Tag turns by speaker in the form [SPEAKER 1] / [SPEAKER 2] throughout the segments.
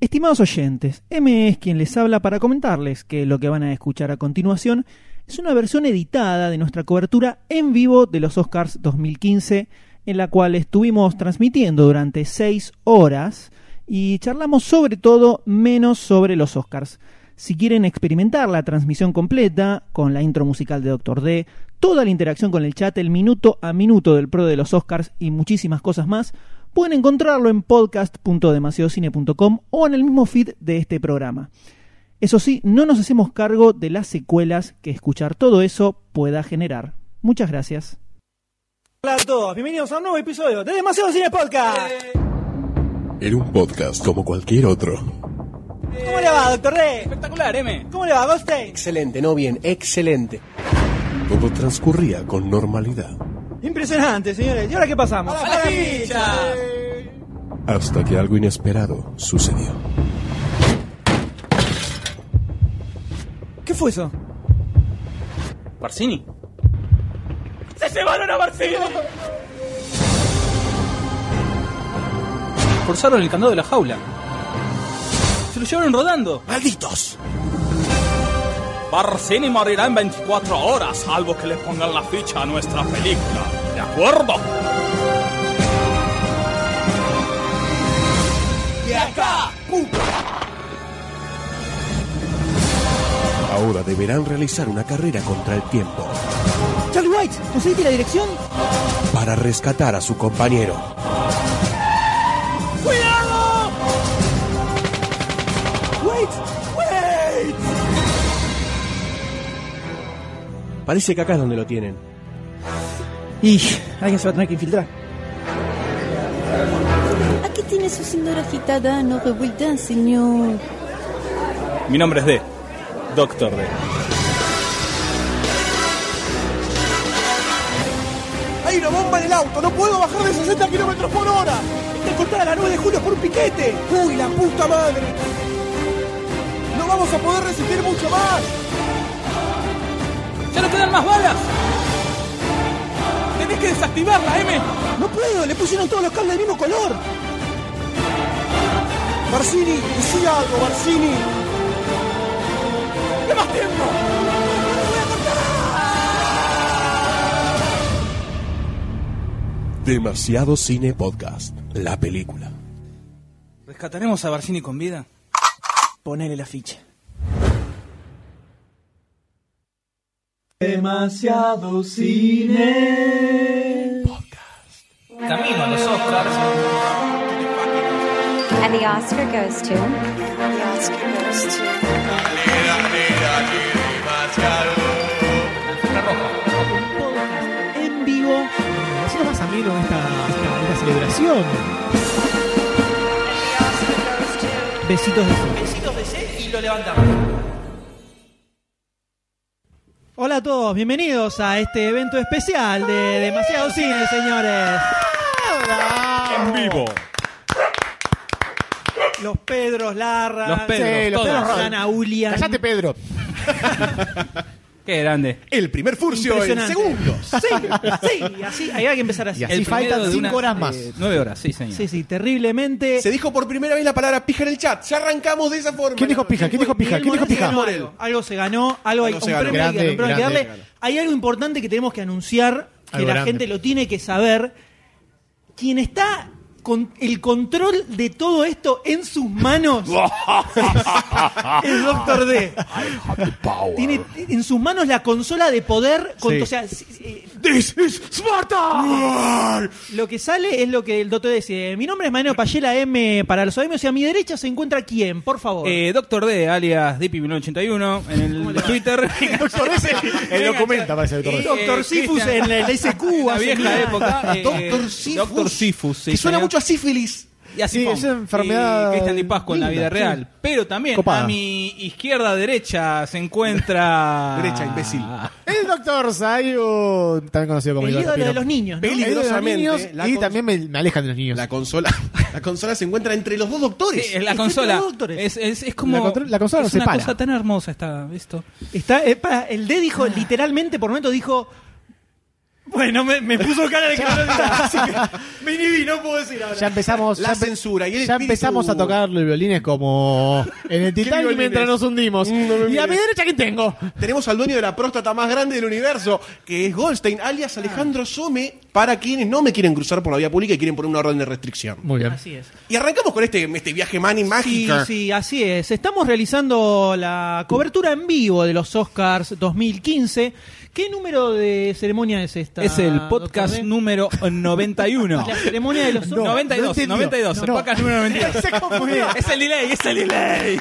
[SPEAKER 1] Estimados oyentes, M es quien les habla para comentarles que lo que van a escuchar a continuación es una versión editada de nuestra cobertura en vivo de los Oscars 2015, en la cual estuvimos transmitiendo durante seis horas y charlamos sobre todo menos sobre los Oscars. Si quieren experimentar la transmisión completa, con la intro musical de Doctor D, toda la interacción con el chat, el minuto a minuto del pro de los Oscars y muchísimas cosas más, pueden encontrarlo en podcast.demasiadocine.com o en el mismo feed de este programa. Eso sí, no nos hacemos cargo de las secuelas que escuchar todo eso pueda generar. Muchas gracias.
[SPEAKER 2] Hola a todos, bienvenidos a un nuevo episodio de Demasiado Cine Podcast.
[SPEAKER 3] Era un podcast como cualquier otro.
[SPEAKER 2] ¿Cómo le va, doctor D?
[SPEAKER 4] Espectacular, M.
[SPEAKER 2] ¿Cómo le va, Goldstein?
[SPEAKER 5] Excelente, no bien, excelente.
[SPEAKER 3] Todo transcurría con normalidad.
[SPEAKER 2] Impresionante, señores. ¿Y ahora qué pasamos?
[SPEAKER 4] ¡A la ficha!
[SPEAKER 3] Hasta que algo inesperado sucedió.
[SPEAKER 2] ¿Qué fue eso?
[SPEAKER 4] Barcini. ¡Se llevaron a Barcini! Forzaron el candado de la jaula. Se lo llevaron rodando.
[SPEAKER 3] ¡Malditos!
[SPEAKER 4] Barcini morirá en 24 horas, salvo que le pongan la ficha a nuestra película. ¿De acuerdo?
[SPEAKER 2] ¡Y acá!
[SPEAKER 3] Ahora deberán realizar una carrera contra el tiempo
[SPEAKER 2] Charlie White, ¿conseguiste la dirección?
[SPEAKER 3] para rescatar a su compañero.
[SPEAKER 4] ¡Cuidado!
[SPEAKER 2] ¡Wait! ¡Wait!
[SPEAKER 5] Parece que acá es donde lo tienen.
[SPEAKER 2] Y alguien se va a tener que infiltrar.
[SPEAKER 6] Aquí tiene su señora agitada, no revuelta, señor.
[SPEAKER 4] Mi nombre es D. Doctor D.
[SPEAKER 2] ¡Hay una bomba en el auto! ¡No puedo bajar de 60 kilómetros por hora! ¡Está cortada la 9 de julio por un piquete! ¡Uy, la puta madre! ¡No vamos a poder resistir mucho más!
[SPEAKER 4] ¡Ya no quedan más balas! ¡Tenés que desactivarla, M!
[SPEAKER 2] ¡No puedo! ¡Le pusieron todos los cables del mismo color! Barcini, decí algo, Barcini.
[SPEAKER 4] ¡De más tiempo!
[SPEAKER 3] Demasiado Cine Podcast, la película.
[SPEAKER 4] ¿Rescataremos a Barcini con vida?
[SPEAKER 2] Ponele la ficha.
[SPEAKER 4] Camino a los Oscars.
[SPEAKER 7] And the Oscar goes to.
[SPEAKER 1] En vivo,
[SPEAKER 8] Haciendo más ameno esta, esta, esta celebración.
[SPEAKER 1] besitos de
[SPEAKER 8] Hola a todos, bienvenidos a este evento especial de Demasiado Cine, señores.
[SPEAKER 4] En vivo.
[SPEAKER 8] Los Pedros Larra,
[SPEAKER 4] Los Pedros, Sí, los todos. Pedros Larra.
[SPEAKER 8] Ana Ulian.
[SPEAKER 9] Cállate, Pedro.
[SPEAKER 4] Qué grande.
[SPEAKER 9] El primer furcio en
[SPEAKER 8] Impresionante.
[SPEAKER 9] segundos.
[SPEAKER 8] Sí, sí, así, ahí hay que empezar así.
[SPEAKER 9] Y así
[SPEAKER 4] El primero
[SPEAKER 9] faltan
[SPEAKER 4] de
[SPEAKER 9] cinco
[SPEAKER 4] una-
[SPEAKER 9] horas más.
[SPEAKER 4] eh, nueve horas, sí, señor.
[SPEAKER 8] Sí, sí, terriblemente.
[SPEAKER 9] Se dijo por primera vez la palabra pija en el chat. Ya arrancamos de esa forma. ¿Quién dijo pija? ¿Quién dijo pija?
[SPEAKER 8] Miguel
[SPEAKER 9] ¿Quién dijo
[SPEAKER 8] Morales ganó
[SPEAKER 9] pija?
[SPEAKER 8] Algo, Algo se ganó, algo hay,
[SPEAKER 9] Algo
[SPEAKER 8] un
[SPEAKER 9] se ganó.
[SPEAKER 8] premio hay que-
[SPEAKER 9] Grande,
[SPEAKER 8] un premio hay que
[SPEAKER 9] grande,
[SPEAKER 8] darle.
[SPEAKER 9] grande.
[SPEAKER 8] Hay algo importante que tenemos que anunciar, que
[SPEAKER 9] Algo
[SPEAKER 8] la
[SPEAKER 9] grande.
[SPEAKER 8] gente lo tiene que saber. Quien está con el control de todo esto en sus manos es Doctor D. Tiene en sus manos la consola de poder. con-
[SPEAKER 9] Sí.
[SPEAKER 8] o sea, si- eh,
[SPEAKER 9] This is Sparta.
[SPEAKER 8] lo que sale es lo que el Doctor D dice. Mi nombre es Manuel Payela M para los AM. O sea, a mi derecha se encuentra quién, por favor.
[SPEAKER 4] Eh, Doctor D, alias DP1981, en el Twitter.
[SPEAKER 9] Doctor ese. El documento aparece doctor
[SPEAKER 8] Y
[SPEAKER 9] ese.
[SPEAKER 8] Doctor
[SPEAKER 4] eh,
[SPEAKER 8] Sifus
[SPEAKER 4] Cristian.
[SPEAKER 8] en la, en la SQ.
[SPEAKER 4] La
[SPEAKER 8] hace
[SPEAKER 4] vieja
[SPEAKER 8] nada.
[SPEAKER 4] época. eh,
[SPEAKER 9] Ah, Doctor Sifus.
[SPEAKER 4] Doctor Sifus, sí,
[SPEAKER 9] que suena
[SPEAKER 4] señor.
[SPEAKER 9] mucho a sífilis.
[SPEAKER 4] Y así
[SPEAKER 9] Sí,
[SPEAKER 4] pom.
[SPEAKER 9] esa enfermedad
[SPEAKER 4] Y Cristian Di Pascu en la vida
[SPEAKER 9] linda, sí.
[SPEAKER 4] real. Pero también
[SPEAKER 9] Copada.
[SPEAKER 4] a mi izquierda derecha se encuentra.
[SPEAKER 9] Ah.
[SPEAKER 4] Eh,
[SPEAKER 9] Derecha, imbécil. El doctor Sayo, también conocido como
[SPEAKER 8] El
[SPEAKER 9] Igor
[SPEAKER 8] ídolo de
[SPEAKER 9] Tapino.
[SPEAKER 8] los niños, ¿no?
[SPEAKER 9] El ídolo de los Peligrosamente, niños la y cons- también me, me alejan de los niños.
[SPEAKER 5] La consola, la consola se encuentra entre los dos
[SPEAKER 4] Sí,
[SPEAKER 9] eh.
[SPEAKER 5] doctores.
[SPEAKER 4] es la
[SPEAKER 8] Excepto
[SPEAKER 4] consola.
[SPEAKER 8] los doctores.
[SPEAKER 4] Es, es, es como.
[SPEAKER 9] La contro- la consola
[SPEAKER 4] es
[SPEAKER 9] nos
[SPEAKER 4] una
[SPEAKER 9] separa.
[SPEAKER 4] cosa tan hermosa está, ¿visto?
[SPEAKER 8] Ah. Está, eh, para, el D dijo, literalmente, por momento dijo,
[SPEAKER 10] Bueno, me, me puso cara de que no lo diga, así que me inhibí, no puedo decir ahora.
[SPEAKER 9] Ya empezamos,
[SPEAKER 2] La
[SPEAKER 9] ya, empe-
[SPEAKER 2] censura y el
[SPEAKER 9] ya
[SPEAKER 2] espíritu-
[SPEAKER 9] empezamos a tocar los violines como en el Titanic
[SPEAKER 2] violines?
[SPEAKER 9] mientras nos hundimos.
[SPEAKER 2] Mm, no me
[SPEAKER 9] y a mi
[SPEAKER 2] mires.
[SPEAKER 9] derecha, ¿quién tengo?
[SPEAKER 2] Tenemos al dueño de la próstata más grande del universo, que es Goldstein,
[SPEAKER 11] Ah.
[SPEAKER 2] alias Alejandro Some, para quienes no me quieren cruzar por la vía pública y quieren poner una orden de restricción.
[SPEAKER 9] Muy bien.
[SPEAKER 8] Así es.
[SPEAKER 2] Y arrancamos con este, este viaje mani
[SPEAKER 8] Sí,
[SPEAKER 2] mágico.
[SPEAKER 8] sí, así es. Estamos realizando la cobertura en vivo de los Oscars 2015. ¿Qué número de ceremonia es esta?
[SPEAKER 11] Es el podcast
[SPEAKER 8] doctor D?
[SPEAKER 11] número 91.
[SPEAKER 8] La ceremonia de los Oscars.
[SPEAKER 11] 92, 92, el podcast número 92. es el delay, es el delay.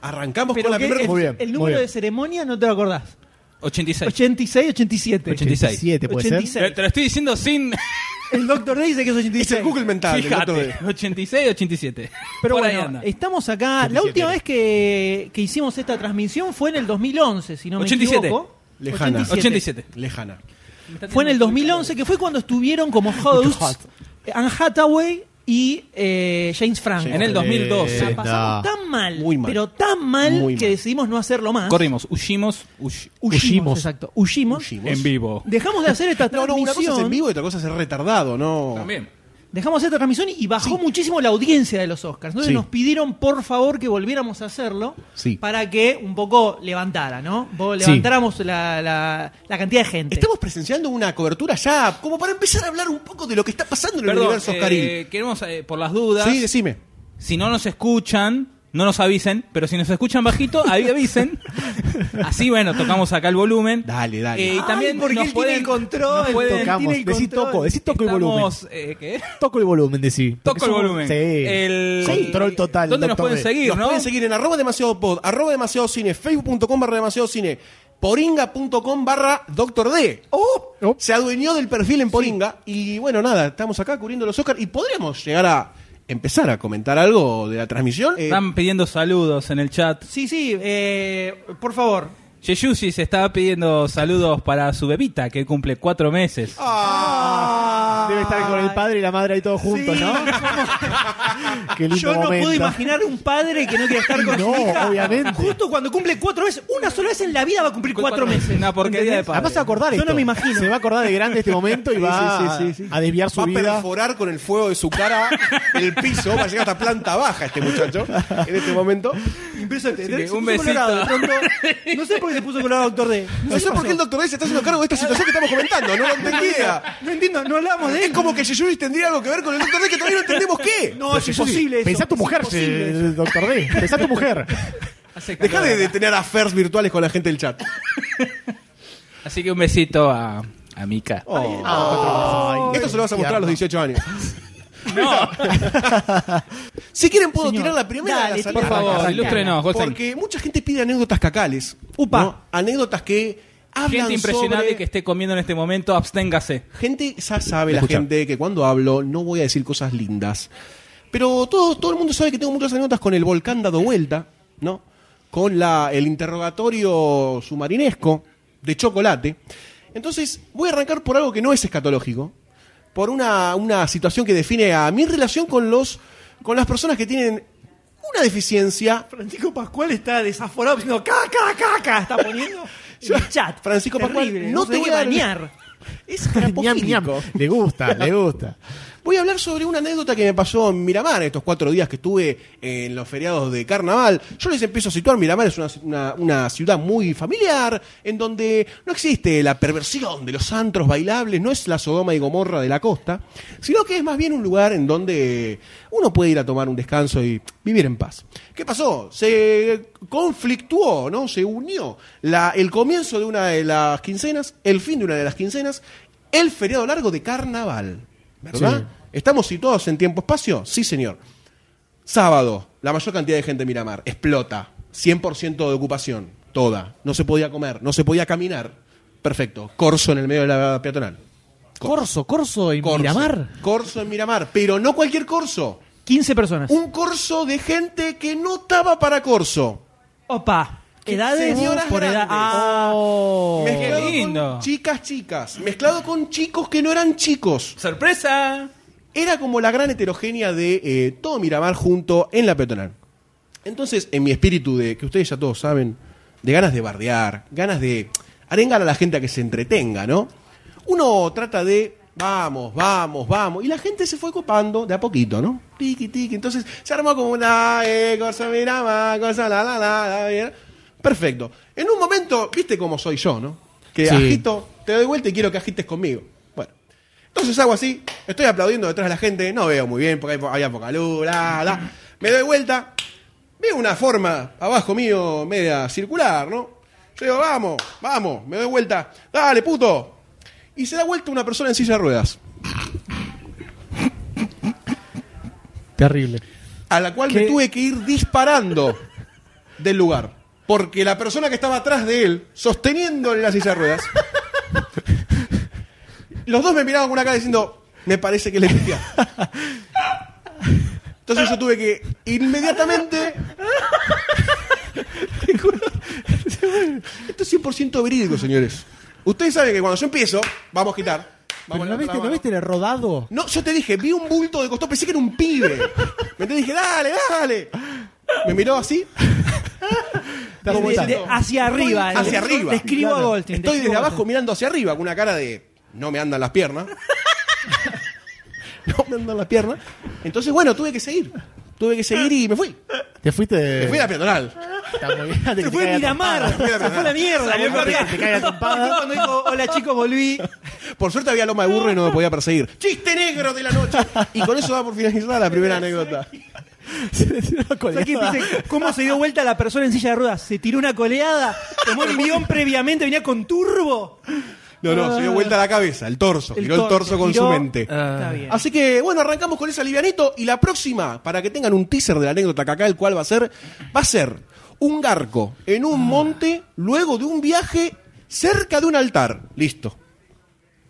[SPEAKER 2] Arrancamos
[SPEAKER 8] Pero
[SPEAKER 2] con la
[SPEAKER 8] que
[SPEAKER 2] primera.
[SPEAKER 8] el,
[SPEAKER 9] Muy bien,
[SPEAKER 8] el
[SPEAKER 9] muy
[SPEAKER 8] número
[SPEAKER 9] bien.
[SPEAKER 8] de ceremonia no te lo acordás.
[SPEAKER 11] 86.
[SPEAKER 8] 86, 87.
[SPEAKER 11] 86.
[SPEAKER 9] 87 puede ser.
[SPEAKER 8] 86.
[SPEAKER 11] Te, te lo estoy diciendo sin.
[SPEAKER 8] El doctor D dice que es 86.
[SPEAKER 2] Es el Google mental. el doctor
[SPEAKER 11] Fíjate,
[SPEAKER 2] D.
[SPEAKER 11] 86, 87.
[SPEAKER 8] Pero
[SPEAKER 11] Por ahí
[SPEAKER 8] bueno, eh,
[SPEAKER 11] anda.
[SPEAKER 8] estamos acá. La
[SPEAKER 2] 87.
[SPEAKER 8] última vez que, que hicimos esta transmisión fue en el 2011, si no me
[SPEAKER 11] 87.
[SPEAKER 8] equivoco.
[SPEAKER 2] Lejana.
[SPEAKER 11] 87.
[SPEAKER 2] Lejana.
[SPEAKER 8] Fue en el 2011, que fue cuando estuvieron como hosts Anne Hathaway y eh, James Franco.
[SPEAKER 11] En el 2012.
[SPEAKER 9] Eh,
[SPEAKER 8] La pasamos
[SPEAKER 9] no.
[SPEAKER 8] tan mal,
[SPEAKER 2] Muy mal.
[SPEAKER 8] pero tan mal,
[SPEAKER 2] Muy
[SPEAKER 8] que
[SPEAKER 2] mal.
[SPEAKER 8] decidimos no hacerlo más.
[SPEAKER 11] Corrimos, huyimos, huy-
[SPEAKER 8] Huyimos,
[SPEAKER 9] Huyimos.
[SPEAKER 8] Exacto, huyimos.
[SPEAKER 2] Huyimos.
[SPEAKER 11] en vivo.
[SPEAKER 8] Dejamos de hacer esta
[SPEAKER 2] No, no,
[SPEAKER 8] transmisión.
[SPEAKER 2] una cosa es en vivo y otra cosa es retardado, ¿no?
[SPEAKER 11] También.
[SPEAKER 8] Dejamos de hacer esta transmisión y bajó muchísimo la audiencia de los Oscars. Entonces
[SPEAKER 2] Sí.
[SPEAKER 8] nos pidieron por favor que volviéramos a hacerlo
[SPEAKER 2] Sí.
[SPEAKER 8] para que un poco levantara, ¿no? Un poco
[SPEAKER 9] Sí.
[SPEAKER 8] levantáramos la, la- la cantidad de gente.
[SPEAKER 2] Estamos presenciando una cobertura ya, como para empezar a hablar un poco de lo que está pasando en el
[SPEAKER 11] Perdón,
[SPEAKER 2] universo Oscaril.
[SPEAKER 11] eh, queremos, eh, por las dudas,
[SPEAKER 2] Sí, decime.
[SPEAKER 11] si no nos escuchan, no nos avisen, pero si nos escuchan bajito, ahí avisen. Así, bueno, tocamos acá el volumen.
[SPEAKER 2] Dale, dale.
[SPEAKER 11] Eh, y también
[SPEAKER 8] Ay, porque
[SPEAKER 11] nos
[SPEAKER 8] él
[SPEAKER 11] pueden,
[SPEAKER 8] tiene el control,
[SPEAKER 11] nos pueden-
[SPEAKER 8] Tiene
[SPEAKER 9] Tocamos.
[SPEAKER 8] el
[SPEAKER 9] Decí
[SPEAKER 8] control.
[SPEAKER 9] toco, decí toco y volumen.
[SPEAKER 11] estamos, eh, ¿qué?
[SPEAKER 9] Toco el volumen, decí. Porque
[SPEAKER 11] Toco el
[SPEAKER 9] somos-
[SPEAKER 11] volumen.
[SPEAKER 9] Sí.
[SPEAKER 11] El-
[SPEAKER 9] Control total.
[SPEAKER 11] ¿Dónde nos
[SPEAKER 9] doctor
[SPEAKER 11] pueden
[SPEAKER 9] D.
[SPEAKER 11] seguir,
[SPEAKER 2] Nos
[SPEAKER 11] no?
[SPEAKER 2] pueden seguir en arroba demasiado pod, arroba demasiado cine, facebook.com barra demasiado cine, poringa.com barra doctor D. Oh,
[SPEAKER 9] Oh.
[SPEAKER 2] Se adueñó del perfil en Poringa y bueno, nada, estamos acá cubriendo los Oscars y podríamos llegar a empezar a comentar algo de la transmisión. Eh,
[SPEAKER 11] Están pidiendo saludos en el chat.
[SPEAKER 8] Sí, sí, eh, por favor.
[SPEAKER 11] Yeyushi se está pidiendo saludos para su bebita que cumple cuatro meses.
[SPEAKER 9] Debe estar con el padre y la madre ahí todos juntos,
[SPEAKER 8] Sí.
[SPEAKER 9] ¿no? Qué lindo
[SPEAKER 8] Yo no
[SPEAKER 9] momento.
[SPEAKER 8] puedo imaginar un padre que no quiera estar con
[SPEAKER 9] No,
[SPEAKER 8] su hija.
[SPEAKER 9] obviamente.
[SPEAKER 8] Justo cuando cumple cuatro veces, una sola vez en la vida va a cumplir
[SPEAKER 11] Cumple
[SPEAKER 8] cuatro
[SPEAKER 11] cuatro
[SPEAKER 8] meses.
[SPEAKER 11] meses. Una porquería de
[SPEAKER 8] ¿Entendés?
[SPEAKER 11] padre.
[SPEAKER 9] Además se va a acordar
[SPEAKER 8] Yo
[SPEAKER 9] esto.
[SPEAKER 8] no me imagino.
[SPEAKER 9] Se va a acordar de grande este momento y va
[SPEAKER 2] sí, sí, sí.
[SPEAKER 9] a desviar su
[SPEAKER 2] va a
[SPEAKER 9] vida.
[SPEAKER 2] perforar con el fuego de su cara el piso, va a llegar hasta planta baja este muchacho en este momento.
[SPEAKER 8] Impresionante.
[SPEAKER 11] Sí,
[SPEAKER 8] Se puso
[SPEAKER 11] un besito.
[SPEAKER 8] colorado, de pronto. no sé por qué se puso colorado doctor D.
[SPEAKER 2] No sé
[SPEAKER 8] qué
[SPEAKER 2] por qué
[SPEAKER 8] pasó.
[SPEAKER 2] el doctor D se está haciendo cargo de esta situación que estamos comentando, no lo entendía.
[SPEAKER 8] No entiendo, no hablamos de
[SPEAKER 2] Es
[SPEAKER 8] él.
[SPEAKER 2] como que Yeyuris tendría algo que ver con el doctor D que todavía no entendemos qué.
[SPEAKER 8] No, es imposible eso.
[SPEAKER 9] Pensá tu
[SPEAKER 8] Es
[SPEAKER 9] mujer,
[SPEAKER 8] imposible eso.
[SPEAKER 9] eh, doctor D. Pensá tu mujer.
[SPEAKER 11] Hace
[SPEAKER 2] Deja
[SPEAKER 11] calor
[SPEAKER 2] de, de
[SPEAKER 11] acá.
[SPEAKER 2] tener affairs virtuales con la gente del chat.
[SPEAKER 11] Así que un besito a, a Mika.
[SPEAKER 9] Oh.
[SPEAKER 2] Esto se lo vas a mostrar a los 18 años.
[SPEAKER 11] No,
[SPEAKER 2] Si quieren puedo tirar la primera
[SPEAKER 8] dale,
[SPEAKER 2] de las
[SPEAKER 8] por
[SPEAKER 11] por
[SPEAKER 2] salidas.
[SPEAKER 11] favor,
[SPEAKER 8] Arranca.
[SPEAKER 11] ilústrenos, Goldstein.
[SPEAKER 2] Porque mucha gente pide anécdotas cacales.
[SPEAKER 8] Upa.
[SPEAKER 2] ¿no? Anécdotas que hablan
[SPEAKER 11] Gente impresionante
[SPEAKER 2] sobre-
[SPEAKER 11] que esté comiendo en este momento, absténgase.
[SPEAKER 2] Gente, ya sabe la
[SPEAKER 9] Escucha.
[SPEAKER 2] gente que cuando hablo no voy a decir cosas lindas. Pero todo, todo el mundo sabe que tengo muchas anécdotas con el volcán dado vuelta, ¿no? Con la, el interrogatorio submarinesco de chocolate. Entonces, voy a arrancar por algo que no es escatológico. Por una, una situación que define a mi relación con los con las personas que tienen una deficiencia.
[SPEAKER 8] Francisco Pascual está desaforado diciendo caca, caca, está poniendo en el chat.
[SPEAKER 2] Francisco Pascual,
[SPEAKER 8] Terrible,
[SPEAKER 2] no
[SPEAKER 8] se
[SPEAKER 2] te
[SPEAKER 8] debe
[SPEAKER 2] voy a dar-
[SPEAKER 8] bañar.
[SPEAKER 2] Es
[SPEAKER 9] Ñam, ñam.
[SPEAKER 2] grapofílico.
[SPEAKER 9] Le gusta, le gusta.
[SPEAKER 2] Voy a hablar sobre una anécdota que me pasó en Miramar estos cuatro días que estuve en los feriados de carnaval. Yo les empiezo a situar, Miramar es una, una- una ciudad muy familiar, en donde no existe la perversión de los antros bailables, no es la Sodoma y Gomorra de la costa, sino que es más bien un lugar en donde uno puede ir a tomar un descanso y vivir en paz. ¿Qué pasó? Se conflictuó, ¿no? Se unió la- el comienzo de una de las quincenas, el fin de una de las quincenas, el feriado largo de carnaval. ¿Verdad?
[SPEAKER 9] Sí.
[SPEAKER 2] ¿Estamos situados en tiempo-espacio? Sí, señor. Sábado, la mayor cantidad de gente en Miramar. Explota. 100% de ocupación. Toda. No se podía comer, no se podía caminar. Perfecto. Corso en el medio de la peatonal.
[SPEAKER 9] Corso, corso y
[SPEAKER 2] Corso.
[SPEAKER 9] Miramar.
[SPEAKER 2] Corso en Miramar. Pero no cualquier corso.
[SPEAKER 8] 15 personas.
[SPEAKER 2] Un corso de gente que no estaba para corso.
[SPEAKER 8] Opa. Edades
[SPEAKER 2] Señoras
[SPEAKER 8] por edad.
[SPEAKER 2] grandes.
[SPEAKER 8] Ah,
[SPEAKER 9] Oh.
[SPEAKER 2] Mezclado
[SPEAKER 11] lindo.
[SPEAKER 2] con chicas, chicas. Mezclado con chicos que no eran chicos.
[SPEAKER 11] ¡Sorpresa!
[SPEAKER 2] era como la gran heterogénea de eh, todo Miramar junto en la peatonal. Entonces, en mi espíritu de, que ustedes ya todos saben, de ganas de bardear, ganas de arengar a la gente a que se entretenga, ¿no? uno trata de vamos, vamos, vamos. Y la gente se fue copando de a poquito, ¿no? Tiki, tiki. Entonces se armó como una eh, cosa, mira, ma, cosa, la, la, la, la, mira. Perfecto. En un momento, viste cómo soy yo, ¿no? Que
[SPEAKER 11] Sí.
[SPEAKER 2] agito, te doy vuelta y quiero que agites conmigo. Bueno. Entonces hago así, estoy aplaudiendo detrás de la gente, no veo muy bien porque hay po- había poca luz, la, la. Me doy vuelta, veo una forma abajo mío media circular, ¿no? Yo digo, vamos, vamos, me doy vuelta, dale, puto. Y se da vuelta una persona en silla de ruedas,
[SPEAKER 9] Terrible.
[SPEAKER 2] a la cual me tuve que ir disparando del lugar. Porque la persona que estaba atrás de él, sosteniéndole la silla de ruedas, los dos me miraban con una cara diciendo, me parece que le pifié". Entonces yo tuve que inmediatamente... Te juro, se vuelve- Esto es 100% verídico, señores. Ustedes saben que cuando yo empiezo, vamos a quitar.
[SPEAKER 9] Pero
[SPEAKER 2] Vamos
[SPEAKER 9] ¿No
[SPEAKER 2] a
[SPEAKER 9] viste, ¿No viste el rodado?
[SPEAKER 2] no, yo te dije, vi un bulto de costado, pensé que era un pibe. Me te dije, dale, dale. Me miró así,
[SPEAKER 9] Estás
[SPEAKER 2] de-
[SPEAKER 9] vuelta.
[SPEAKER 2] de-
[SPEAKER 8] hacia arriba.
[SPEAKER 2] hacia
[SPEAKER 8] le-
[SPEAKER 2] arriba.
[SPEAKER 8] Le escribo
[SPEAKER 9] Claro.
[SPEAKER 8] a Goldstein.
[SPEAKER 2] Estoy
[SPEAKER 8] desde
[SPEAKER 2] desde abajo mirando hacia arriba con una cara de no me andan las piernas. no me andan las piernas. Entonces, bueno, tuve que seguir. Tuve que seguir y me fui.
[SPEAKER 9] Te fuiste.
[SPEAKER 2] Me fui a la peatonal.
[SPEAKER 9] Está muy bien. Te
[SPEAKER 8] Se fue a Miramar.
[SPEAKER 2] Fui a
[SPEAKER 8] Se
[SPEAKER 2] la
[SPEAKER 8] fue a la mierda.
[SPEAKER 9] Te,
[SPEAKER 8] boludo.
[SPEAKER 9] te cae la trompada.
[SPEAKER 8] Cuando dijo, hola chicos, volví.
[SPEAKER 2] Por suerte había loma de burro y no me podía perseguir. ¡Chiste negro de la noche! Y con eso da por finalizada la primera anécdota.
[SPEAKER 9] Se le tiró la
[SPEAKER 8] O sea, que
[SPEAKER 9] coleada.
[SPEAKER 8] dice, ¿Cómo se dio vuelta la persona en silla de ruedas? ¿Se tiró una coleada? ¿Tomó el guión previamente? ¿Venía con turbo?
[SPEAKER 2] No, no, se dio vuelta la cabeza, el torso.
[SPEAKER 8] El
[SPEAKER 2] giró el torso
[SPEAKER 8] torso, Ah.
[SPEAKER 2] con
[SPEAKER 8] giró.
[SPEAKER 2] su mente.
[SPEAKER 8] Está bien.
[SPEAKER 2] Así que bueno, arrancamos con esa livianito y la próxima, para que tengan un teaser de la anécdota que acá el cual va a ser, va a ser un garco en
[SPEAKER 8] Ah.
[SPEAKER 2] un monte luego de un viaje cerca de un altar. Listo.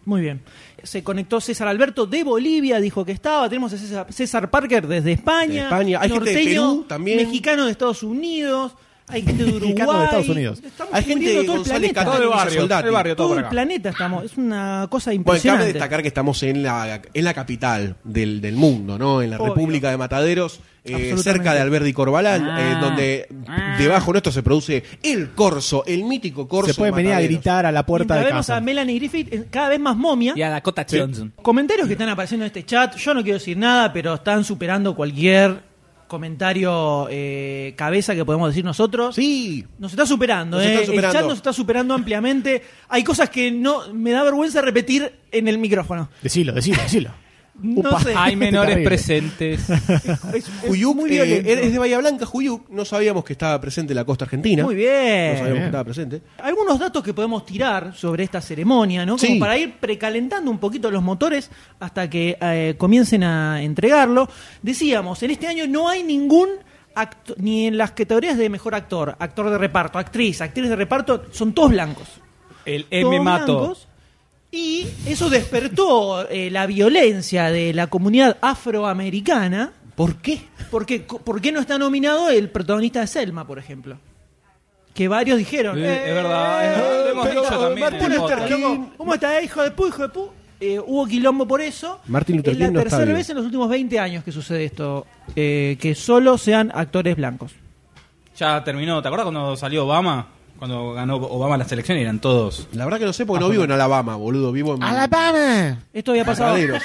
[SPEAKER 8] Muy bien. Se conectó César Alberto de Bolivia, dijo que estaba. Tenemos a César, César Parker desde España.
[SPEAKER 2] De España. Hay gente de Perú también.
[SPEAKER 8] Mexicano de Estados Unidos. Hay gente de Uruguay.
[SPEAKER 9] Mexicano de Estados Unidos.
[SPEAKER 8] Estamos
[SPEAKER 2] Hay gente
[SPEAKER 8] cubriendo
[SPEAKER 2] de
[SPEAKER 8] todo el
[SPEAKER 2] González
[SPEAKER 8] planeta.
[SPEAKER 2] Catán
[SPEAKER 11] Todo el
[SPEAKER 2] y
[SPEAKER 11] barrio,
[SPEAKER 2] Soldati.
[SPEAKER 11] el barrio.
[SPEAKER 8] Todo,
[SPEAKER 11] por
[SPEAKER 8] el
[SPEAKER 11] acá.
[SPEAKER 8] planeta estamos. Es una cosa
[SPEAKER 2] Bueno, cabe
[SPEAKER 8] impresionante.
[SPEAKER 2] destacar que estamos en la, en la capital del, del mundo, ¿no? En la
[SPEAKER 8] Obvio.
[SPEAKER 2] República de Mataderos, eh,
[SPEAKER 8] Absolutamente. Ah.
[SPEAKER 2] cerca de Alberdi Corbalán,
[SPEAKER 11] Ah.
[SPEAKER 2] eh, donde debajo nuestro se produce el corso, el mítico corso.
[SPEAKER 9] Se pueden
[SPEAKER 2] de
[SPEAKER 9] venir a
[SPEAKER 2] Mataderos.
[SPEAKER 9] gritar a la puerta
[SPEAKER 8] Mientras
[SPEAKER 9] de
[SPEAKER 8] vemos a
[SPEAKER 9] casa.
[SPEAKER 8] Melanie Griffith eh, cada vez más momia.
[SPEAKER 11] Y a Dakota Johnson.
[SPEAKER 8] Comentarios que están apareciendo en este chat, yo no quiero decir nada, pero están superando cualquier comentario eh, cabeza que podemos decir nosotros.
[SPEAKER 2] Sí.
[SPEAKER 8] Nos está superando,
[SPEAKER 2] Nos
[SPEAKER 8] eh.
[SPEAKER 2] está superando.
[SPEAKER 8] El chat nos está superando ampliamente. Hay cosas que no me da vergüenza repetir en el micrófono.
[SPEAKER 9] Decilo, decilo, decilo.
[SPEAKER 8] No
[SPEAKER 9] Upa.
[SPEAKER 8] sé.
[SPEAKER 11] Hay menores
[SPEAKER 9] Terrible.
[SPEAKER 11] presentes.
[SPEAKER 8] Es- es
[SPEAKER 2] Juyuc,
[SPEAKER 8] muy
[SPEAKER 2] eh,
[SPEAKER 8] violento.
[SPEAKER 2] es de Bahía Blanca, Juyuc. No sabíamos que estaba presente en la costa argentina.
[SPEAKER 8] Muy
[SPEAKER 2] No
[SPEAKER 8] bien.
[SPEAKER 2] sabíamos que estaba presente.
[SPEAKER 8] Algunos datos que podemos tirar sobre esta ceremonia, ¿no? Como
[SPEAKER 2] Sí.
[SPEAKER 8] para ir precalentando un poquito los motores hasta que eh, comiencen a entregarlo. Decíamos, en este año no hay ningún acto, ni en las categorías de mejor actor, actor de reparto, actriz, actriz de reparto, son todos blancos.
[SPEAKER 11] El M
[SPEAKER 8] Todos
[SPEAKER 11] Eh, Mato.
[SPEAKER 8] blancos. Y eso despertó eh, la violencia de la comunidad afroamericana.
[SPEAKER 2] ¿Por qué?
[SPEAKER 8] Porque, ¿Por qué no está nominado el protagonista de Selma, por ejemplo? Que varios dijeron.
[SPEAKER 11] Eh,
[SPEAKER 8] "Eh,
[SPEAKER 11] es verdad, es verdad. Lo hemos
[SPEAKER 2] pero
[SPEAKER 11] dicho también.
[SPEAKER 2] Martin
[SPEAKER 11] en el
[SPEAKER 2] Luther
[SPEAKER 11] podcast.
[SPEAKER 2] King-
[SPEAKER 8] ¿Cómo, cómo está, hijo de pu, hijo de pu? Eh, hubo quilombo por eso.
[SPEAKER 2] Martin Luther
[SPEAKER 8] es la
[SPEAKER 2] King no está
[SPEAKER 8] tercera
[SPEAKER 2] vivo.
[SPEAKER 8] vez en los últimos 20 años que sucede esto. eh, que solo sean actores blancos.
[SPEAKER 11] Ya terminó. ¿Te acuerdas cuando salió Obama? Cuando ganó Obama la selección eran todos.
[SPEAKER 2] La verdad que no sé porque no vivo en Alabama, boludo. Vivo en.
[SPEAKER 9] ¡Alabama!
[SPEAKER 8] Esto había pasado
[SPEAKER 2] Mataderos.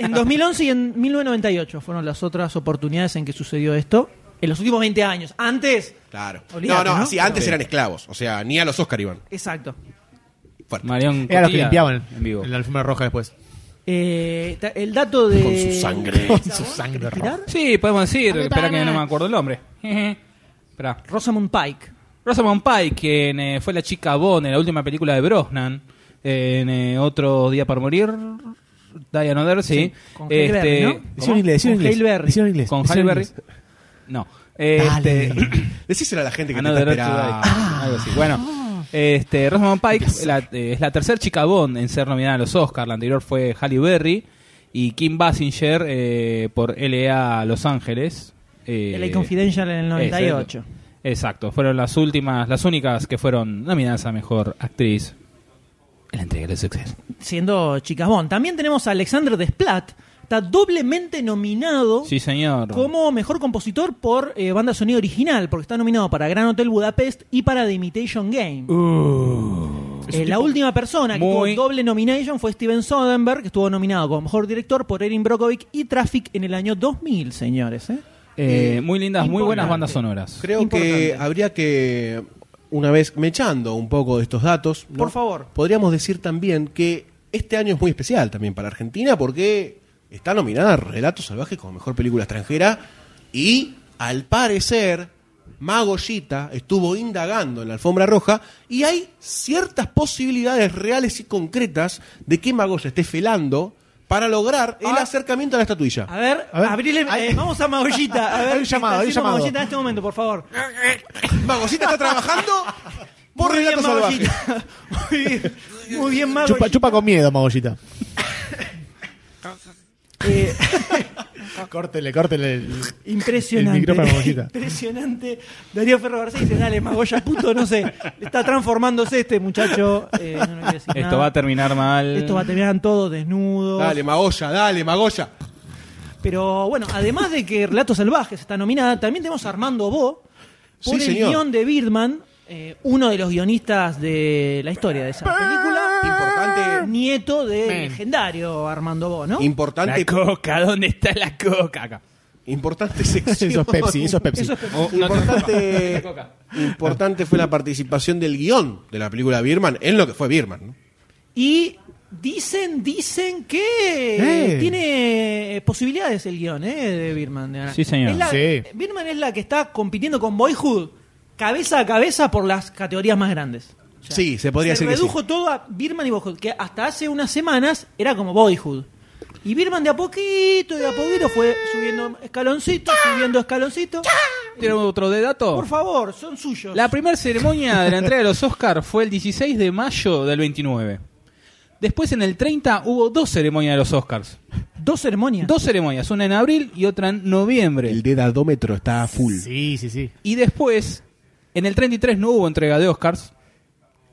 [SPEAKER 8] en 2011 y en 1998. Fueron las otras oportunidades en que sucedió esto. En los últimos 20 años. Antes.
[SPEAKER 2] Claro.
[SPEAKER 8] Olvídate,
[SPEAKER 2] no, no,
[SPEAKER 8] ¿no?
[SPEAKER 2] sí, antes eran esclavos. O sea, ni a los Oscar iban.
[SPEAKER 8] Exacto.
[SPEAKER 2] Fuerte.
[SPEAKER 11] Marión
[SPEAKER 9] Era los que
[SPEAKER 11] Cotillard,
[SPEAKER 9] limpiaban
[SPEAKER 11] en vivo.
[SPEAKER 9] en la alfombra roja después.
[SPEAKER 8] Eh, ta- el dato de.
[SPEAKER 2] Con su sangre.
[SPEAKER 9] Con su sangre roja.
[SPEAKER 8] ¿Tirar?
[SPEAKER 11] Sí, podemos decir. Espera que no me acuerdo el nombre. Espera.
[SPEAKER 8] Rosamund Pike.
[SPEAKER 11] Rosamund Pike, quien eh, fue la chica Bond en la última película de Brosnan, en eh, Otro Día para Morir, Die Another, sí. este,
[SPEAKER 8] con Halle Berry, ¿no?
[SPEAKER 9] Decilo en inglés, decilo en
[SPEAKER 8] Con Halle
[SPEAKER 9] inglés.
[SPEAKER 8] Berry.
[SPEAKER 9] Decilo en inglés.
[SPEAKER 11] Con
[SPEAKER 9] decilo
[SPEAKER 11] Halle
[SPEAKER 9] en
[SPEAKER 11] Berry.
[SPEAKER 9] inglés.
[SPEAKER 11] No. Este,
[SPEAKER 9] Dale.
[SPEAKER 2] Decíselo a la gente que te
[SPEAKER 11] Another
[SPEAKER 2] está
[SPEAKER 11] Road to Die,
[SPEAKER 2] esperando.
[SPEAKER 11] ah, algo así. Bueno, este, Rosamund Pike la- eh, es la tercer chica Bond en ser nominada a los Oscars. La anterior fue Halle Berry y Kim Basinger eh, por LA Los Ángeles. Eh,
[SPEAKER 8] LA Confidential en el 98.
[SPEAKER 11] Exacto, fueron las últimas, las únicas que fueron nominadas a mejor actriz en la entrega de suceso.
[SPEAKER 8] siendo chicas Bond. También tenemos a Alexander Desplat, está doblemente nominado
[SPEAKER 11] Sí, señor.
[SPEAKER 8] como mejor compositor por eh, banda sonido original, porque está nominado para Gran Hotel Budapest y para The Imitation Game. Eh, la última persona que
[SPEAKER 11] muy-
[SPEAKER 8] tuvo doble nomination fue Steven Soderbergh, que estuvo nominado como mejor director por Erin Brockovich y Traffic en el año 2000, señores. ¿eh?
[SPEAKER 11] Eh, muy lindas, muy buenas
[SPEAKER 8] Importante. Ah.
[SPEAKER 11] bandas sonoras.
[SPEAKER 2] Creo que
[SPEAKER 8] Importante.
[SPEAKER 2] habría que, una vez mechando un poco de estos datos, ¿no?
[SPEAKER 8] Por favor.
[SPEAKER 2] podríamos decir también que este año es muy especial también para Argentina porque está nominada a Relatos Salvajes como mejor película extranjera y al parecer Mago Gita estuvo indagando en la alfombra roja y hay ciertas posibilidades reales y concretas de que Mago se esté felando para lograr el
[SPEAKER 8] Ah.
[SPEAKER 2] acercamiento a la estatuilla.
[SPEAKER 8] A ver,
[SPEAKER 9] A ver.
[SPEAKER 8] abrile- eh, vamos a Magollita. A ver,
[SPEAKER 9] Hay un
[SPEAKER 8] ¿qué
[SPEAKER 9] llamado,
[SPEAKER 8] está
[SPEAKER 9] hay un
[SPEAKER 8] haciendo
[SPEAKER 9] llamado.
[SPEAKER 8] Magollita en este momento, por favor.
[SPEAKER 2] Magosita está trabajando por
[SPEAKER 8] Muy bien,
[SPEAKER 2] Relatos Salvajes.
[SPEAKER 8] Magollita. Muy bien, muy bien Magollita.
[SPEAKER 9] Chupa, chupa con miedo, Magollita.
[SPEAKER 8] Eh,
[SPEAKER 9] Córtele, córtele. el-
[SPEAKER 8] Impresionante.
[SPEAKER 9] El micrófono, Magollita.
[SPEAKER 8] Impresionante. Darío Ferro García dice, dale, Magoya, puto, no sé. Está transformándose este muchacho. Eh, no, no quiero decir
[SPEAKER 11] Esto
[SPEAKER 8] nada.
[SPEAKER 11] va a terminar mal.
[SPEAKER 8] Esto va a terminar todos desnudos.
[SPEAKER 2] Dale, Magoya, dale, Magoya.
[SPEAKER 8] Pero bueno, además de que Relatos Salvajes está nominada, también tenemos a Armando Bo por
[SPEAKER 2] Sí,
[SPEAKER 8] el
[SPEAKER 2] señor.
[SPEAKER 8] guión de Birdman, eh, uno de los guionistas de la historia de esa película.
[SPEAKER 2] Importante.
[SPEAKER 8] Nieto del legendario Armando Bo, ¿no?
[SPEAKER 2] Importante,
[SPEAKER 11] La coca, ¿dónde está la coca? Acá.
[SPEAKER 2] importante sección.
[SPEAKER 9] Eso es Pepsi, eso es Pepsi.
[SPEAKER 8] Eso es-
[SPEAKER 11] Oh, no tengo coca, no
[SPEAKER 2] Importante,
[SPEAKER 11] tengo coca.
[SPEAKER 2] importante fue la participación del guión de la película Birman en lo que fue Birman. ¿no?
[SPEAKER 8] Y dicen, dicen que
[SPEAKER 9] Eh.
[SPEAKER 8] tiene posibilidades el guión ¿eh? de Birman. de ganar.
[SPEAKER 11] Sí, señor.
[SPEAKER 8] Es la-
[SPEAKER 9] Sí.
[SPEAKER 8] Birman es la que está compitiendo con Boyhood cabeza a cabeza por las categorías más grandes. O sea,
[SPEAKER 2] Sí, se podría decir que
[SPEAKER 8] redujo todo a Birman y Boyhood, que hasta hace unas semanas era como Boyhood. Y Birman de a poquito, de a poquito fue subiendo escaloncito, subiendo escaloncito.
[SPEAKER 11] ¿Tiene otro de dato?
[SPEAKER 8] Por favor, son suyos.
[SPEAKER 11] La primera ceremonia de la entrega de los Oscars fue el 16 de mayo del 29. Después, en el 30, hubo dos ceremonias de los Oscars.
[SPEAKER 8] Dos ceremonias.
[SPEAKER 11] Dos ceremonias, una en abril y otra en noviembre.
[SPEAKER 2] El dedadómetro está a full.
[SPEAKER 9] Sí, sí, sí.
[SPEAKER 11] Y después, en el 33 no hubo entrega de Oscars.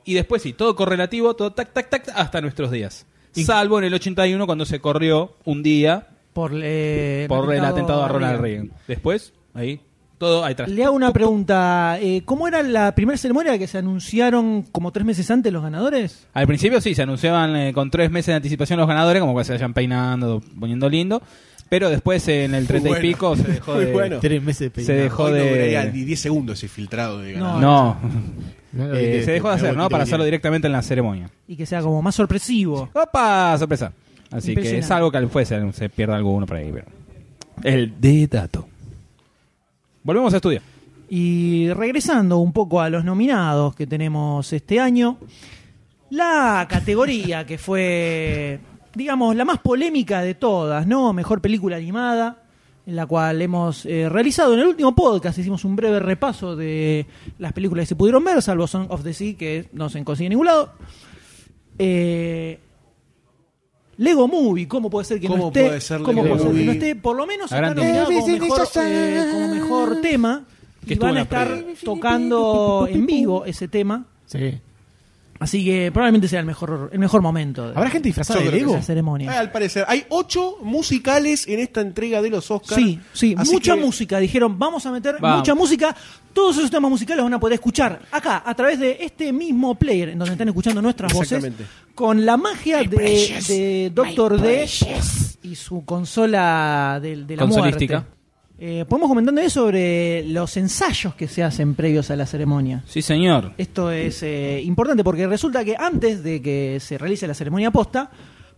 [SPEAKER 11] Y después sí, todo correlativo, todo tac, tac, tac, hasta nuestros días. Salvo en el 81 cuando se corrió un día
[SPEAKER 8] Por, eh,
[SPEAKER 11] por el atentado a Ronald
[SPEAKER 8] Reagan.
[SPEAKER 11] Reagan. Después, ahí, todo ahí atrás.
[SPEAKER 8] Le hago una pregunta. eh, ¿Cómo era la primera ceremonia que se anunciaron como tres meses antes los ganadores?
[SPEAKER 11] Al principio sí, se anunciaban eh, con tres meses de anticipación los ganadores, como que se vayan peinando, poniendo lindo. Pero después eh, en el 30
[SPEAKER 2] bueno.
[SPEAKER 11] y pico se dejó
[SPEAKER 2] Muy
[SPEAKER 11] de...
[SPEAKER 2] bueno.
[SPEAKER 9] Tres meses de
[SPEAKER 11] Se
[SPEAKER 9] peinado.
[SPEAKER 11] dejó
[SPEAKER 2] Hoy no
[SPEAKER 11] de-
[SPEAKER 2] duraría ni 10 segundos ese filtrado de ganador.
[SPEAKER 11] No,
[SPEAKER 9] No lo
[SPEAKER 11] Eh,
[SPEAKER 9] viste,
[SPEAKER 11] se dejó de
[SPEAKER 9] me
[SPEAKER 11] hacer,
[SPEAKER 9] voy,
[SPEAKER 11] ¿no?
[SPEAKER 9] te
[SPEAKER 11] Para
[SPEAKER 9] voy.
[SPEAKER 11] hacerlo directamente en la ceremonia.
[SPEAKER 8] Y que sea como más sorpresivo.
[SPEAKER 11] ¡Opa! Sorpresa. Así que
[SPEAKER 8] Impresionante.
[SPEAKER 11] es algo que al juez se, se pierda alguno por ahí. Pero... El de dato. Volvemos a estudio.
[SPEAKER 8] Y regresando un poco a los nominados que tenemos este año, la categoría que fue, digamos, la más polémica de todas, ¿no? Mejor película animada, en la cual hemos eh, realizado en el último podcast, hicimos un breve repaso de las películas que se pudieron ver, salvo Song of the Sea, que no se consigue en ningún lado. Eh, Lego Movie, ¿cómo puede ser que no
[SPEAKER 2] ¿Cómo
[SPEAKER 8] esté?
[SPEAKER 2] puede ser
[SPEAKER 8] ¿Cómo
[SPEAKER 2] Lego
[SPEAKER 8] puede ser que no
[SPEAKER 2] Movie?
[SPEAKER 8] esté? Por lo menos
[SPEAKER 11] La
[SPEAKER 8] está
[SPEAKER 11] gran
[SPEAKER 8] nominado como
[SPEAKER 9] difícil.
[SPEAKER 8] mejor, eh, como mejor tema.
[SPEAKER 11] Que
[SPEAKER 8] Y
[SPEAKER 11] estuvo
[SPEAKER 8] van
[SPEAKER 11] en
[SPEAKER 8] a
[SPEAKER 11] la
[SPEAKER 8] estar
[SPEAKER 11] previa.
[SPEAKER 8] tocando en vivo ese tema.
[SPEAKER 9] Sí.
[SPEAKER 8] Así que probablemente sea el mejor, el mejor momento de,
[SPEAKER 9] ¿Habrá gente disfrazada
[SPEAKER 2] Yo
[SPEAKER 9] de
[SPEAKER 2] creo que
[SPEAKER 9] Lego?
[SPEAKER 8] la
[SPEAKER 2] Eh,
[SPEAKER 8] ceremonia.
[SPEAKER 2] al parecer, hay 8 musicales en esta entrega de los Oscars.
[SPEAKER 8] Sí, sí,
[SPEAKER 2] Así
[SPEAKER 8] mucha
[SPEAKER 2] que-
[SPEAKER 8] música. Dijeron, vamos a meter
[SPEAKER 11] Vamos.
[SPEAKER 8] mucha música. Todos esos temas musicales los van a poder escuchar acá, a través de este mismo player, en donde están escuchando nuestras voces,
[SPEAKER 2] Exactamente.
[SPEAKER 8] con la magia de, de Doctor D y su consola del- de, la
[SPEAKER 11] Consolística.
[SPEAKER 8] muerte. Eh, podemos comentar sobre los ensayos que se hacen previos a la ceremonia.
[SPEAKER 11] Sí, señor.
[SPEAKER 8] Esto es eh, importante porque resulta que antes de que se realice la ceremonia posta,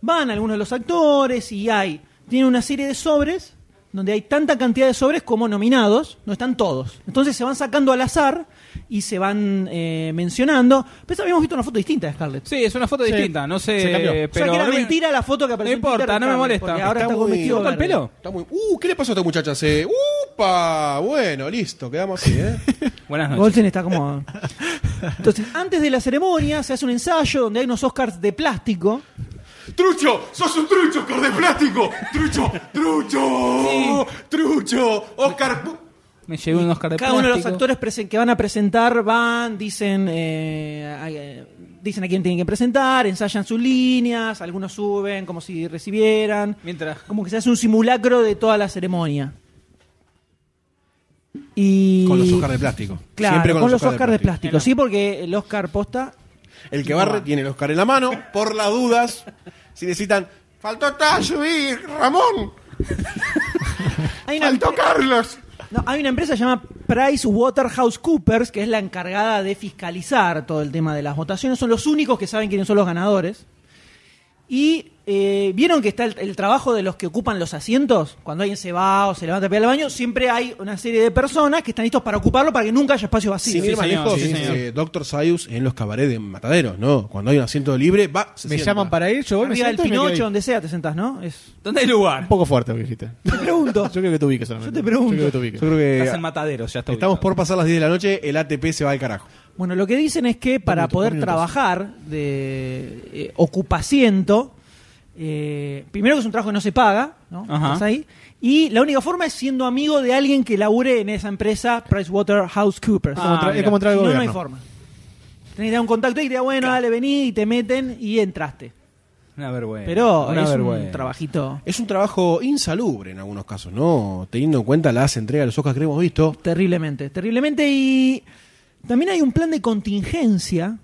[SPEAKER 8] van algunos de los actores y hay. Tienen una serie de sobres donde hay tanta cantidad de sobres como nominados, no están todos. Entonces se van sacando al azar y se van eh, mencionando. Pero habíamos visto una foto distinta de Scarlett.
[SPEAKER 11] Sí, es una foto
[SPEAKER 9] Sí.
[SPEAKER 11] distinta, no sé...
[SPEAKER 9] Se cambió.
[SPEAKER 11] Pero
[SPEAKER 8] o sea que era
[SPEAKER 11] no me-
[SPEAKER 8] mentira la foto que apareció. en
[SPEAKER 11] no importa,
[SPEAKER 8] Twitter de
[SPEAKER 11] no me
[SPEAKER 8] Scarlett,
[SPEAKER 11] molesta.
[SPEAKER 8] porque ahahora
[SPEAKER 2] Está
[SPEAKER 8] está, con
[SPEAKER 2] muy-
[SPEAKER 8] vestido
[SPEAKER 11] ¿Corta el
[SPEAKER 8] verde.
[SPEAKER 11] pelo?
[SPEAKER 2] Está muy... Uh, ¿qué le pasó a esta muchacha? Se... ¡Upa! Bueno, listo, quedamos así, ¿eh?
[SPEAKER 11] Buenas noches.
[SPEAKER 8] Golsen está como. Entonces, antes de la ceremonia se hace un ensayo donde hay unos Oscars de plástico.
[SPEAKER 12] ¡Trucho! ¡Sos un trucho, cor de plástico! ¡Trucho! ¡Trucho! ¡Trucho! ¡Oscar! pu-
[SPEAKER 11] Me llevé un Oscar de
[SPEAKER 8] Cada uno de los
[SPEAKER 11] plástico.
[SPEAKER 8] actores presen- que van a presentar van, dicen, eh, a, eh, dicen a quién tienen que presentar, ensayan sus líneas, algunos suben como si recibieran.
[SPEAKER 11] Mientras...
[SPEAKER 8] Como que se hace un simulacro de toda la ceremonia. Y...
[SPEAKER 2] Con los Oscars de plástico.
[SPEAKER 8] Claro,
[SPEAKER 2] Siempre
[SPEAKER 8] con, los Oscars de
[SPEAKER 2] plástico.
[SPEAKER 8] plástico. Sí, porque el Oscar posta
[SPEAKER 2] El que barre tiene el Oscar en la mano, por las dudas. Si necesitan. ¡Faltó Tayo y Ramón!
[SPEAKER 8] Hay una,
[SPEAKER 12] ¡Faltó Carlos!
[SPEAKER 8] no, hay una empresa llamada PricewaterhouseCoopers que es la encargada de fiscalizar todo el tema de las votaciones. Son los únicos que saben quiénes son los ganadores. Y eh, vieron que está el, el trabajo de los que ocupan los asientos. Cuando alguien se va o se levanta a pegar al baño, siempre hay una serie de personas que están listos para ocuparlo para que nunca haya espacio vacío.
[SPEAKER 2] Sin
[SPEAKER 11] sí,
[SPEAKER 2] ir más
[SPEAKER 11] señor,
[SPEAKER 2] lejos,
[SPEAKER 11] sí, señor.
[SPEAKER 2] eh, Dr. Sayus en los cabarets de Mataderos, ¿no? Cuando hay un asiento libre, va. se
[SPEAKER 9] Me
[SPEAKER 2] sienta.
[SPEAKER 9] llaman para ir, yo voy, Ah, me
[SPEAKER 8] Arriba del
[SPEAKER 9] siento y me quedo
[SPEAKER 8] Pinocho,
[SPEAKER 9] ahí.
[SPEAKER 8] donde sea, te sentás, ¿no? Es...
[SPEAKER 11] ¿Dónde hay lugar?
[SPEAKER 9] Un poco fuerte lo que dijiste.
[SPEAKER 8] Te pregunto.
[SPEAKER 9] Yo creo que te ubiques solamente.
[SPEAKER 8] Yo te pregunto.
[SPEAKER 9] creo que te ubiques.
[SPEAKER 2] Yo creo que
[SPEAKER 11] Estás en mataderos, ya está
[SPEAKER 2] estamos
[SPEAKER 11] ubicado.
[SPEAKER 2] por pasar las 10 de la noche, el ATP se va al carajo.
[SPEAKER 8] Bueno, lo que dicen es que para
[SPEAKER 9] minutos,
[SPEAKER 8] poder
[SPEAKER 9] dos minutos.
[SPEAKER 8] trabajar de eh, ocupaciento, eh, primero que es un trabajo que no se paga, ¿no?
[SPEAKER 11] Ajá.
[SPEAKER 8] Estás ahí. Y la única forma es siendo amigo de alguien que labure en esa empresa PricewaterhouseCoopers.
[SPEAKER 11] Ah,
[SPEAKER 9] Contra- es
[SPEAKER 11] mira.
[SPEAKER 9] como
[SPEAKER 8] Si
[SPEAKER 9] entrar al
[SPEAKER 8] no, no
[SPEAKER 9] gobierno.
[SPEAKER 8] hay forma. Tenés que dar un contacto y te diga, bueno, dale, vení, y te meten y entraste.
[SPEAKER 11] Una vergüenza.
[SPEAKER 8] Pero
[SPEAKER 11] una
[SPEAKER 8] es
[SPEAKER 11] vergüenza.
[SPEAKER 8] un trabajito
[SPEAKER 2] Es un trabajo insalubre en algunos casos, ¿no? Teniendo en cuenta las entregas de los Oscars que hemos visto.
[SPEAKER 8] Terriblemente, terriblemente. Y también hay un plan de contingencia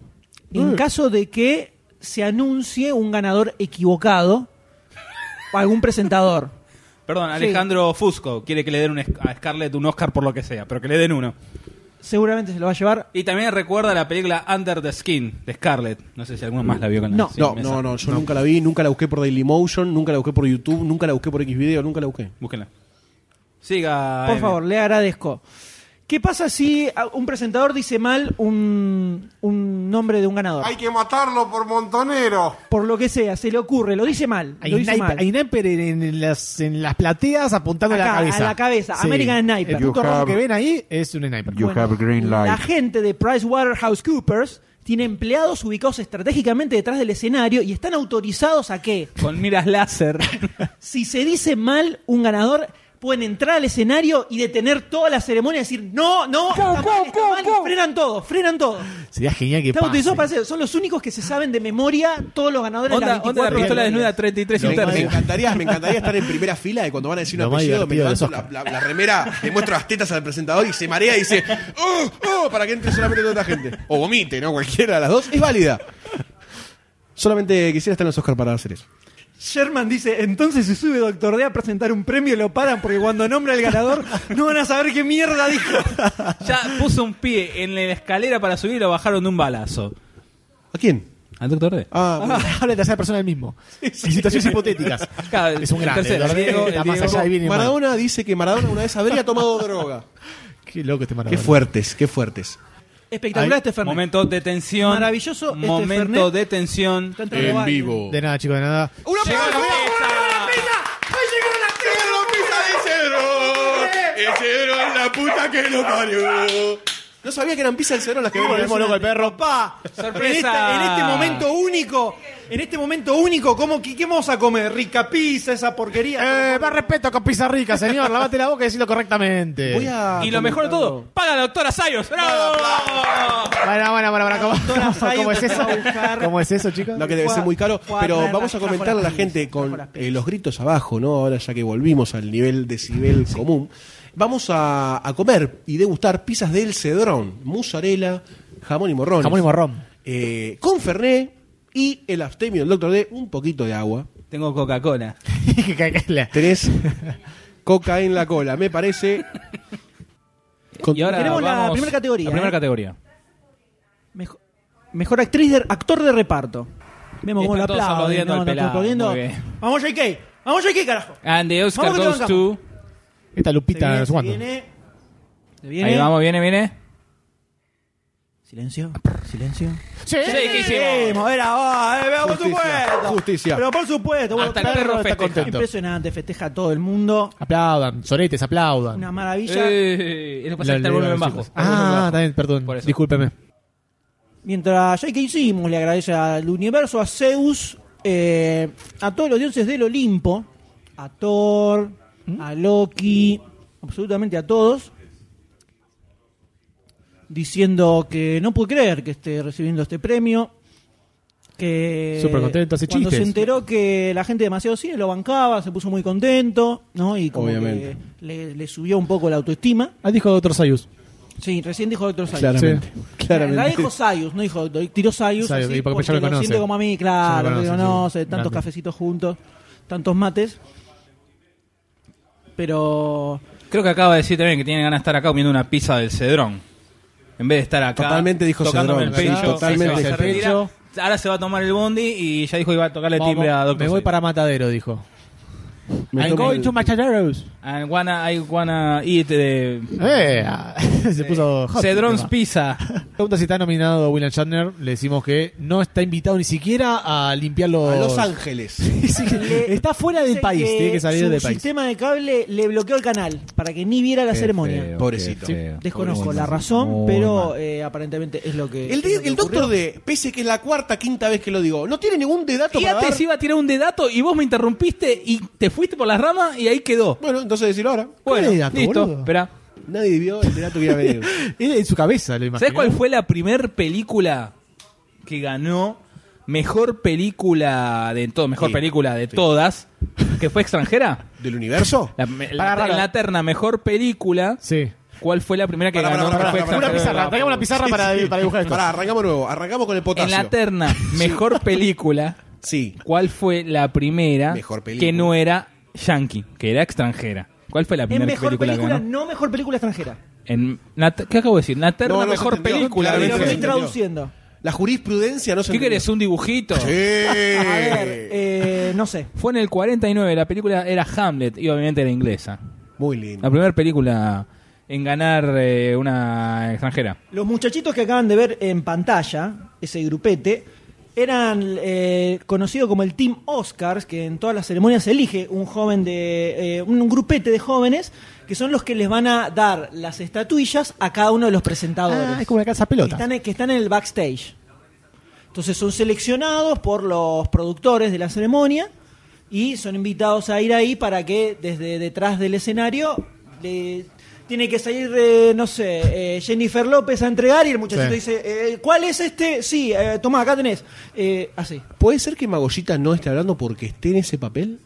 [SPEAKER 8] en caso de que se anuncie un ganador equivocado o algún presentador.
[SPEAKER 11] Perdón, Alejandro Fusco quiere que le den un, Sc- a Scarlett un Oscar por lo que sea, pero que le den uno.
[SPEAKER 8] Seguramente se lo va a llevar.
[SPEAKER 11] Y también recuerda la película Under the Skin de Scarlett. No sé si alguno más la vio con la
[SPEAKER 8] No.
[SPEAKER 11] sí,
[SPEAKER 2] No,
[SPEAKER 11] me
[SPEAKER 2] no,
[SPEAKER 11] sa-
[SPEAKER 2] no, yo nunca la vi, nunca la busqué por Dailymotion, nunca la busqué por YouTube, nunca la busqué por Xvideo, nunca la busqué.
[SPEAKER 11] Búsquenla. Siga. eh,
[SPEAKER 8] Por
[SPEAKER 11] M.
[SPEAKER 8] favor, le agradezco. ¿Qué pasa si ah, un presentador dice mal un, un nombre de un ganador?
[SPEAKER 12] Hay que matarlo por montonero.
[SPEAKER 8] Por lo que sea, se le ocurre, lo dice mal.
[SPEAKER 9] Hay,
[SPEAKER 8] lo dice
[SPEAKER 9] sniper,
[SPEAKER 8] mal.
[SPEAKER 9] hay sniper en, en las, en las plateas apuntando a
[SPEAKER 8] Acá,
[SPEAKER 9] la cabeza.
[SPEAKER 8] a la cabeza. American Sniper.
[SPEAKER 9] El punto
[SPEAKER 12] You
[SPEAKER 9] rojo
[SPEAKER 12] have-
[SPEAKER 9] que ven ahí es un sniper.
[SPEAKER 12] You have green light.
[SPEAKER 8] La gente de PricewaterhouseCoopers tiene empleados ubicados estratégicamente detrás del escenario y están autorizados a que,
[SPEAKER 11] Con miras láser.
[SPEAKER 8] si se dice mal un ganador, pueden entrar al escenario y detener toda la ceremonia y decir, no, no, está mal, está mal", y frenan todo, frenan todo.
[SPEAKER 9] Sería genial que
[SPEAKER 8] Están autorizados para
[SPEAKER 9] pase.
[SPEAKER 8] hacer- son los únicos que se saben de memoria todos los ganadores de las
[SPEAKER 11] onda, onda la
[SPEAKER 8] 24
[SPEAKER 11] pistola
[SPEAKER 8] categorías.
[SPEAKER 11] desnuda 33 y un
[SPEAKER 2] Me, me
[SPEAKER 11] tercio.
[SPEAKER 2] encantaría, me encantaría estar en primera fila y cuando van a decir un
[SPEAKER 9] Lo más
[SPEAKER 2] apellido me
[SPEAKER 9] divertido de los
[SPEAKER 2] levanto la, la, la remera, le muestro las tetas al presentador y se marea y dice ¡Oh, oh! para que entre solamente toda esta gente. O vomite, ¿no? Cualquiera de las dos es válida. Solamente quisiera estar en los Oscars para hacer eso.
[SPEAKER 8] Sherman dice, entonces se sube Doctor D a presentar un premio y lo paran porque cuando nombra el ganador no van a saber qué mierda dijo.
[SPEAKER 11] Ya puso un pie en la escalera para subir y lo bajaron de un balazo.
[SPEAKER 2] ¿A quién?
[SPEAKER 11] ¿Al doctor D?
[SPEAKER 2] Ah, bueno.
[SPEAKER 9] Habla en tercera persona del mismo. En situaciones hipotéticas.
[SPEAKER 11] Claro,
[SPEAKER 9] es un
[SPEAKER 11] el
[SPEAKER 9] grande.
[SPEAKER 11] tercero,
[SPEAKER 9] la verdad
[SPEAKER 11] Diego,
[SPEAKER 9] que está
[SPEAKER 11] el
[SPEAKER 9] más
[SPEAKER 11] Diego.
[SPEAKER 9] allá de bien y mal.
[SPEAKER 2] Maradona dice que Maradona una vez habría tomado droga.
[SPEAKER 9] Qué loco este Maradona.
[SPEAKER 2] Qué fuertes, qué fuertes.
[SPEAKER 8] Espectacular
[SPEAKER 9] Ahí,
[SPEAKER 8] este Fernet.
[SPEAKER 11] Momento de tensión.
[SPEAKER 8] Maravilloso este
[SPEAKER 11] Momento
[SPEAKER 8] Fernet.
[SPEAKER 11] de tensión.
[SPEAKER 8] Está entrando Biden.
[SPEAKER 9] De nada, chicos, de nada.
[SPEAKER 2] ¡Una
[SPEAKER 11] Llega la pizza.
[SPEAKER 2] ¡Eh!
[SPEAKER 12] ¡El cedro es la puta que lo parió!
[SPEAKER 2] No sabía que eran pizza del cero las que ¿eh? vemos.
[SPEAKER 9] Volvemos loco el perro.
[SPEAKER 8] Pa,
[SPEAKER 11] Sorpresa.
[SPEAKER 8] En, esta- en este momento único, en este momento único, ¿cómo, qué, qué vamos a comer? Rica pizza, esa porquería.
[SPEAKER 9] Eh, más respeto con pizza rica, señor. Lavate la boca y decilo correctamente.
[SPEAKER 2] Voy a
[SPEAKER 11] Y lo mejor de todo, paga la doctora Sayos. ¡Bravo!
[SPEAKER 9] Bueno, bueno, bueno, bueno. ¿Cómo,
[SPEAKER 8] Doctora
[SPEAKER 9] cómo-
[SPEAKER 8] Sayo
[SPEAKER 9] cómo es
[SPEAKER 8] te
[SPEAKER 9] eso?
[SPEAKER 8] va a buscar.
[SPEAKER 9] ¿Cómo es eso, chicos?
[SPEAKER 2] No, que debe
[SPEAKER 8] Fue a-
[SPEAKER 2] ser muy caro,
[SPEAKER 8] fue a
[SPEAKER 2] pero
[SPEAKER 8] traer
[SPEAKER 2] vamos a
[SPEAKER 8] las-
[SPEAKER 2] comentar a la
[SPEAKER 8] trajo las
[SPEAKER 2] gente
[SPEAKER 8] pelis, trajo
[SPEAKER 2] con
[SPEAKER 8] las pelis.
[SPEAKER 2] eh, los gritos abajo, ¿no? Ahora ya que volvimos al nivel decibel común, vamos a, a comer y degustar pizzas del Cedrón, mozzarella, jamón y morrón.
[SPEAKER 9] Jamón y morrón.
[SPEAKER 2] con Fernet y el abstemio del Doctor D, un poquito de agua.
[SPEAKER 11] Tengo Coca-Cola.
[SPEAKER 9] Que cagala.
[SPEAKER 2] Tenés coca en la cola, me parece. Con-
[SPEAKER 11] Y ahora
[SPEAKER 8] Tenemos la
[SPEAKER 11] vamos-
[SPEAKER 8] primera categoría,
[SPEAKER 11] La primera
[SPEAKER 8] ¿eh?
[SPEAKER 11] categoría.
[SPEAKER 8] Mejor, mejor actriz de, actor de reparto. Vemos cómo
[SPEAKER 11] Están
[SPEAKER 8] lo
[SPEAKER 11] todos
[SPEAKER 8] aplauden.
[SPEAKER 11] aplaudiendo al
[SPEAKER 8] ¿no? Están todos
[SPEAKER 11] pelado,
[SPEAKER 8] aplaudiendo.
[SPEAKER 11] muy bien.
[SPEAKER 8] Vamos, JK. Vamos, JK, carajo.
[SPEAKER 11] And the Oscar
[SPEAKER 8] Vamos que te
[SPEAKER 11] goes to.
[SPEAKER 9] Esta
[SPEAKER 8] Se
[SPEAKER 9] Lupita,
[SPEAKER 8] viene,
[SPEAKER 9] no sé
[SPEAKER 8] se
[SPEAKER 9] cuánto.
[SPEAKER 8] viene, se viene.
[SPEAKER 11] Ahí vamos, viene, viene.
[SPEAKER 8] Silencio, silencio.
[SPEAKER 9] Sí.
[SPEAKER 11] Sí, ¿qué hicimos?
[SPEAKER 8] Seguimos, era vos, eh, pero por
[SPEAKER 2] Justicia,
[SPEAKER 8] supuesto.
[SPEAKER 2] justicia.
[SPEAKER 8] Pero por supuesto. bueno,
[SPEAKER 11] Hasta el perro
[SPEAKER 9] está
[SPEAKER 11] festeja.
[SPEAKER 9] contento.
[SPEAKER 8] Impresionante, festeja a todo el mundo.
[SPEAKER 9] Aplaudan, soretes, aplaudan.
[SPEAKER 8] Una maravilla.
[SPEAKER 11] Eh, lo que pasa
[SPEAKER 9] Lo-
[SPEAKER 11] es que está el
[SPEAKER 9] lo-
[SPEAKER 11] volumen
[SPEAKER 9] lo-
[SPEAKER 11] bajo.
[SPEAKER 9] Ah, también, perdón.
[SPEAKER 11] Por eso.
[SPEAKER 9] Discúlpeme.
[SPEAKER 8] Mientras ya que hicimos le agradece al universo, a Zeus, eh, a todos los dioses del Olimpo, a Thor, a Loki, absolutamente a todos, diciendo que no puede creer que esté recibiendo este premio. Que
[SPEAKER 9] Súper contento, hace
[SPEAKER 8] cuando se
[SPEAKER 9] chistes.
[SPEAKER 8] enteró que la gente de demasiado cine lo bancaba, se puso muy contento, ¿no? Y como que
[SPEAKER 2] Obviamente.
[SPEAKER 8] le, le subió un poco la autoestima.
[SPEAKER 9] Ah, dijo doctor Sayus.
[SPEAKER 8] Sí, recién dijo Doctor Sayus.
[SPEAKER 9] Claramente.
[SPEAKER 8] Claramente. La
[SPEAKER 9] claramente.
[SPEAKER 8] dijo Sayus, no dijo Doc- tiró Sayus.
[SPEAKER 9] Sayus,
[SPEAKER 8] así,
[SPEAKER 9] y porque ya
[SPEAKER 8] porque
[SPEAKER 9] me
[SPEAKER 8] lo
[SPEAKER 9] conoce.
[SPEAKER 8] siente como a mí, claro,
[SPEAKER 9] Ya me
[SPEAKER 8] me
[SPEAKER 9] conoce,
[SPEAKER 8] conoce,
[SPEAKER 9] sí.
[SPEAKER 8] tantos
[SPEAKER 9] Grande.
[SPEAKER 8] cafecitos juntos, tantos mates. Pero
[SPEAKER 11] Creo que acaba de decir también que tiene ganas de estar acá comiendo una pizza del Cedrón. En vez de estar acá.
[SPEAKER 2] Totalmente dijo
[SPEAKER 11] tocándome
[SPEAKER 2] Cedrón,
[SPEAKER 11] el
[SPEAKER 2] sí,
[SPEAKER 11] pecho.
[SPEAKER 2] totalmente
[SPEAKER 11] se
[SPEAKER 2] el
[SPEAKER 11] retira.
[SPEAKER 9] pecho.
[SPEAKER 11] Ahora se va a tomar el bondi y ya dijo que iba a tocarle
[SPEAKER 9] Vamos,
[SPEAKER 11] timbre a Doctor
[SPEAKER 9] me voy
[SPEAKER 11] Seuss.
[SPEAKER 9] para Matadero, dijo.
[SPEAKER 2] Me
[SPEAKER 9] I'm
[SPEAKER 2] tomo
[SPEAKER 9] going
[SPEAKER 2] el-
[SPEAKER 9] to Mataderos.
[SPEAKER 11] I wanna, I wanna eat eh,
[SPEAKER 9] Eh, ah, se puso hot.
[SPEAKER 11] Cedron's
[SPEAKER 9] el tema.
[SPEAKER 11] Pizza.
[SPEAKER 9] Pregunta si está nominado William Shatner. Le decimos que no está invitado ni siquiera a limpiar los.
[SPEAKER 2] A Los Ángeles.
[SPEAKER 9] Sí, está fuera del
[SPEAKER 8] dice
[SPEAKER 9] país,
[SPEAKER 8] que
[SPEAKER 9] tiene que salir
[SPEAKER 8] su
[SPEAKER 9] del país.
[SPEAKER 8] sistema de cable le bloqueó el canal para que ni viera la ceremonia.
[SPEAKER 2] Pobrecito.
[SPEAKER 8] Desconozco la razón, pero eh, aparentemente es lo que.
[SPEAKER 2] El,
[SPEAKER 8] es
[SPEAKER 2] de-
[SPEAKER 8] lo que
[SPEAKER 2] el doctor
[SPEAKER 8] ocurrió.
[SPEAKER 2] D, pese que es la cuarta, quinta vez que lo digo, no tiene ningún de dato
[SPEAKER 11] Y
[SPEAKER 2] para dar.
[SPEAKER 11] antes iba a tirar un dedato y vos me interrumpiste y te fuiste por las ramas y ahí quedó.
[SPEAKER 2] Bueno, entonces decirlo ahora.
[SPEAKER 11] Bueno,
[SPEAKER 9] dedato,
[SPEAKER 11] listo,
[SPEAKER 9] boludo?
[SPEAKER 11] espera.
[SPEAKER 2] Nadie vio el de dato que iba a venir.
[SPEAKER 9] Él en su cabeza, lo imagino.
[SPEAKER 11] ¿Sabes cuál fue la primer película que ganó mejor película de todo, mejor
[SPEAKER 2] Sí,
[SPEAKER 11] película de todas, que fue extranjera?
[SPEAKER 2] ¿Del universo?
[SPEAKER 11] La, me-
[SPEAKER 9] Para,
[SPEAKER 11] la-
[SPEAKER 9] para.
[SPEAKER 11] en la terna mejor película,
[SPEAKER 9] Sí.
[SPEAKER 11] ¿cuál fue la primera que
[SPEAKER 2] Para,
[SPEAKER 11] ganó?
[SPEAKER 2] para, para,
[SPEAKER 11] que
[SPEAKER 2] para,
[SPEAKER 11] fue
[SPEAKER 2] para.
[SPEAKER 9] Una
[SPEAKER 11] extranjera?
[SPEAKER 9] pizarra, traigamos una pizarra para, para dibujar esto.
[SPEAKER 2] Pará, arrancamos nuevo. Arrancamos con el
[SPEAKER 11] En
[SPEAKER 2] potasio.
[SPEAKER 11] la terna mejor película,
[SPEAKER 2] Sí.
[SPEAKER 11] ¿cuál fue la primera
[SPEAKER 2] Mejor película.
[SPEAKER 11] que no era yankee, que era extranjera? ¿Cuál fue la
[SPEAKER 8] En
[SPEAKER 11] primera
[SPEAKER 8] mejor
[SPEAKER 11] película,
[SPEAKER 8] película,
[SPEAKER 11] que ganó?
[SPEAKER 8] no mejor película extranjera.
[SPEAKER 11] En la te- ¿Qué acabo de decir? La terna
[SPEAKER 2] No, no se
[SPEAKER 11] mejor
[SPEAKER 2] entendió.
[SPEAKER 11] película.
[SPEAKER 2] Claro,
[SPEAKER 8] Pero
[SPEAKER 2] sí,
[SPEAKER 8] lo estoy
[SPEAKER 2] sí.
[SPEAKER 8] traduciendo.
[SPEAKER 2] La jurisprudencia no se
[SPEAKER 11] ¿Qué querés? ¿Un dibujito?
[SPEAKER 8] A ver,
[SPEAKER 2] ¡Sí!
[SPEAKER 8] eh, no sé.
[SPEAKER 11] Fue en el 49, la película era Hamlet y obviamente era inglesa.
[SPEAKER 2] Muy
[SPEAKER 11] La
[SPEAKER 2] lindo.
[SPEAKER 11] primera película en ganar eh, una extranjera.
[SPEAKER 8] Los muchachitos que acaban de ver en pantalla, ese grupete, eran eh, conocidos como el Team Oscars, que en todas las ceremonias se elige un joven de. eh, un grupete de jóvenes que son los que les van a dar las estatuillas a cada uno de los presentadores.
[SPEAKER 9] Ah, es como una casa pelota.
[SPEAKER 8] que, están, que están en el backstage. Entonces son seleccionados por los productores de la ceremonia y son invitados a ir ahí para que desde detrás del escenario le- tiene que salir, eh, no sé, eh, Jennifer López a entregar y el muchachito
[SPEAKER 9] Sí.
[SPEAKER 8] dice, eh, ¿cuál es este? Sí, eh, tomá, acá tenés. Eh, así.
[SPEAKER 2] ¿Puede ser que Magollita no esté hablando porque esté en ese papel?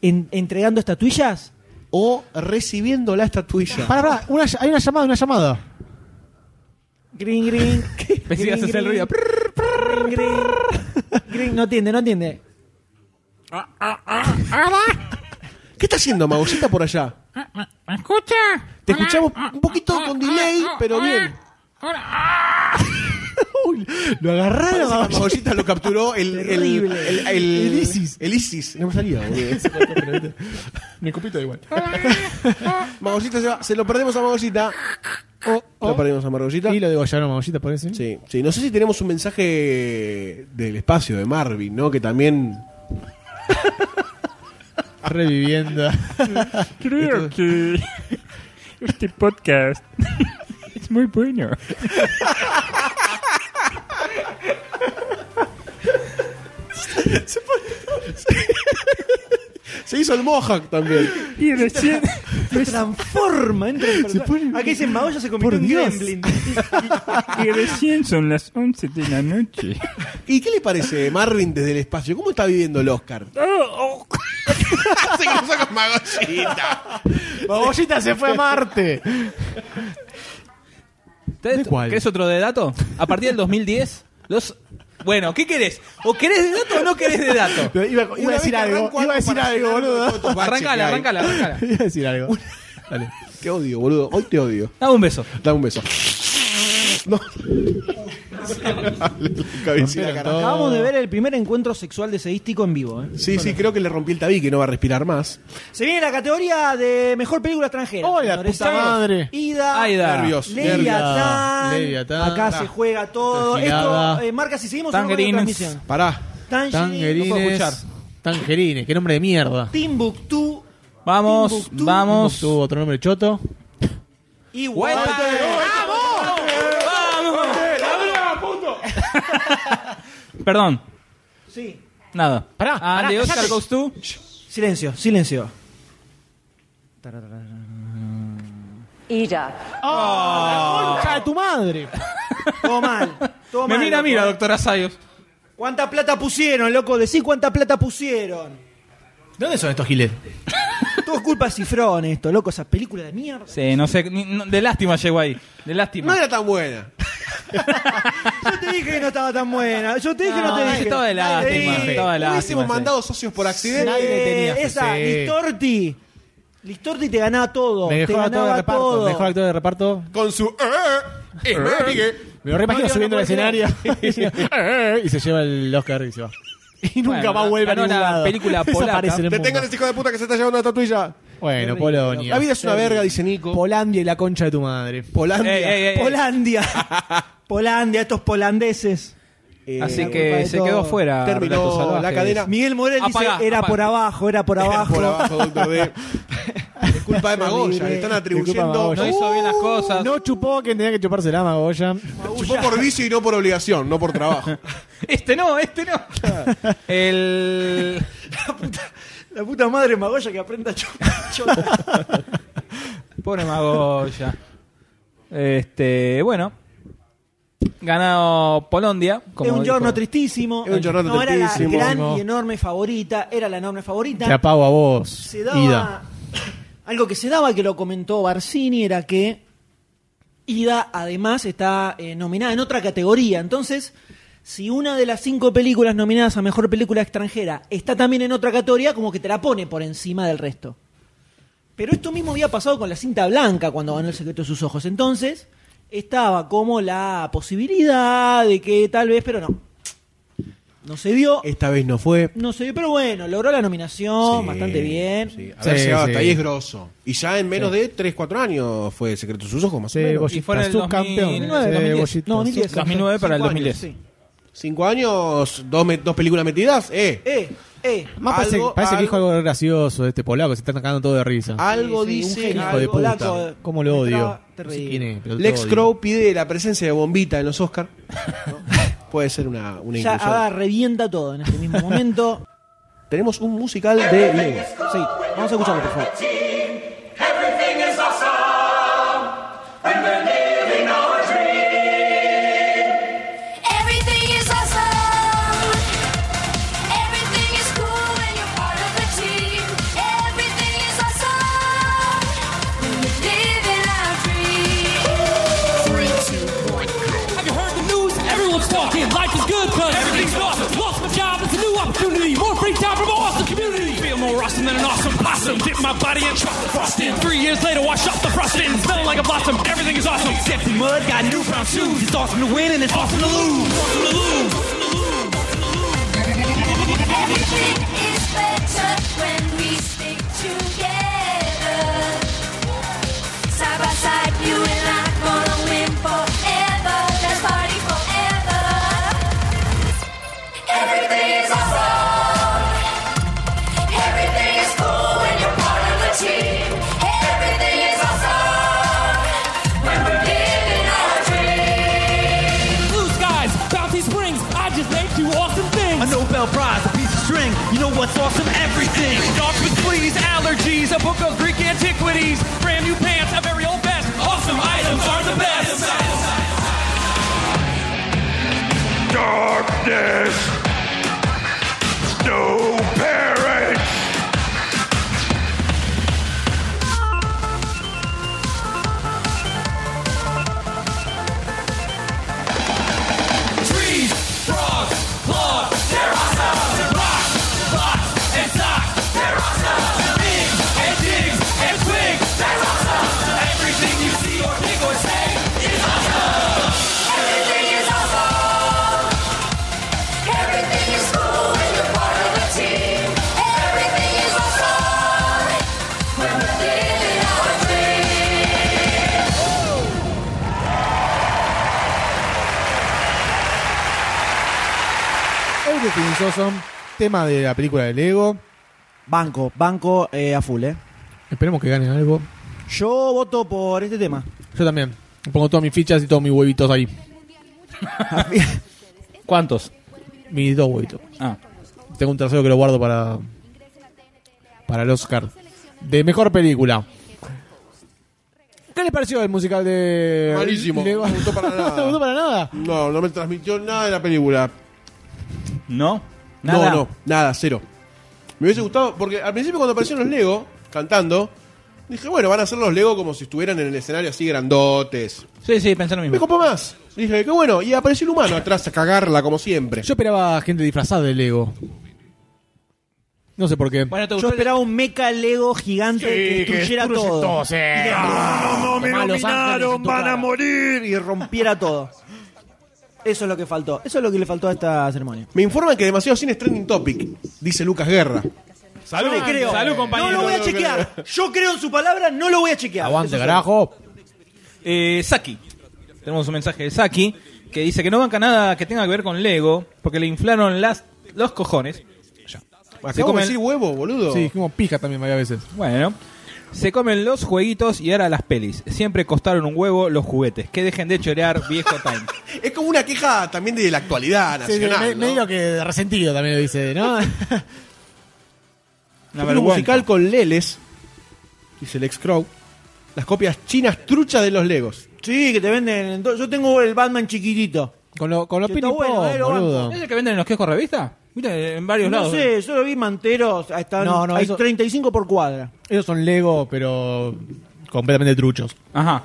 [SPEAKER 8] En- entregando estatuillas.
[SPEAKER 2] ¿O recibiendo la estatuilla?
[SPEAKER 9] Pará, pará, una ll- hay una llamada, una llamada.
[SPEAKER 8] Green, green.
[SPEAKER 11] Pensé que ibas a hacer el ruido.
[SPEAKER 8] Green, green. Green, no entiende, no entiende.
[SPEAKER 2] ¿Qué está haciendo Magollita por allá?
[SPEAKER 11] Ah, ¿Me escucha? Ah,
[SPEAKER 2] Te escuchamos un poquito con delay, pero bien.
[SPEAKER 9] Lo agarraron.
[SPEAKER 2] Parece que Magollita lo capturó el, el, el,
[SPEAKER 8] Terrible.
[SPEAKER 2] el- el-
[SPEAKER 9] El ISIS.
[SPEAKER 2] el ISIS. No me salía, boludo.
[SPEAKER 9] Mi copito igual.
[SPEAKER 2] Magollita se va. Se lo perdemos a Magollita. Lo perdimos a Magollita.
[SPEAKER 9] Oh, Y lo degollaron a Mollita, parece.
[SPEAKER 2] Sí, sí. No sé si tenemos un mensaje del espacio de Marvin, ¿no? Que también.
[SPEAKER 9] Reviviendo.
[SPEAKER 11] Creo que este podcast es muy bueno.
[SPEAKER 2] Se hizo el Mohawk también.
[SPEAKER 11] Y recién...
[SPEAKER 8] Se transforma. Entra en persona. Ah, Aquí dicen Magoya se convirtió en gremlin.
[SPEAKER 11] Y recién son las 11 de la noche.
[SPEAKER 2] ¿Y qué le parece Marvin desde el espacio? ¿Cómo está viviendo el Oscar? se cruzó con Magollita.
[SPEAKER 9] Mollita se fue a Marte. ¿De cuál?
[SPEAKER 11] ¿Querés otro de dato? A partir del 2010, los... Bueno, ¿qué querés? ¿O querés de dato o no querés de dato?
[SPEAKER 9] Iba, iba a decir algo, iba a decir algo, boludo.
[SPEAKER 11] Arrancala, arrancala, arrancala.
[SPEAKER 9] Iba a decir algo. Dale.
[SPEAKER 2] Te odio, boludo. Hoy te odio.
[SPEAKER 11] Dame un beso.
[SPEAKER 2] Dame un beso. No. Cabecita,
[SPEAKER 9] Rompieron
[SPEAKER 2] carajo.
[SPEAKER 8] Acabamos de ver el primer encuentro sexual de Seístico en vivo. ¿eh?
[SPEAKER 2] Sí, sí, creo que le rompí el tabique, no va a respirar más.
[SPEAKER 8] Se viene la categoría de mejor película extranjera.
[SPEAKER 9] ¡Oh, la
[SPEAKER 8] señores.
[SPEAKER 9] puta madre!
[SPEAKER 8] Ida.
[SPEAKER 11] Aida.
[SPEAKER 2] Nervios.
[SPEAKER 8] Leviatán.
[SPEAKER 9] Leviatán.
[SPEAKER 8] Acá
[SPEAKER 9] Ta.
[SPEAKER 8] se juega todo.
[SPEAKER 9] Terminada.
[SPEAKER 8] Esto eh, marca si seguimos
[SPEAKER 11] Tangerines.
[SPEAKER 8] en transmisión.
[SPEAKER 2] Pará.
[SPEAKER 8] Tangerines.
[SPEAKER 9] Ah, Tangerines. Tangerines, qué nombre de mierda.
[SPEAKER 8] Timbuktu.
[SPEAKER 11] Vamos,
[SPEAKER 8] Timbuktu.
[SPEAKER 11] vamos.
[SPEAKER 9] Tuvo otro nombre choto.
[SPEAKER 8] Y
[SPEAKER 11] Guaita.
[SPEAKER 8] ¡Vamos!
[SPEAKER 11] Perdón,
[SPEAKER 8] Sí.
[SPEAKER 11] nada.
[SPEAKER 9] Pará,
[SPEAKER 11] Ah,
[SPEAKER 9] pará,
[SPEAKER 11] de Oscar
[SPEAKER 9] cállate.
[SPEAKER 11] Goes to-
[SPEAKER 8] Silencio, silencio.
[SPEAKER 6] Ida.
[SPEAKER 9] ¡Concha de tu madre!
[SPEAKER 8] Todo mal. Todo
[SPEAKER 11] Me
[SPEAKER 8] mal,
[SPEAKER 11] mira,
[SPEAKER 8] loco. eh.
[SPEAKER 11] mira, doctora Sayos.
[SPEAKER 8] ¿Cuánta plata pusieron, loco? Decí cuánta plata pusieron.
[SPEAKER 9] ¿Dónde son estos giles?
[SPEAKER 8] Todo culpa de Cifrón esto, loco, esa película de mierda.
[SPEAKER 11] Sí, no sé, ni- no- de lástima llegó ahí. De lástima.
[SPEAKER 2] No era tan buena.
[SPEAKER 8] Yo te dije que no estaba tan buena. Yo te dije que no, te
[SPEAKER 11] No,
[SPEAKER 8] dije.
[SPEAKER 11] estaba de lástima,
[SPEAKER 8] Sí.
[SPEAKER 11] estaba de lástima.
[SPEAKER 2] Eh, Hubiésemos
[SPEAKER 11] sí.
[SPEAKER 2] mandado socios por accidente.
[SPEAKER 9] Nadie le tenía fe,
[SPEAKER 8] esa,
[SPEAKER 9] sí.
[SPEAKER 8] Listorti. Listorti te ganaba todo. te
[SPEAKER 9] Mejor actor de
[SPEAKER 8] ganaba
[SPEAKER 9] reparto.
[SPEAKER 8] todo.
[SPEAKER 9] Mejor actor de reparto.
[SPEAKER 2] Con su. eh, eh, me digue.
[SPEAKER 9] Me lo reimagino
[SPEAKER 8] Mario,
[SPEAKER 9] subiendo
[SPEAKER 8] no
[SPEAKER 9] al escenario "Eh, y se lleva el Oscar y se va. Y nunca
[SPEAKER 11] Bueno,
[SPEAKER 9] más vuelve a
[SPEAKER 11] ganó
[SPEAKER 9] ningún
[SPEAKER 11] la
[SPEAKER 9] lado.
[SPEAKER 11] película polaca.
[SPEAKER 9] Desaparece en el mundo.
[SPEAKER 2] Detengan ese hijo de puta que se está llevando la tatuilla.
[SPEAKER 9] Bueno,
[SPEAKER 2] La
[SPEAKER 9] Polonia.
[SPEAKER 2] vida es una verga, dice Nico.
[SPEAKER 9] Polandia y la concha de tu madre.
[SPEAKER 2] Polandia.
[SPEAKER 11] Ey, ey, ey, ey.
[SPEAKER 8] Polandia. Polandia, estos polandeses.
[SPEAKER 2] Eh,
[SPEAKER 11] Así
[SPEAKER 8] la culpa
[SPEAKER 11] que
[SPEAKER 8] de
[SPEAKER 11] se
[SPEAKER 8] todo.
[SPEAKER 11] quedó fuera.
[SPEAKER 2] Terminó
[SPEAKER 11] Relatos
[SPEAKER 2] la
[SPEAKER 11] Salvajes.
[SPEAKER 2] cadena.
[SPEAKER 8] Miguel Morel
[SPEAKER 11] Apagá,
[SPEAKER 8] dice, era
[SPEAKER 11] apagá.
[SPEAKER 8] por abajo, era por abajo.
[SPEAKER 2] Por abajo, doctor D. Es culpa de Magoya. Le están
[SPEAKER 9] Disculpa,
[SPEAKER 2] atribuyendo.
[SPEAKER 9] Magoya.
[SPEAKER 11] No hizo bien las cosas.
[SPEAKER 9] Uh, No chupó a quien tenía que chuparse la Magoya.
[SPEAKER 2] Chupó por vicio y no por obligación, no por trabajo.
[SPEAKER 11] Este no, este no. El.
[SPEAKER 8] La puta madre Magoya que aprenda a chupar. chota.
[SPEAKER 11] Pobre Magoya. Este, bueno. Ganado Polondia. Como
[SPEAKER 8] es un
[SPEAKER 11] dijo.
[SPEAKER 8] giorno tristísimo.
[SPEAKER 2] Es un giorno
[SPEAKER 8] no era la
[SPEAKER 2] tristísimo.
[SPEAKER 8] gran y enorme favorita. Era la enorme favorita.
[SPEAKER 9] Te apago a vos.
[SPEAKER 8] se daba algo que se daba que lo comentó Barcini era que Ida además está eh, nominada en otra categoría entonces si una de las cinco películas nominadas a mejor película extranjera está también en otra categoría como que te la pone por encima del resto pero esto mismo había pasado con la cinta blanca cuando ganó el secreto de sus ojos entonces estaba como la posibilidad de que tal vez pero no no se dio
[SPEAKER 2] Esta vez no fue.
[SPEAKER 8] no se dio pero bueno logró la nominación
[SPEAKER 2] Sí,
[SPEAKER 8] Oh, bastante bien
[SPEAKER 2] sí. Haber
[SPEAKER 9] Sí,
[SPEAKER 2] llegado
[SPEAKER 9] sí.
[SPEAKER 2] hasta ahí es groso. Y ya en menos de 3, 4 años fue Secreto de sus ojos, más o
[SPEAKER 9] Sí,
[SPEAKER 2] menos.
[SPEAKER 11] Y fue en
[SPEAKER 9] Bollita,
[SPEAKER 11] el
[SPEAKER 9] subcampeón.
[SPEAKER 11] 2009,
[SPEAKER 9] Sí,
[SPEAKER 8] 2010.
[SPEAKER 9] Bollita,
[SPEAKER 8] No, 2010.
[SPEAKER 11] 2009 para el
[SPEAKER 2] Cinco
[SPEAKER 11] 2010.
[SPEAKER 2] años, sí. Cinco años, dos, me- dos películas metidas, eh.
[SPEAKER 8] Eh, eh.
[SPEAKER 9] Más parece,
[SPEAKER 2] Algo-
[SPEAKER 9] parece que dijo
[SPEAKER 2] algo-
[SPEAKER 9] algo gracioso de este polaco, se está sacando todo de risa.
[SPEAKER 2] Algo
[SPEAKER 8] Sí, sí, un
[SPEAKER 2] dice.
[SPEAKER 8] genio
[SPEAKER 9] Hijo de
[SPEAKER 8] algo-
[SPEAKER 9] puta.
[SPEAKER 8] polaco,
[SPEAKER 9] ¿Cómo lo
[SPEAKER 8] me
[SPEAKER 9] odio?
[SPEAKER 8] traba-
[SPEAKER 9] No sé
[SPEAKER 8] terrible.
[SPEAKER 9] quién es, pero lo
[SPEAKER 2] Lex
[SPEAKER 9] odio.
[SPEAKER 2] Crow pide la presencia de Bombita en los Oscar. ¿no? Puede ser una, una
[SPEAKER 8] Ya
[SPEAKER 2] inclusión.
[SPEAKER 8] ahora revienta todo en este mismo momento.
[SPEAKER 2] Tenemos un musical de Lego.
[SPEAKER 8] Sí, vamos a escucharlo, por favor.
[SPEAKER 6] Everything is awesome. Everything is cool when you're part of a team. Everything is awesome when you're living our dream. Three, two, one, go.
[SPEAKER 4] Have you heard the news? Everyone's talking. Life is good because everything's awesome. Lost my job. It's a new opportunity. More free time from an awesome community. Feel more awesome than an awesome possum. Dip my body in chocolate frosting. Three years later, washed off the frosting. Smelling like a blossom. Everything is awesome. Except in mud. Got new brown shoes. It's awesome to win and it's awesome to lose. Awesome to lose.
[SPEAKER 6] Everything is better when we stick together. Side by side, you and I gonna win forever. Let's party forever. Everything is awesome. Everything is cool when you're part of a team. Everything is awesome when we're living our dreams.
[SPEAKER 4] Blue skies, bouncy springs. I just named two awesome things. A Nobel Prize, a piece of string. You know what's awesome? Everything. Dogs with fleas, allergies, a book of Greek antiquities, brand new pants, a very old vest. Awesome items are the best.
[SPEAKER 12] Darkness. No parents.
[SPEAKER 4] Trees, frogs, logs, they're awesome. Rocks, blocks, and socks, they're awesome. Bigs and digs and twigs, they're awesome. Everything you see or think or say is awesome.
[SPEAKER 6] Everything is awesome. Everything is cool when you're part of a team. Everything is awesome when we're living our dreams.
[SPEAKER 9] Everything is awesome. Tema de la película de Lego.
[SPEAKER 8] Banco, banco eh, a full, ¿eh?
[SPEAKER 9] Esperemos que ganen algo.
[SPEAKER 8] Yo voto por este tema.
[SPEAKER 9] Yo también. Pongo todas mis fichas y todos mis huevitos ahí.
[SPEAKER 11] ¿Cuántos?
[SPEAKER 9] Mis dos huevitos.
[SPEAKER 11] Ah,
[SPEAKER 9] Tengo un tercero que lo guardo para. Para el Oscar. De mejor película. ¿Qué les pareció el musical de.
[SPEAKER 2] Malísimo.
[SPEAKER 9] Lego?
[SPEAKER 2] No me gustó para nada.
[SPEAKER 9] ¿No te gustó para nada?
[SPEAKER 2] No, no me transmitió nada de la película.
[SPEAKER 11] ¿no? Nada.
[SPEAKER 2] No, no, nada, cero. Me hubiese gustado, porque al principio cuando aparecieron los Lego, cantando. Dije, bueno, van a hacer los Lego como si estuvieran en el escenario así grandotes.
[SPEAKER 11] Sí, sí, pensé lo mismo.
[SPEAKER 2] Me copó más. Dije, qué bueno. Y apareció el humano atrás a cagarla como siempre.
[SPEAKER 9] Yo esperaba gente disfrazada de Lego. No sé por qué.
[SPEAKER 10] Yo esperaba un mecha Lego gigante que destruyera todo. Y de-
[SPEAKER 9] no, me Tomá Los nominaron, Ángeles en tu van a cara.
[SPEAKER 10] morir. Y rompiera todo. Eso es lo que faltó. Eso es lo que le faltó a esta ceremonia.
[SPEAKER 2] Me informan que demasiado cine es trending topic, dice Lucas Guerra.
[SPEAKER 10] Salud, le creo.
[SPEAKER 11] salud, compañero.
[SPEAKER 10] No lo voy a chequear. Yo creo en su palabra, no lo voy a chequear. Eso sí.
[SPEAKER 11] Eh, Saki. Tenemos un mensaje de Saki que dice que no banca nada que tenga que ver con Lego porque le inflaron las, los cojones. Ya.
[SPEAKER 2] Acabo de decir huevo, boludo.
[SPEAKER 9] Sí, como pija también me había veces.
[SPEAKER 11] Bueno. Se comen los jueguitos y ahora las pelis. Siempre costaron un huevo los juguetes. Que dejen de chorear, viejo time.
[SPEAKER 2] Es como una queja también de la actualidad
[SPEAKER 9] Sí,
[SPEAKER 2] nacional.
[SPEAKER 9] me-
[SPEAKER 2] ¿no?
[SPEAKER 9] medio que resentido también lo dice, ¿no?
[SPEAKER 2] Fue
[SPEAKER 11] Una
[SPEAKER 2] un
[SPEAKER 11] vergüenza.
[SPEAKER 2] musical con Leles, dice Lex Crow. Las copias chinas truchas de los Legos.
[SPEAKER 10] Sí, que te venden. Entonces, Yo tengo el Batman chiquitito.
[SPEAKER 9] Con, lo, con los
[SPEAKER 10] Que está bueno, eh,
[SPEAKER 9] pinipos,
[SPEAKER 10] lo banco.
[SPEAKER 9] boludo.
[SPEAKER 11] ¿Es el que venden en los quejos revista? Mira, en varios
[SPEAKER 10] No
[SPEAKER 11] lados.
[SPEAKER 10] sé, yo lo vi manteros. Están,
[SPEAKER 9] No, no,
[SPEAKER 10] hay
[SPEAKER 9] eso-
[SPEAKER 10] 35 por cuadra.
[SPEAKER 9] Ellos son Lego, pero completamente truchos.
[SPEAKER 11] Ajá.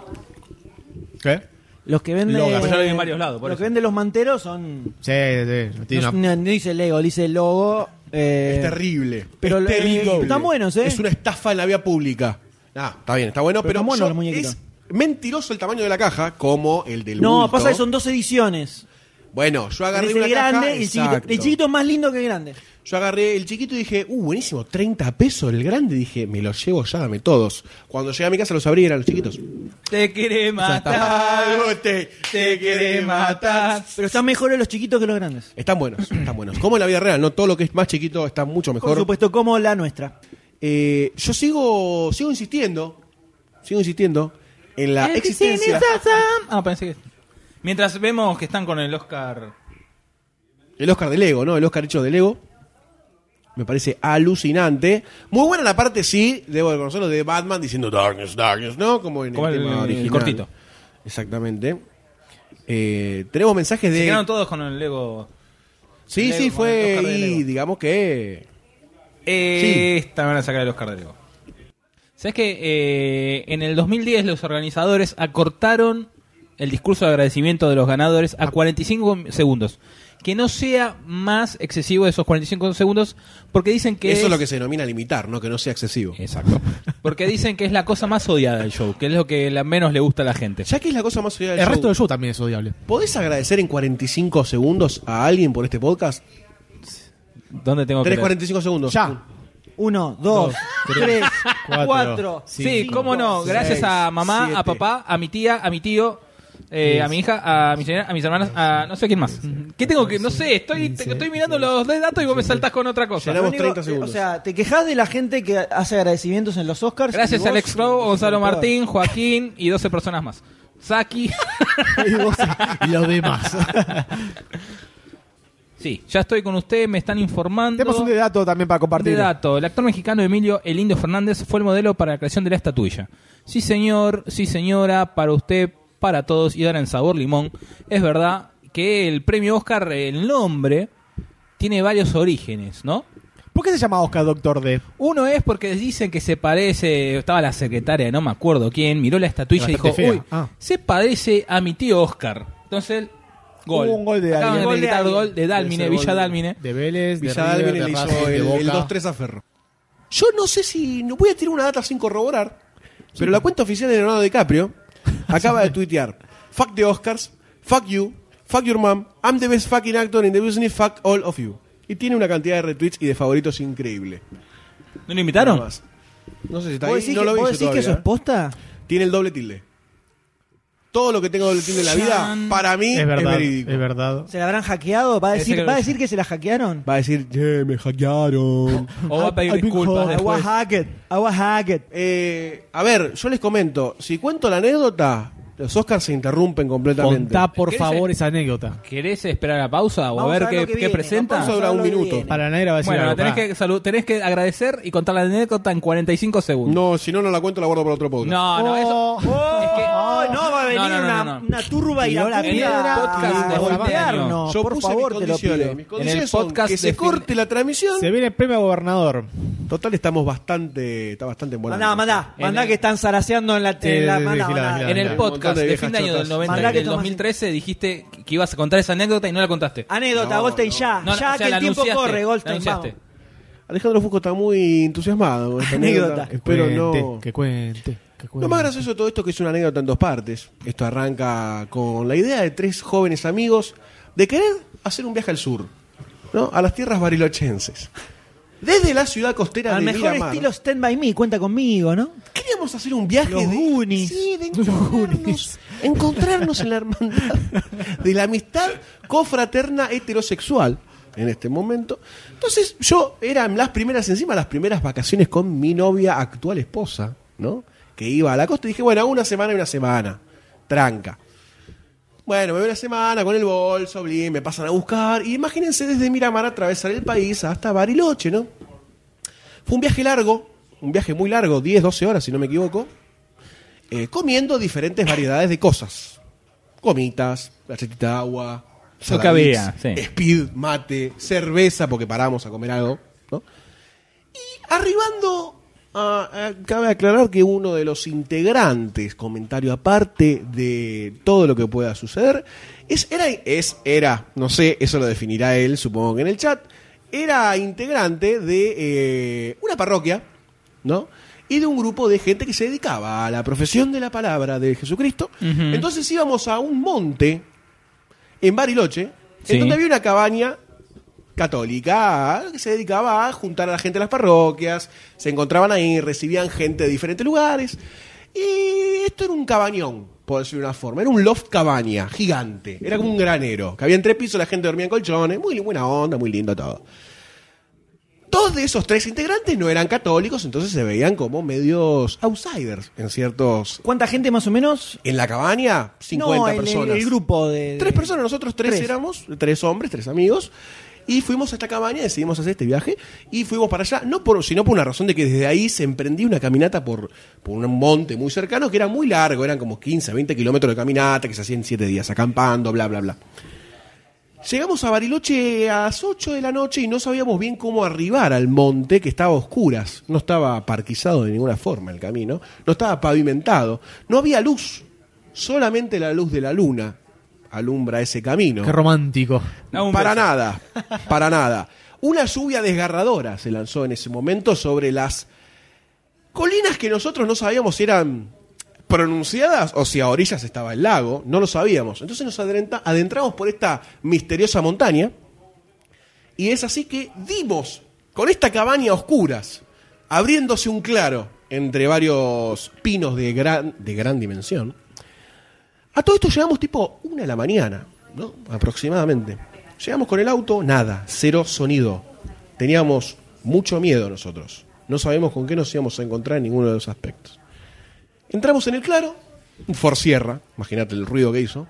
[SPEAKER 9] ¿Qué?
[SPEAKER 10] Los que venden.
[SPEAKER 9] Logo,
[SPEAKER 11] yo lo vi en varios lados, por
[SPEAKER 10] Los
[SPEAKER 11] eso.
[SPEAKER 10] que venden los manteros son.
[SPEAKER 9] Sí, sí. tiene
[SPEAKER 10] No,
[SPEAKER 9] una-
[SPEAKER 10] no dice Lego, dice logo. eh,
[SPEAKER 2] es terrible.
[SPEAKER 10] pero
[SPEAKER 2] es
[SPEAKER 10] le-
[SPEAKER 2] terrible.
[SPEAKER 10] están buenos, ¿eh?
[SPEAKER 2] Es una estafa en la vía pública. Ah, está bien, está bueno,
[SPEAKER 10] Pero
[SPEAKER 2] pero,
[SPEAKER 10] están buenos
[SPEAKER 2] yo-
[SPEAKER 10] los muñequitos.
[SPEAKER 2] es mentiroso el tamaño de la caja, como el del
[SPEAKER 10] no,
[SPEAKER 2] bulto.
[SPEAKER 10] pasa que son dos ediciones.
[SPEAKER 2] Bueno, yo agarré
[SPEAKER 10] Es
[SPEAKER 2] una
[SPEAKER 10] el grande
[SPEAKER 2] caja,
[SPEAKER 10] y el chiquito.
[SPEAKER 2] exacto.
[SPEAKER 10] El chiquito es más lindo que el grande.
[SPEAKER 2] Yo agarré el chiquito y dije, uh, buenísimo, 30 pesos el grande. Dije, me los llevo ya, dame todos. Cuando llegué a mi casa los abrí, eran los chiquitos.
[SPEAKER 11] Te quiere matar.
[SPEAKER 2] te,
[SPEAKER 11] Te quiere matar.
[SPEAKER 10] Pero están mejores los chiquitos que los grandes.
[SPEAKER 2] Están buenos, están buenos. Como en la vida real, ¿no? Todo lo que es más chiquito está mucho
[SPEAKER 10] Por
[SPEAKER 2] mejor.
[SPEAKER 10] supuesto, como la nuestra.
[SPEAKER 2] Eh, yo sigo, sigo insistiendo, sigo insistiendo en
[SPEAKER 10] Eh,
[SPEAKER 2] la existencia.
[SPEAKER 11] Ah, pensé que. Mientras vemos que están con el Oscar.
[SPEAKER 2] El Oscar de Lego, ¿no? El Oscar hecho de Lego. Me parece alucinante. Muy buena la parte, sí, debo reconocerlo, de Batman diciendo Darkness, Darkness, ¿no? Como en
[SPEAKER 11] Como
[SPEAKER 2] el,
[SPEAKER 11] el-
[SPEAKER 2] tema
[SPEAKER 11] el
[SPEAKER 2] original.
[SPEAKER 11] cortito.
[SPEAKER 2] Exactamente. Eh, tenemos mensajes
[SPEAKER 11] Se quedaron
[SPEAKER 2] de.
[SPEAKER 11] todos con el Lego.
[SPEAKER 2] Sí,
[SPEAKER 11] Lego,
[SPEAKER 2] sí,
[SPEAKER 11] con
[SPEAKER 2] fue.
[SPEAKER 11] el Oscar de
[SPEAKER 2] y
[SPEAKER 11] Lego.
[SPEAKER 2] digamos que.
[SPEAKER 11] Eh, Esta me van a sacar el Oscar de Lego. ¿Sabes que en el 2010 los organizadores acortaron el discurso de agradecimiento de los ganadores a 45 segundos? Que no sea más excesivo de esos 45 segundos porque dicen que
[SPEAKER 2] eso es
[SPEAKER 11] es- Eh,
[SPEAKER 2] lo que se denomina limitar, ¿no? Que no sea excesivo.
[SPEAKER 11] Exacto. Porque dicen que es la cosa más odiada del show, que es lo que la menos le gusta a la gente.
[SPEAKER 2] Ya que es la cosa más odiada del
[SPEAKER 9] El resto
[SPEAKER 2] show,
[SPEAKER 9] del show también es odiable.
[SPEAKER 2] ¿podés agradecer en 45 segundos a alguien por este podcast?
[SPEAKER 11] ¿Dónde tengo que
[SPEAKER 2] Tenés
[SPEAKER 11] leer?
[SPEAKER 2] 45 segundos.
[SPEAKER 9] Ya.
[SPEAKER 10] Uno, dos, tres,
[SPEAKER 9] cuatro,
[SPEAKER 10] cuatro.
[SPEAKER 11] Sí, cómo no. Gracias a mamá, a papá, a mi tía, a mi tío, eh, a mi hija, a mi señora, a mis hermanas, a no sé quién más. ¿Qué tengo que.? No sé, estoy, te- estoy mirando los datos y vos me saltás con otra cosa.
[SPEAKER 2] Llenamos
[SPEAKER 10] Lo único-
[SPEAKER 2] 30 segundos.
[SPEAKER 10] O sea, te quejas de la gente que hace agradecimientos en los Oscars.
[SPEAKER 11] Gracias
[SPEAKER 10] y
[SPEAKER 11] a
[SPEAKER 10] vos-
[SPEAKER 11] Alex Crow, Gonzalo Martín, Joaquín y 12 personas más. Saki.
[SPEAKER 9] Y vos y los demás.
[SPEAKER 11] Sí, ya estoy con usted, me están informando.
[SPEAKER 9] Tenemos un de dato también para compartir.
[SPEAKER 11] De dato, el actor mexicano Emilio El Indio Fernández fue el modelo para la creación de la estatuilla. Sí, señor, sí, señora, para usted, para todos y ahora en sabor limón. Es verdad que el premio Oscar, el nombre, tiene varios orígenes, ¿no?
[SPEAKER 9] ¿Por qué se llama Oscar Doctor D?
[SPEAKER 11] Uno es porque dicen que se parece, estaba la secretaria, no me acuerdo quién, miró la estatuilla y dijo,
[SPEAKER 9] Bastante fea.
[SPEAKER 11] uy,
[SPEAKER 9] Ah.
[SPEAKER 11] se parece a mi tío Oscar. Entonces, gol.
[SPEAKER 9] Hubo un gol de
[SPEAKER 11] Acaban
[SPEAKER 9] alguien.
[SPEAKER 11] de gritar
[SPEAKER 10] alguien.
[SPEAKER 11] gol de Dálmine,
[SPEAKER 2] Debe ser
[SPEAKER 11] Villa
[SPEAKER 2] gol de-
[SPEAKER 11] Dálmine.
[SPEAKER 9] De Vélez, de
[SPEAKER 2] Villa
[SPEAKER 9] River,
[SPEAKER 2] Alvin
[SPEAKER 9] de
[SPEAKER 2] le
[SPEAKER 9] Racing,
[SPEAKER 2] hizo
[SPEAKER 9] de
[SPEAKER 2] el,
[SPEAKER 9] Boca.
[SPEAKER 2] el 2-3 a Ferro. Yo no sé si. No voy a tirar una data sin corroborar, pero la cuenta oficial de Leonardo DiCaprio acaba de tuitear: Fuck the Oscars, fuck you, fuck your mom, I'm the best fucking actor in the business, fuck all of you. Y tiene una cantidad de retweets y de favoritos increíble.
[SPEAKER 11] ¿No lo invitaron?
[SPEAKER 2] Nada más. No sé si está
[SPEAKER 10] ¿Vos
[SPEAKER 2] ahí,
[SPEAKER 10] decís,
[SPEAKER 2] no
[SPEAKER 10] que,
[SPEAKER 2] lo vi
[SPEAKER 10] vos
[SPEAKER 2] yo
[SPEAKER 10] decís
[SPEAKER 2] todavía,
[SPEAKER 10] que eso
[SPEAKER 2] ¿eh?
[SPEAKER 10] es posta?
[SPEAKER 2] Tiene el doble tilde. Todo lo que tenga doble tilde en la vida,
[SPEAKER 11] Chan.
[SPEAKER 2] para mí, es,
[SPEAKER 9] Es verdad. Es,
[SPEAKER 2] verídico.
[SPEAKER 9] verdad.
[SPEAKER 10] ¿Se la habrán hackeado? ¿Va a
[SPEAKER 11] Ese
[SPEAKER 10] decir,
[SPEAKER 11] creo
[SPEAKER 10] ¿va a
[SPEAKER 11] que-
[SPEAKER 10] decir que se la hackearon?
[SPEAKER 2] Va a decir, che, me hackearon.
[SPEAKER 11] O va a pedir
[SPEAKER 9] Ay,
[SPEAKER 11] disculpas
[SPEAKER 9] hijo.
[SPEAKER 10] I was
[SPEAKER 11] después.
[SPEAKER 10] hacked. I was hacked.
[SPEAKER 2] Eh, a ver, yo les comento, si cuento la anécdota, los Oscars se interrumpen completamente.
[SPEAKER 9] Contá, por
[SPEAKER 11] ¿Querés-
[SPEAKER 9] favor, esa anécdota.
[SPEAKER 11] ¿Querés esperar la pausa o
[SPEAKER 10] Vamos
[SPEAKER 11] a ver,
[SPEAKER 10] a ver
[SPEAKER 11] qué,
[SPEAKER 10] lo que
[SPEAKER 11] qué
[SPEAKER 10] viene,
[SPEAKER 11] presenta?
[SPEAKER 2] vamos a- dura un
[SPEAKER 10] Lo que
[SPEAKER 2] minuto.
[SPEAKER 10] viene.
[SPEAKER 9] Para nadie va a decir
[SPEAKER 11] Bueno,
[SPEAKER 9] algo,
[SPEAKER 11] tenés
[SPEAKER 9] pará.
[SPEAKER 11] que, salu- tenés que agradecer y contar la anécdota en 45 segundos.
[SPEAKER 2] No, si no, no la cuento, la guardo para otro podcast.
[SPEAKER 11] no, no, eso.
[SPEAKER 9] Oh.
[SPEAKER 11] es que-
[SPEAKER 10] Oh, no, va a venir viene una, una turba y la piedra a golpearnos.
[SPEAKER 2] Yo
[SPEAKER 10] por
[SPEAKER 2] puse
[SPEAKER 10] favor,
[SPEAKER 2] mis
[SPEAKER 10] te lo
[SPEAKER 2] condiciones.
[SPEAKER 10] pido.
[SPEAKER 2] Mis condiciones son que se corte la transmisión.
[SPEAKER 9] Se viene el premio a gobernador.
[SPEAKER 2] Total, estamos bastante. Está bastante en buena.
[SPEAKER 10] Mandá, mandá, mandá que están zaraseando en la tela. mandá, mandá.
[SPEAKER 11] En el podcast de, fin de año del 90
[SPEAKER 10] Mandá
[SPEAKER 11] y
[SPEAKER 10] que
[SPEAKER 11] del
[SPEAKER 10] tomás-
[SPEAKER 11] 2013 dijiste que ibas a contar esa anécdota y no la contaste.
[SPEAKER 10] Anécdota, Goldstein, ya.
[SPEAKER 11] No, no,
[SPEAKER 10] Ah, ya
[SPEAKER 11] o sea,
[SPEAKER 10] que
[SPEAKER 11] la
[SPEAKER 10] el tiempo
[SPEAKER 11] anunciaste,
[SPEAKER 10] corre,
[SPEAKER 11] la
[SPEAKER 10] Goldstein,
[SPEAKER 11] anunciaste.
[SPEAKER 10] vamos.
[SPEAKER 2] Alejandro Fusco está muy entusiasmado con esta anécdota.
[SPEAKER 10] Anécdota.
[SPEAKER 2] Espero
[SPEAKER 9] Cuente,
[SPEAKER 2] no.
[SPEAKER 9] Que cuente, que cuente.
[SPEAKER 2] Lo más gracioso de todo esto es que es una anécdota en dos partes. Esto arranca con la idea de tres jóvenes amigos de querer hacer un viaje al sur, ¿no? A las tierras barilochenses. Desde la ciudad costera
[SPEAKER 10] Al
[SPEAKER 2] de
[SPEAKER 10] mejor
[SPEAKER 2] Miramar.
[SPEAKER 10] estilo Stand By Me, cuenta conmigo, ¿no?
[SPEAKER 2] Queríamos hacer un viaje
[SPEAKER 10] Los
[SPEAKER 2] de
[SPEAKER 10] Goonies.
[SPEAKER 2] Sí, de encontrarnos, encontrarnos en la hermandad de la amistad cofraterna heterosexual en este momento. Entonces, yo eran las primeras, encima las primeras vacaciones con mi novia actual esposa, ¿no? Que iba a la costa y dije, bueno, una semana y una semana. Tranca. Bueno, me voy una semana con el bolso, blin, me pasan a buscar. Y imagínense desde Miramar atravesar el país hasta Bariloche, ¿no? Fue un viaje largo, un viaje muy largo, 10, 12 horas, si no me equivoco, eh, comiendo diferentes variedades de cosas. Comitas, galletita de agua,
[SPEAKER 11] Lo que
[SPEAKER 2] saladix,
[SPEAKER 11] había, sí.
[SPEAKER 2] speed, mate, cerveza, porque paramos a comer algo, ¿no? Y arribando, a- a- cabe aclarar que uno de los integrantes, comentario aparte de todo lo que pueda suceder, es, era, es, era, no sé, eso lo definirá él, supongo que en el chat, era integrante de eh, una parroquia, ¿no? Y de un grupo de gente que se dedicaba a la profesión de la palabra de Jesucristo.
[SPEAKER 11] Ujú.
[SPEAKER 2] Entonces íbamos a un monte en Bariloche,
[SPEAKER 11] Sí.
[SPEAKER 2] en donde había una cabaña católica que se dedicaba a juntar a la gente de las parroquias, se encontraban ahí, recibían gente de diferentes lugares. Y esto era un cabañón, por decirlo de una forma, era un loft cabaña gigante, era como un granero, que había en tres pisos, la gente dormía en colchones, muy buena onda, muy lindo todo. Dos de esos tres integrantes no eran católicos, entonces se veían como medios outsiders en ciertos...
[SPEAKER 10] ¿Cuánta gente más o menos?
[SPEAKER 2] En la cabaña, 50
[SPEAKER 10] no, el- el-
[SPEAKER 2] personas.
[SPEAKER 10] El, grupo de.
[SPEAKER 2] Tres personas, nosotros tres,
[SPEAKER 10] Tres.
[SPEAKER 2] éramos, tres hombres, tres amigos. Y fuimos a esta cabaña, decidimos hacer este viaje y fuimos para allá, no por, sino por una razón de que desde ahí se emprendía una caminata por, por un monte muy cercano que era muy largo, eran como 15, 20 kilómetros de caminata que se hacía en 7 días, acampando, bla, bla, bla. Llegamos a Bariloche a las 8 de la noche y no sabíamos bien cómo arribar al monte, que estaba a oscuras. No estaba parquizado de ninguna forma el camino, no estaba pavimentado, no había luz, solamente la luz de la luna alumbra ese camino.
[SPEAKER 9] Qué romántico.
[SPEAKER 11] No, un
[SPEAKER 2] Para
[SPEAKER 11] beso.
[SPEAKER 2] nada, para nada. Una lluvia desgarradora se lanzó en ese momento sobre las colinas que nosotros no sabíamos si eran pronunciadas o si a orillas estaba el lago, no lo sabíamos. Entonces nos adrenta- adentramos por esta misteriosa montaña y es así que dimos con esta cabaña a oscuras, abriéndose un claro entre varios pinos de gran, de gran dimensión. A todo esto llegamos tipo una de la mañana, ¿no? Aproximadamente. Llegamos con el auto, nada, cero sonido. Teníamos mucho miedo nosotros. No sabemos con qué nos íbamos a encontrar en ninguno de los aspectos. Entramos en el claro, un Ford Sierra, imagínate el ruido que hizo.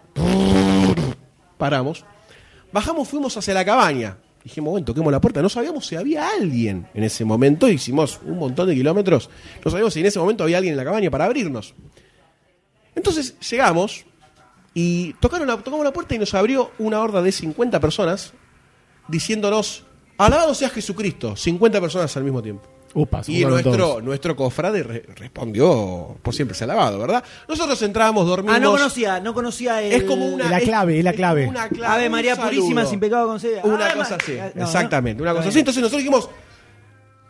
[SPEAKER 2] Paramos. Bajamos, fuimos hacia la cabaña. Dijimos, bueno, toquemos la puerta. No sabíamos si había alguien en ese momento. Hicimos un montón de kilómetros. No sabíamos si en ese momento había alguien en la cabaña para abrirnos. Entonces llegamos y tocaron la, tocamos la puerta y nos abrió una horda de 50 personas diciéndonos, alabado sea Jesucristo, 50 personas al mismo tiempo.
[SPEAKER 9] Upa, se
[SPEAKER 2] Y
[SPEAKER 9] juntaron
[SPEAKER 2] nuestro,
[SPEAKER 9] todos.
[SPEAKER 2] nuestro cofrade re- respondió, por siempre se ha alabado, ¿verdad? Nosotros entrábamos, dormimos.
[SPEAKER 10] Ah, no conocía, no conocía el.
[SPEAKER 2] Es como una-
[SPEAKER 9] Es la
[SPEAKER 2] es-
[SPEAKER 9] clave, es la clave.
[SPEAKER 2] una clave,
[SPEAKER 10] Ave
[SPEAKER 2] un
[SPEAKER 10] María Purísima
[SPEAKER 2] saludo.
[SPEAKER 10] sin pecado concebida.
[SPEAKER 2] Una
[SPEAKER 8] Ah,
[SPEAKER 10] Ave
[SPEAKER 2] cosa
[SPEAKER 10] Ma- Eh,
[SPEAKER 2] así,
[SPEAKER 10] No, no.
[SPEAKER 2] exactamente, una cosa
[SPEAKER 10] Está
[SPEAKER 2] así.
[SPEAKER 10] bien.
[SPEAKER 2] Entonces nosotros dijimos,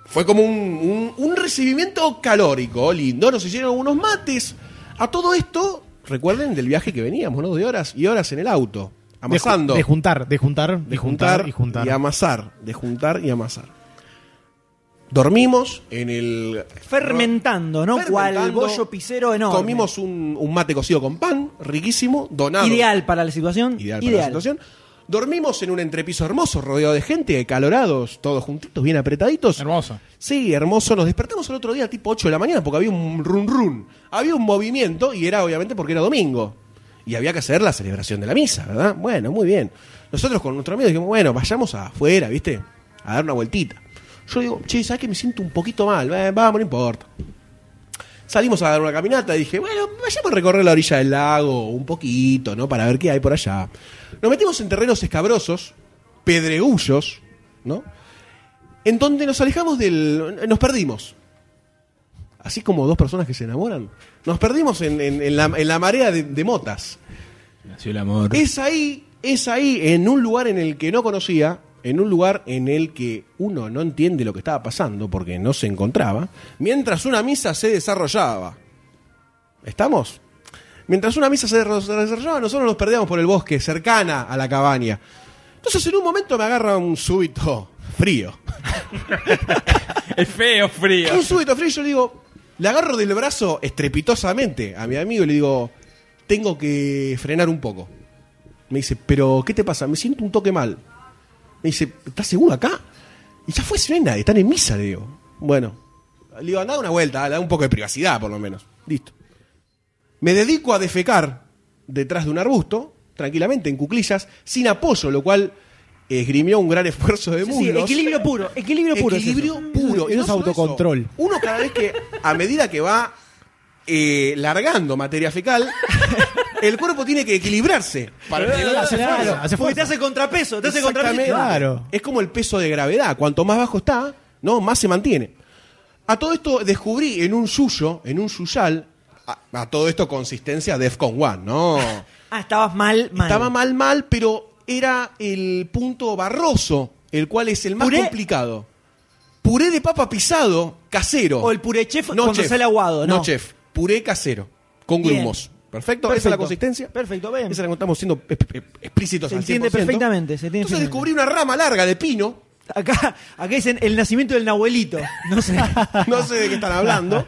[SPEAKER 2] fue como un, un- un recibimiento calórico, lindo, nos hicieron unos mates. A todo esto, recuerden del viaje que veníamos, ¿no? De horas y horas en el auto,
[SPEAKER 9] De ju-
[SPEAKER 2] amasando.
[SPEAKER 9] De, juntar, de juntar,
[SPEAKER 2] de juntar
[SPEAKER 9] y juntar.
[SPEAKER 2] y amasar, de juntar y amasar. Dormimos en el...
[SPEAKER 10] Fermentando, ¿no? Cual
[SPEAKER 2] Fermentando.
[SPEAKER 10] bollo pisero enorme.
[SPEAKER 2] Comimos un, un mate cocido con pan, riquísimo, donado.
[SPEAKER 10] Ideal para la situación.
[SPEAKER 2] Ideal, para la situación. Dormimos en un entrepiso hermoso, rodeado de gente, calorados, todos juntitos, bien apretaditos.
[SPEAKER 9] Hermoso.
[SPEAKER 2] Sí, hermoso. Nos despertamos el otro día tipo 8 de la mañana porque había un run run. Había un movimiento y era obviamente porque era domingo. Y había que hacer la celebración de la misa, ¿verdad? Bueno, muy bien. Nosotros con nuestro amigo dijimos, bueno, vayamos afuera, ¿viste? A dar una vueltita. Yo digo, che, ¿sabes que me siento un poquito mal? Eh, vamos, no importa. Salimos a dar una caminata y dije, bueno, vayamos a recorrer la orilla del lago un poquito, ¿no? Para ver qué hay por allá. Nos metimos en terrenos escabrosos, pedregullos, ¿no? En donde nos alejamos del... Nos perdimos. Así como dos personas que se enamoran. Nos perdimos en, en- en la, en la marea de- de motas.
[SPEAKER 11] Nació el amor.
[SPEAKER 2] Es ahí, es ahí, en un lugar en el que no conocía, en un lugar en el que uno no entiende lo que estaba pasando porque no se encontraba, mientras una misa se desarrollaba. ¿Estamos? Mientras una misa se derro- se desarrollaba, nosotros nos perdíamos por el bosque, cercana a la cabaña. Entonces en un momento me agarra un súbito frío.
[SPEAKER 4] Es feo, frío.
[SPEAKER 2] Un súbito frío, yo le digo, le agarro del brazo estrepitosamente a mi amigo y le digo, tengo que frenar un poco. Me dice, pero ¿qué te pasa? Me siento un toque mal. Me dice, ¿estás seguro acá? Y ya fue, si no hay nadie, están en misa, le digo. Bueno, le digo, anda una vuelta, da un poco de privacidad por lo menos. Listo. Me dedico a defecar detrás de un arbusto, tranquilamente, en cuclillas, sin apoyo, lo cual esgrimió un gran esfuerzo de
[SPEAKER 10] Sí, sí,
[SPEAKER 2] muslos.
[SPEAKER 10] equilibrio puro, equilibrio puro. es
[SPEAKER 2] Equilibrio
[SPEAKER 10] eso.
[SPEAKER 2] puro. Y no
[SPEAKER 9] Eso es
[SPEAKER 2] solo
[SPEAKER 9] autocontrol.
[SPEAKER 2] eso, uno cada vez que, a medida que va eh, largando materia fecal, el cuerpo tiene que equilibrarse. Para que no
[SPEAKER 10] Claro,
[SPEAKER 2] hace
[SPEAKER 10] claro,
[SPEAKER 2] fuerza.
[SPEAKER 10] porque te hace contrapeso, te hace contrapeso.
[SPEAKER 2] Exactamente. Es como el peso de gravedad. Cuanto más bajo está, no, más se mantiene. A todo esto descubrí en un suyo, en un suyal, a, a todo esto consistencia Defcon 1, ¿no?
[SPEAKER 10] Ah, estabas mal, mal.
[SPEAKER 2] Estaba mal, mal, pero era el punto barroso, el cual es el más
[SPEAKER 10] Puré-
[SPEAKER 2] complicado. Puré de papa pisado, casero.
[SPEAKER 10] O el puré chef
[SPEAKER 2] no
[SPEAKER 10] cuando
[SPEAKER 2] chef.
[SPEAKER 10] sale aguado, ¿no?
[SPEAKER 2] chef. Puré casero, con
[SPEAKER 10] Bien.
[SPEAKER 2] grumos. Perfecto. esa es la consistencia.
[SPEAKER 10] Perfecto, bien.
[SPEAKER 2] Esa la contamos siendo eh, eh, explícitos
[SPEAKER 10] Se
[SPEAKER 2] al
[SPEAKER 10] entiende
[SPEAKER 2] 100%.
[SPEAKER 10] perfectamente, se entiende perfectamente.
[SPEAKER 2] Entonces descubrí una rama larga de pino,
[SPEAKER 10] Acá, acá dicen el nacimiento del nahuelito. No sé.
[SPEAKER 2] no sé de qué están hablando.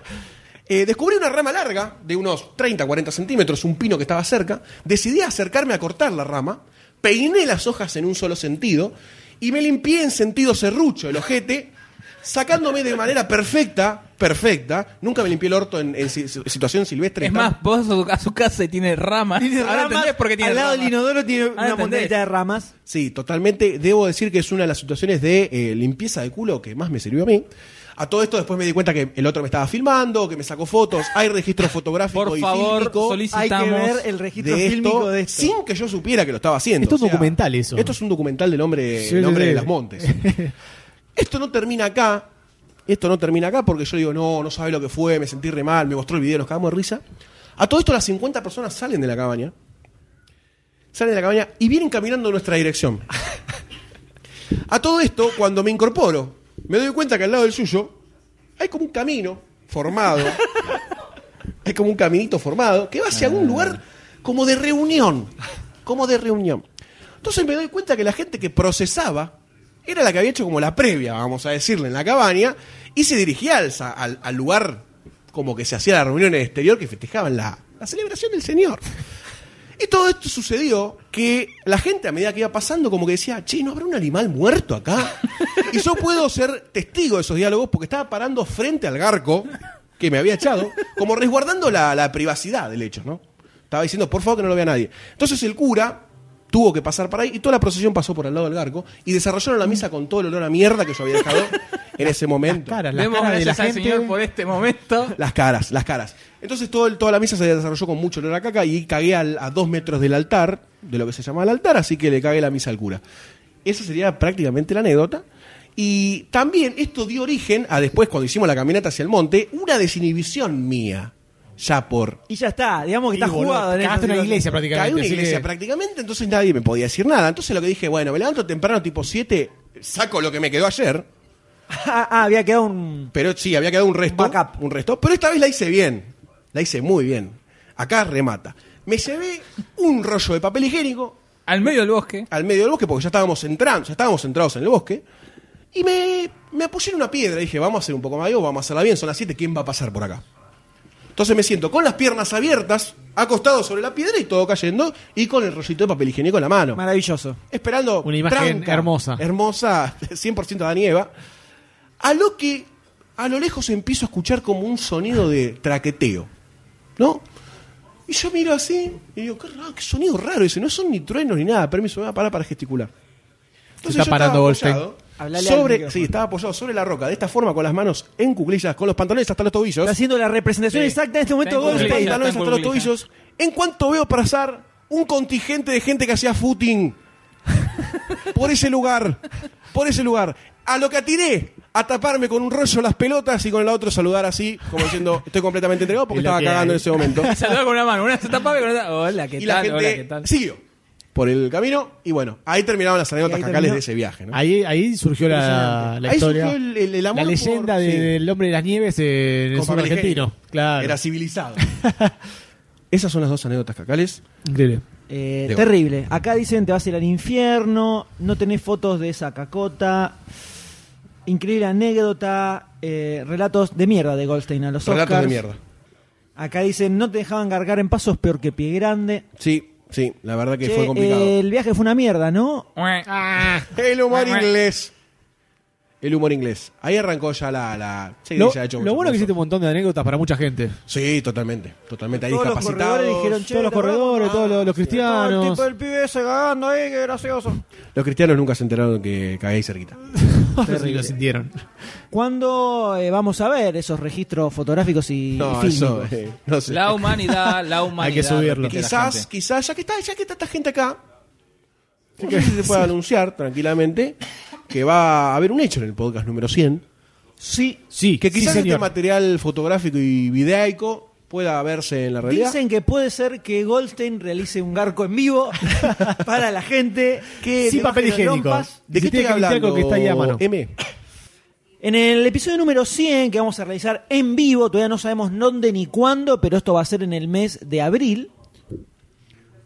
[SPEAKER 2] Eh, descubrí una rama larga de unos 30, 40 centímetros, un pino que estaba cerca. Decidí acercarme a cortar la rama, peiné las hojas en un solo sentido y me limpié en sentido serrucho el ojete, sacándome de manera perfecta, perfecta. Nunca me limpié el orto en, en si- situación silvestre.
[SPEAKER 11] Es más, vos a su, a su casa y tiene ramas.
[SPEAKER 10] Tiene
[SPEAKER 11] Ahora
[SPEAKER 10] ramas,
[SPEAKER 11] entendés por qué tiene
[SPEAKER 10] al lado
[SPEAKER 11] ramas.
[SPEAKER 10] del inodoro tiene
[SPEAKER 11] Ahora
[SPEAKER 10] una
[SPEAKER 11] entendés.
[SPEAKER 10] montañita de ramas.
[SPEAKER 2] Sí, totalmente. Debo decir que es una de las situaciones de eh, limpieza de culo que más me sirvió a mí. A todo esto después me di cuenta que el otro me estaba filmando, que me sacó fotos, hay registro fotográfico
[SPEAKER 11] Por
[SPEAKER 2] y
[SPEAKER 11] favor,
[SPEAKER 2] fílmico
[SPEAKER 10] Hay que
[SPEAKER 11] solicitamos.
[SPEAKER 10] ver el registro
[SPEAKER 2] de
[SPEAKER 10] fílmico
[SPEAKER 2] esto,
[SPEAKER 10] de esto.
[SPEAKER 2] sin que yo supiera que lo estaba haciendo.
[SPEAKER 9] Esto es
[SPEAKER 2] O sea,
[SPEAKER 9] documental, eso.
[SPEAKER 2] Esto es un documental del hombre,
[SPEAKER 9] Sí,
[SPEAKER 2] el
[SPEAKER 9] sí,
[SPEAKER 2] hombre
[SPEAKER 9] sí.
[SPEAKER 2] de las montes. esto no termina acá. Esto no termina acá porque yo digo, no, no sabe lo que fue, me sentí re mal, me mostró el video, nos cagamos de risa. A todo esto las 50 personas salen de la cabaña. Salen de la cabaña y vienen caminando en nuestra dirección. A todo esto, cuando me incorporo, me doy cuenta que al lado del suyo hay como un camino formado. hay como un caminito formado que va hacia algún lugar como de reunión. Como de reunión. Entonces me doy cuenta que la gente que procesaba era la que había hecho como la previa, vamos a decirle, en la cabaña, y se dirigía al, sa- al- al lugar como que se hacía la reunión en el exterior que festejaban la, la celebración del Señor. Y todo esto sucedió que la gente a medida que iba pasando como que decía, che, ¿no habrá un animal muerto acá? Y yo puedo ser testigo de esos diálogos porque estaba parando frente al garco que me había echado, como resguardando la, la privacidad del hecho, ¿no? Estaba diciendo, por favor, que no lo vea nadie. Entonces el cura tuvo que pasar por ahí y toda la procesión pasó por al lado del garco y desarrollaron la misa con todo el olor a mierda que yo había dejado en ese momento.
[SPEAKER 9] Caras, las
[SPEAKER 11] Demos
[SPEAKER 9] caras de la
[SPEAKER 11] gracias al
[SPEAKER 9] gente.
[SPEAKER 11] señor por este momento.
[SPEAKER 2] Las caras, las caras. Entonces todo el- toda la misa se desarrolló con mucho olor a caca y cagué al- a dos metros del altar, de lo que se llama el altar, así que le cagué la misa al cura. Esa sería prácticamente la anécdota. Y también esto dio origen a después, cuando hicimos la caminata hacia el monte, una desinhibición mía, ya por...
[SPEAKER 10] Y ya está, digamos que está
[SPEAKER 9] Y, boludo,
[SPEAKER 10] jugado. en
[SPEAKER 8] este
[SPEAKER 9] cagaste
[SPEAKER 10] esa
[SPEAKER 9] una
[SPEAKER 10] situación.
[SPEAKER 9] iglesia prácticamente.
[SPEAKER 2] Caí en una
[SPEAKER 9] así
[SPEAKER 2] iglesia
[SPEAKER 9] que-
[SPEAKER 2] prácticamente, entonces nadie me podía decir nada. Entonces lo que dije, bueno, me levanto temprano tipo 7, saco lo que me quedó ayer,
[SPEAKER 10] Ah, ah, había quedado un.
[SPEAKER 2] Pero sí, había quedado un resto.
[SPEAKER 10] Backup.
[SPEAKER 2] Un resto. Pero esta vez la hice bien. La hice muy bien. Acá remata. Me llevé un rollo de papel higiénico
[SPEAKER 11] Al medio del bosque.
[SPEAKER 2] al medio del bosque porque ya estábamos entrando, ya estábamos entrados en el bosque. Y me, me apoyé en una piedra. Dije, vamos a hacer un poco más de yoga, vamos a hacerla bien. Son las 7, ¿quién va a pasar por acá? Entonces me siento con las piernas abiertas, acostado sobre la piedra y todo cayendo, y con el rollito de papel higiénico en la mano
[SPEAKER 10] Maravilloso.
[SPEAKER 2] esperando
[SPEAKER 9] Una imagen
[SPEAKER 2] tranca,
[SPEAKER 9] hermosa.
[SPEAKER 2] Hermosa, 100% de Danieva. A lo que a lo lejos empiezo a escuchar como un sonido de traqueteo, ¿no? Y yo miro así y digo, qué, raro, qué sonido raro ese, no son ni truenos ni nada, permiso, me voy a parar para gesticular.
[SPEAKER 9] está
[SPEAKER 2] yo
[SPEAKER 9] parando
[SPEAKER 2] estaba
[SPEAKER 9] Goldstein.
[SPEAKER 2] apoyado,
[SPEAKER 10] Hablale al
[SPEAKER 2] sobre,
[SPEAKER 10] micrófono.
[SPEAKER 2] sí, estaba apoyado sobre la roca, de esta forma, con las manos en cuclillas, con los pantalones hasta los tobillos.
[SPEAKER 10] Está haciendo la representación
[SPEAKER 2] Sí.
[SPEAKER 10] exacta en este momento de
[SPEAKER 2] Con los
[SPEAKER 10] Goldstein.
[SPEAKER 2] pantalones hasta los tobillos. En cuanto veo pasar un contingente de gente que hacía footing por ese lugar, por ese lugar, a lo que atiré a taparme con un rollo las pelotas y con la otra saludar así, como diciendo, estoy completamente entregado porque
[SPEAKER 11] Es lo
[SPEAKER 2] estaba
[SPEAKER 11] que
[SPEAKER 2] cagando
[SPEAKER 11] hay.
[SPEAKER 2] en ese momento.
[SPEAKER 11] Saluda con una mano, una se tapaba y con otra. Hola, ¿qué
[SPEAKER 2] Y la
[SPEAKER 11] tal?
[SPEAKER 2] gente
[SPEAKER 11] Hola, ¿qué tal?
[SPEAKER 2] siguió por el camino y bueno, ahí terminaban las anécdotas
[SPEAKER 9] Y ahí
[SPEAKER 2] cacales
[SPEAKER 9] terminó.
[SPEAKER 2] de ese viaje. ¿no?
[SPEAKER 9] Ahí, ahí surgió la, la
[SPEAKER 2] Ahí
[SPEAKER 9] historia.
[SPEAKER 2] surgió el- el- el amor
[SPEAKER 9] la leyenda
[SPEAKER 2] por-
[SPEAKER 9] de-
[SPEAKER 2] sí.
[SPEAKER 9] del hombre de las nieves eh, en el
[SPEAKER 2] Con
[SPEAKER 9] sur
[SPEAKER 2] papel
[SPEAKER 9] argentino.
[SPEAKER 2] higiénico.
[SPEAKER 9] Claro.
[SPEAKER 2] Era civilizado. Esas son las dos anécdotas cacales.
[SPEAKER 9] Increíble.
[SPEAKER 8] Eh,
[SPEAKER 2] Digo.
[SPEAKER 8] terrible. Acá dicen te vas a ir al infierno, no tenés fotos de esa cacota. Increíble anécdota, eh, relatos de mierda de Goldstein a los
[SPEAKER 2] Relatos
[SPEAKER 8] Oscars.
[SPEAKER 2] de mierda.
[SPEAKER 8] Acá dicen no te dejaban cargar en pasos peor que pie grande.
[SPEAKER 2] Sí, sí, la verdad que
[SPEAKER 8] Che,
[SPEAKER 2] fue complicado.
[SPEAKER 8] eh, el viaje fue una mierda, ¿no?
[SPEAKER 10] Ah.
[SPEAKER 2] El humor inglés. El humor inglés. Ahí arrancó ya la. la sí,
[SPEAKER 9] Lo,
[SPEAKER 2] ya ha hecho
[SPEAKER 9] lo
[SPEAKER 2] mucho
[SPEAKER 9] bueno es que
[SPEAKER 2] esfuerzo.
[SPEAKER 9] hiciste un montón de anécdotas para mucha gente.
[SPEAKER 2] Sí, totalmente. Totalmente. Ahí
[SPEAKER 8] Todos los
[SPEAKER 2] capacitados.
[SPEAKER 8] corredores dijeron, che,
[SPEAKER 9] todos los
[SPEAKER 8] la verdad,
[SPEAKER 9] corredores, todos los, los
[SPEAKER 8] Todo el
[SPEAKER 9] cristianos.
[SPEAKER 8] tipo del pibe ese cagando ahí, qué gracioso.
[SPEAKER 2] Los cristianos nunca se enteraron que cagáis cerquita.
[SPEAKER 9] Sí, lo sintieron.
[SPEAKER 8] ¿Cuándo eh, vamos a ver esos registros fotográficos y,
[SPEAKER 2] No,
[SPEAKER 8] y
[SPEAKER 2] eso.
[SPEAKER 8] fílmicos?
[SPEAKER 2] eh, no sé.
[SPEAKER 11] La humanidad, la humanidad.
[SPEAKER 9] Hay que subirlo.
[SPEAKER 11] repite la
[SPEAKER 2] Quizás,
[SPEAKER 11] gente.
[SPEAKER 2] quizás, ya que está, ya que está esta gente acá, no sé si se puede anunciar tranquilamente que va a haber un hecho en el podcast número 100.
[SPEAKER 8] Sí,
[SPEAKER 9] Sí,
[SPEAKER 2] Que quizás
[SPEAKER 9] sí,
[SPEAKER 2] este
[SPEAKER 9] señor.
[SPEAKER 2] material fotográfico y videico pueda verse en la realidad.
[SPEAKER 8] Dicen que puede ser que Goldstein realice un garco en vivo para la gente que
[SPEAKER 9] Sin
[SPEAKER 8] le baje
[SPEAKER 9] papel
[SPEAKER 8] las
[SPEAKER 9] higiénico.
[SPEAKER 8] lompas.
[SPEAKER 2] ¿De
[SPEAKER 9] Si
[SPEAKER 2] qué estoy
[SPEAKER 9] tiene que limpiar
[SPEAKER 2] hablando?
[SPEAKER 9] con que está ahí a mano.
[SPEAKER 2] M.
[SPEAKER 8] En el episodio número 100 que vamos a realizar en vivo, todavía no sabemos dónde ni cuándo, pero esto va a ser en el mes de abril.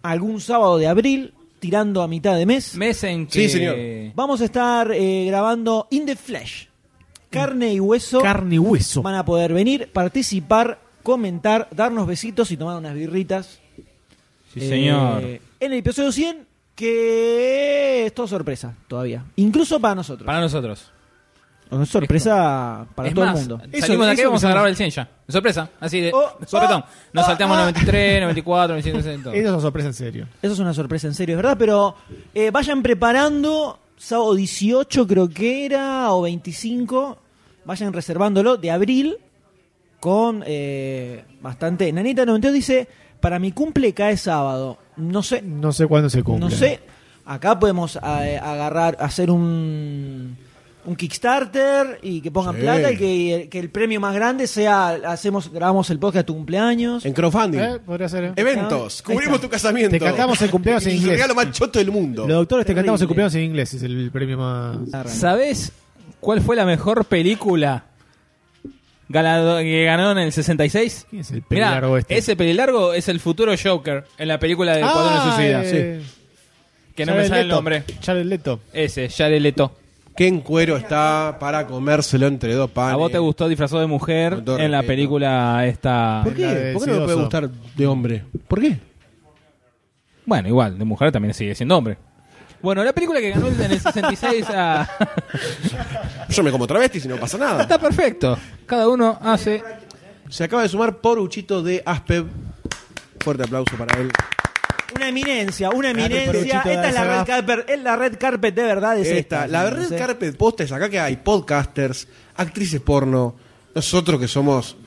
[SPEAKER 8] Algún sábado de abril, tirando a mitad de mes.
[SPEAKER 11] Mes en que.
[SPEAKER 2] Sí, señor.
[SPEAKER 8] Vamos a estar eh, grabando In the Flesh. Carne y hueso.
[SPEAKER 9] Carne y hueso.
[SPEAKER 8] Van a poder venir, participar, comentar, darnos besitos y tomar unas birritas.
[SPEAKER 11] Sí,
[SPEAKER 8] Eh,
[SPEAKER 11] señor.
[SPEAKER 8] En el episodio 100, que es todo sorpresa todavía. Incluso para nosotros.
[SPEAKER 11] Para nosotros.
[SPEAKER 8] O no es sorpresa para
[SPEAKER 11] es
[SPEAKER 8] todo
[SPEAKER 11] más,
[SPEAKER 8] el mundo.
[SPEAKER 9] Eso-
[SPEAKER 11] salimos de aquí
[SPEAKER 9] eso
[SPEAKER 11] y vamos
[SPEAKER 9] que
[SPEAKER 11] a
[SPEAKER 9] se nos-
[SPEAKER 11] grabar el 100 ya. De Sorpresa. Así de.
[SPEAKER 8] Oh,
[SPEAKER 11] sopetón.
[SPEAKER 9] ah,
[SPEAKER 8] oh,
[SPEAKER 11] Nos
[SPEAKER 8] oh,
[SPEAKER 11] salteamos
[SPEAKER 8] oh.
[SPEAKER 11] 93, 94, 97, todo.
[SPEAKER 9] Esa es una sorpresa en serio.
[SPEAKER 8] Eso es una sorpresa, en serio, es verdad. Pero eh, vayan preparando, sábado 18 creo que era, o 25, vayan reservándolo de abril con eh, bastante... Nanita 92 dice, para mi cumple cae sábado. No sé,
[SPEAKER 9] No sé cuándo se cumple.
[SPEAKER 8] no sé. Acá podemos eh, agarrar, hacer un, un Kickstarter y que pongan
[SPEAKER 2] Sí.
[SPEAKER 8] plata y que, que el premio más grande sea, hacemos grabamos el podcast a tu cumpleaños.
[SPEAKER 2] En crowdfunding.
[SPEAKER 9] Eh, Podría ser. eh.
[SPEAKER 2] Eventos.
[SPEAKER 8] Ahí
[SPEAKER 2] Cubrimos
[SPEAKER 8] está.
[SPEAKER 2] tu casamiento.
[SPEAKER 9] Te cantamos el cumpleaños en
[SPEAKER 2] El
[SPEAKER 9] inglés.
[SPEAKER 2] regalo más choto del mundo.
[SPEAKER 9] Los doctores te cantamos el
[SPEAKER 8] Terrible.
[SPEAKER 9] cumpleaños en inglés. Es el premio más.
[SPEAKER 11] Ah, ¿Sabés cuál fue la mejor película galado- que ganó en el 66?
[SPEAKER 9] ¿Quién es el pelo
[SPEAKER 11] Mirá,
[SPEAKER 9] largo este? Ah,
[SPEAKER 11] ese pelilargo es el futuro Joker en la película de Cuadro de Suicida.
[SPEAKER 9] eh,
[SPEAKER 11] Que no
[SPEAKER 9] Jared
[SPEAKER 11] me sale el
[SPEAKER 9] Leto.
[SPEAKER 11] nombre.
[SPEAKER 9] Jared Leto.
[SPEAKER 11] Ese, Jared Leto.
[SPEAKER 2] Qué en cuero está para comérselo entre dos panes.
[SPEAKER 11] ¿A vos te gustó disfrazado de mujer
[SPEAKER 2] Con todo
[SPEAKER 11] en la
[SPEAKER 2] respeto.
[SPEAKER 11] película esta?
[SPEAKER 2] ¿Por
[SPEAKER 9] La
[SPEAKER 2] qué?
[SPEAKER 9] de
[SPEAKER 2] ¿Por qué no me puede
[SPEAKER 9] Sidoso.
[SPEAKER 2] gustar de hombre? ¿Por qué?
[SPEAKER 11] Bueno, igual, de mujer también sigue siendo hombre. Bueno, la película que ganó en el 66 a-
[SPEAKER 2] Yo me como travesti si no pasa nada.
[SPEAKER 11] está perfecto. Cada uno hace...
[SPEAKER 2] Se acaba de sumar Poruchito de Aspev. Fuerte aplauso para él.
[SPEAKER 8] Una eminencia, una eminencia.
[SPEAKER 9] peruchito de
[SPEAKER 8] Esta es la
[SPEAKER 9] esa
[SPEAKER 8] red
[SPEAKER 9] gaf-
[SPEAKER 8] carpet, es la red carpet de verdad es esta.
[SPEAKER 2] Esta, la
[SPEAKER 8] señores,
[SPEAKER 2] red
[SPEAKER 8] eh.
[SPEAKER 2] carpet posta es acá que hay podcasters, actrices porno, nosotros que somos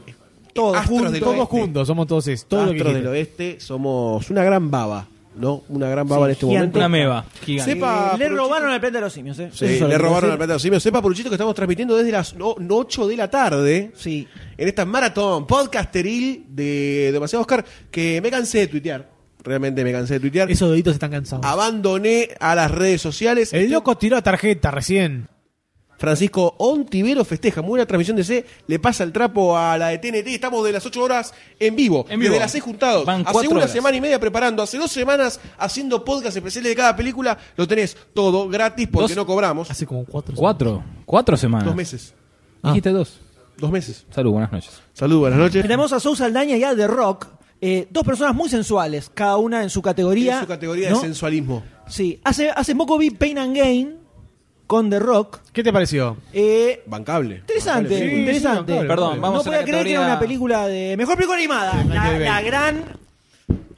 [SPEAKER 8] Todos
[SPEAKER 2] astros
[SPEAKER 8] juntos,
[SPEAKER 2] del
[SPEAKER 9] Todos
[SPEAKER 2] oeste.
[SPEAKER 9] juntos, somos todos es. Todo lo que
[SPEAKER 2] astros del
[SPEAKER 9] dijiste.
[SPEAKER 2] oeste, somos una gran baba, ¿no? Una gran baba
[SPEAKER 8] Sí,
[SPEAKER 2] en este
[SPEAKER 8] gigante. Eh,
[SPEAKER 2] momento.
[SPEAKER 11] Una meba. Gigante.
[SPEAKER 2] Sepa,
[SPEAKER 8] Le
[SPEAKER 2] Poruchito-
[SPEAKER 8] robaron al planeta de los simios, eh.
[SPEAKER 2] ah, Sí,
[SPEAKER 8] Eso
[SPEAKER 2] le
[SPEAKER 8] lo
[SPEAKER 2] robaron al
[SPEAKER 8] quiero
[SPEAKER 2] planeta de los simios. Sepa, Poruchito, que estamos transmitiendo desde las 8 de la tarde.
[SPEAKER 8] decir. Sí.
[SPEAKER 2] en esta maratón podcasteril de Demasiado Oscar que me cansé de tuitear. Realmente me cansé de tuitear.
[SPEAKER 9] Esos deditos están cansados.
[SPEAKER 2] Abandoné a las redes sociales.
[SPEAKER 9] El loco tiró tarjeta recién.
[SPEAKER 2] Francisco Ontivero festeja. Muy buena transmisión de C. Le pasa el trapo a la de TNT. Estamos de las 8 horas en vivo.
[SPEAKER 11] En vivo.
[SPEAKER 2] Desde las 6 juntados.
[SPEAKER 11] Van
[SPEAKER 2] hace
[SPEAKER 11] cuatro
[SPEAKER 2] una
[SPEAKER 11] horas.
[SPEAKER 2] semana y media preparando. Hace dos semanas haciendo podcast especiales de cada película. Lo tenés todo gratis porque
[SPEAKER 11] Dos-
[SPEAKER 2] no cobramos.
[SPEAKER 9] Hace como cuatro.
[SPEAKER 11] Cuatro. Cuatro semanas.
[SPEAKER 2] Dos meses.
[SPEAKER 9] Ah.
[SPEAKER 11] Dijiste dos.
[SPEAKER 2] Dos meses.
[SPEAKER 11] Salud, buenas noches.
[SPEAKER 2] Saludos, buenas noches.
[SPEAKER 8] Tenemos a Sousa Aldaña y a The Rock. eh, dos personas muy sensuales, cada una en su categoría.
[SPEAKER 2] En su categoría
[SPEAKER 8] ¿no?
[SPEAKER 2] de sensualismo.
[SPEAKER 8] Sí. Hace, hace poco vi Pain and Gain con The Rock.
[SPEAKER 9] ¿Qué te pareció?
[SPEAKER 8] Eh,
[SPEAKER 2] Bancable.
[SPEAKER 8] interesante,
[SPEAKER 9] Sí, sí,
[SPEAKER 8] interesante.
[SPEAKER 9] bancable,
[SPEAKER 11] Perdón, bancable. vamos
[SPEAKER 8] No
[SPEAKER 11] a la
[SPEAKER 8] podía creer que era
[SPEAKER 11] categoría-
[SPEAKER 8] una película de. Mejor película animada. La, la gran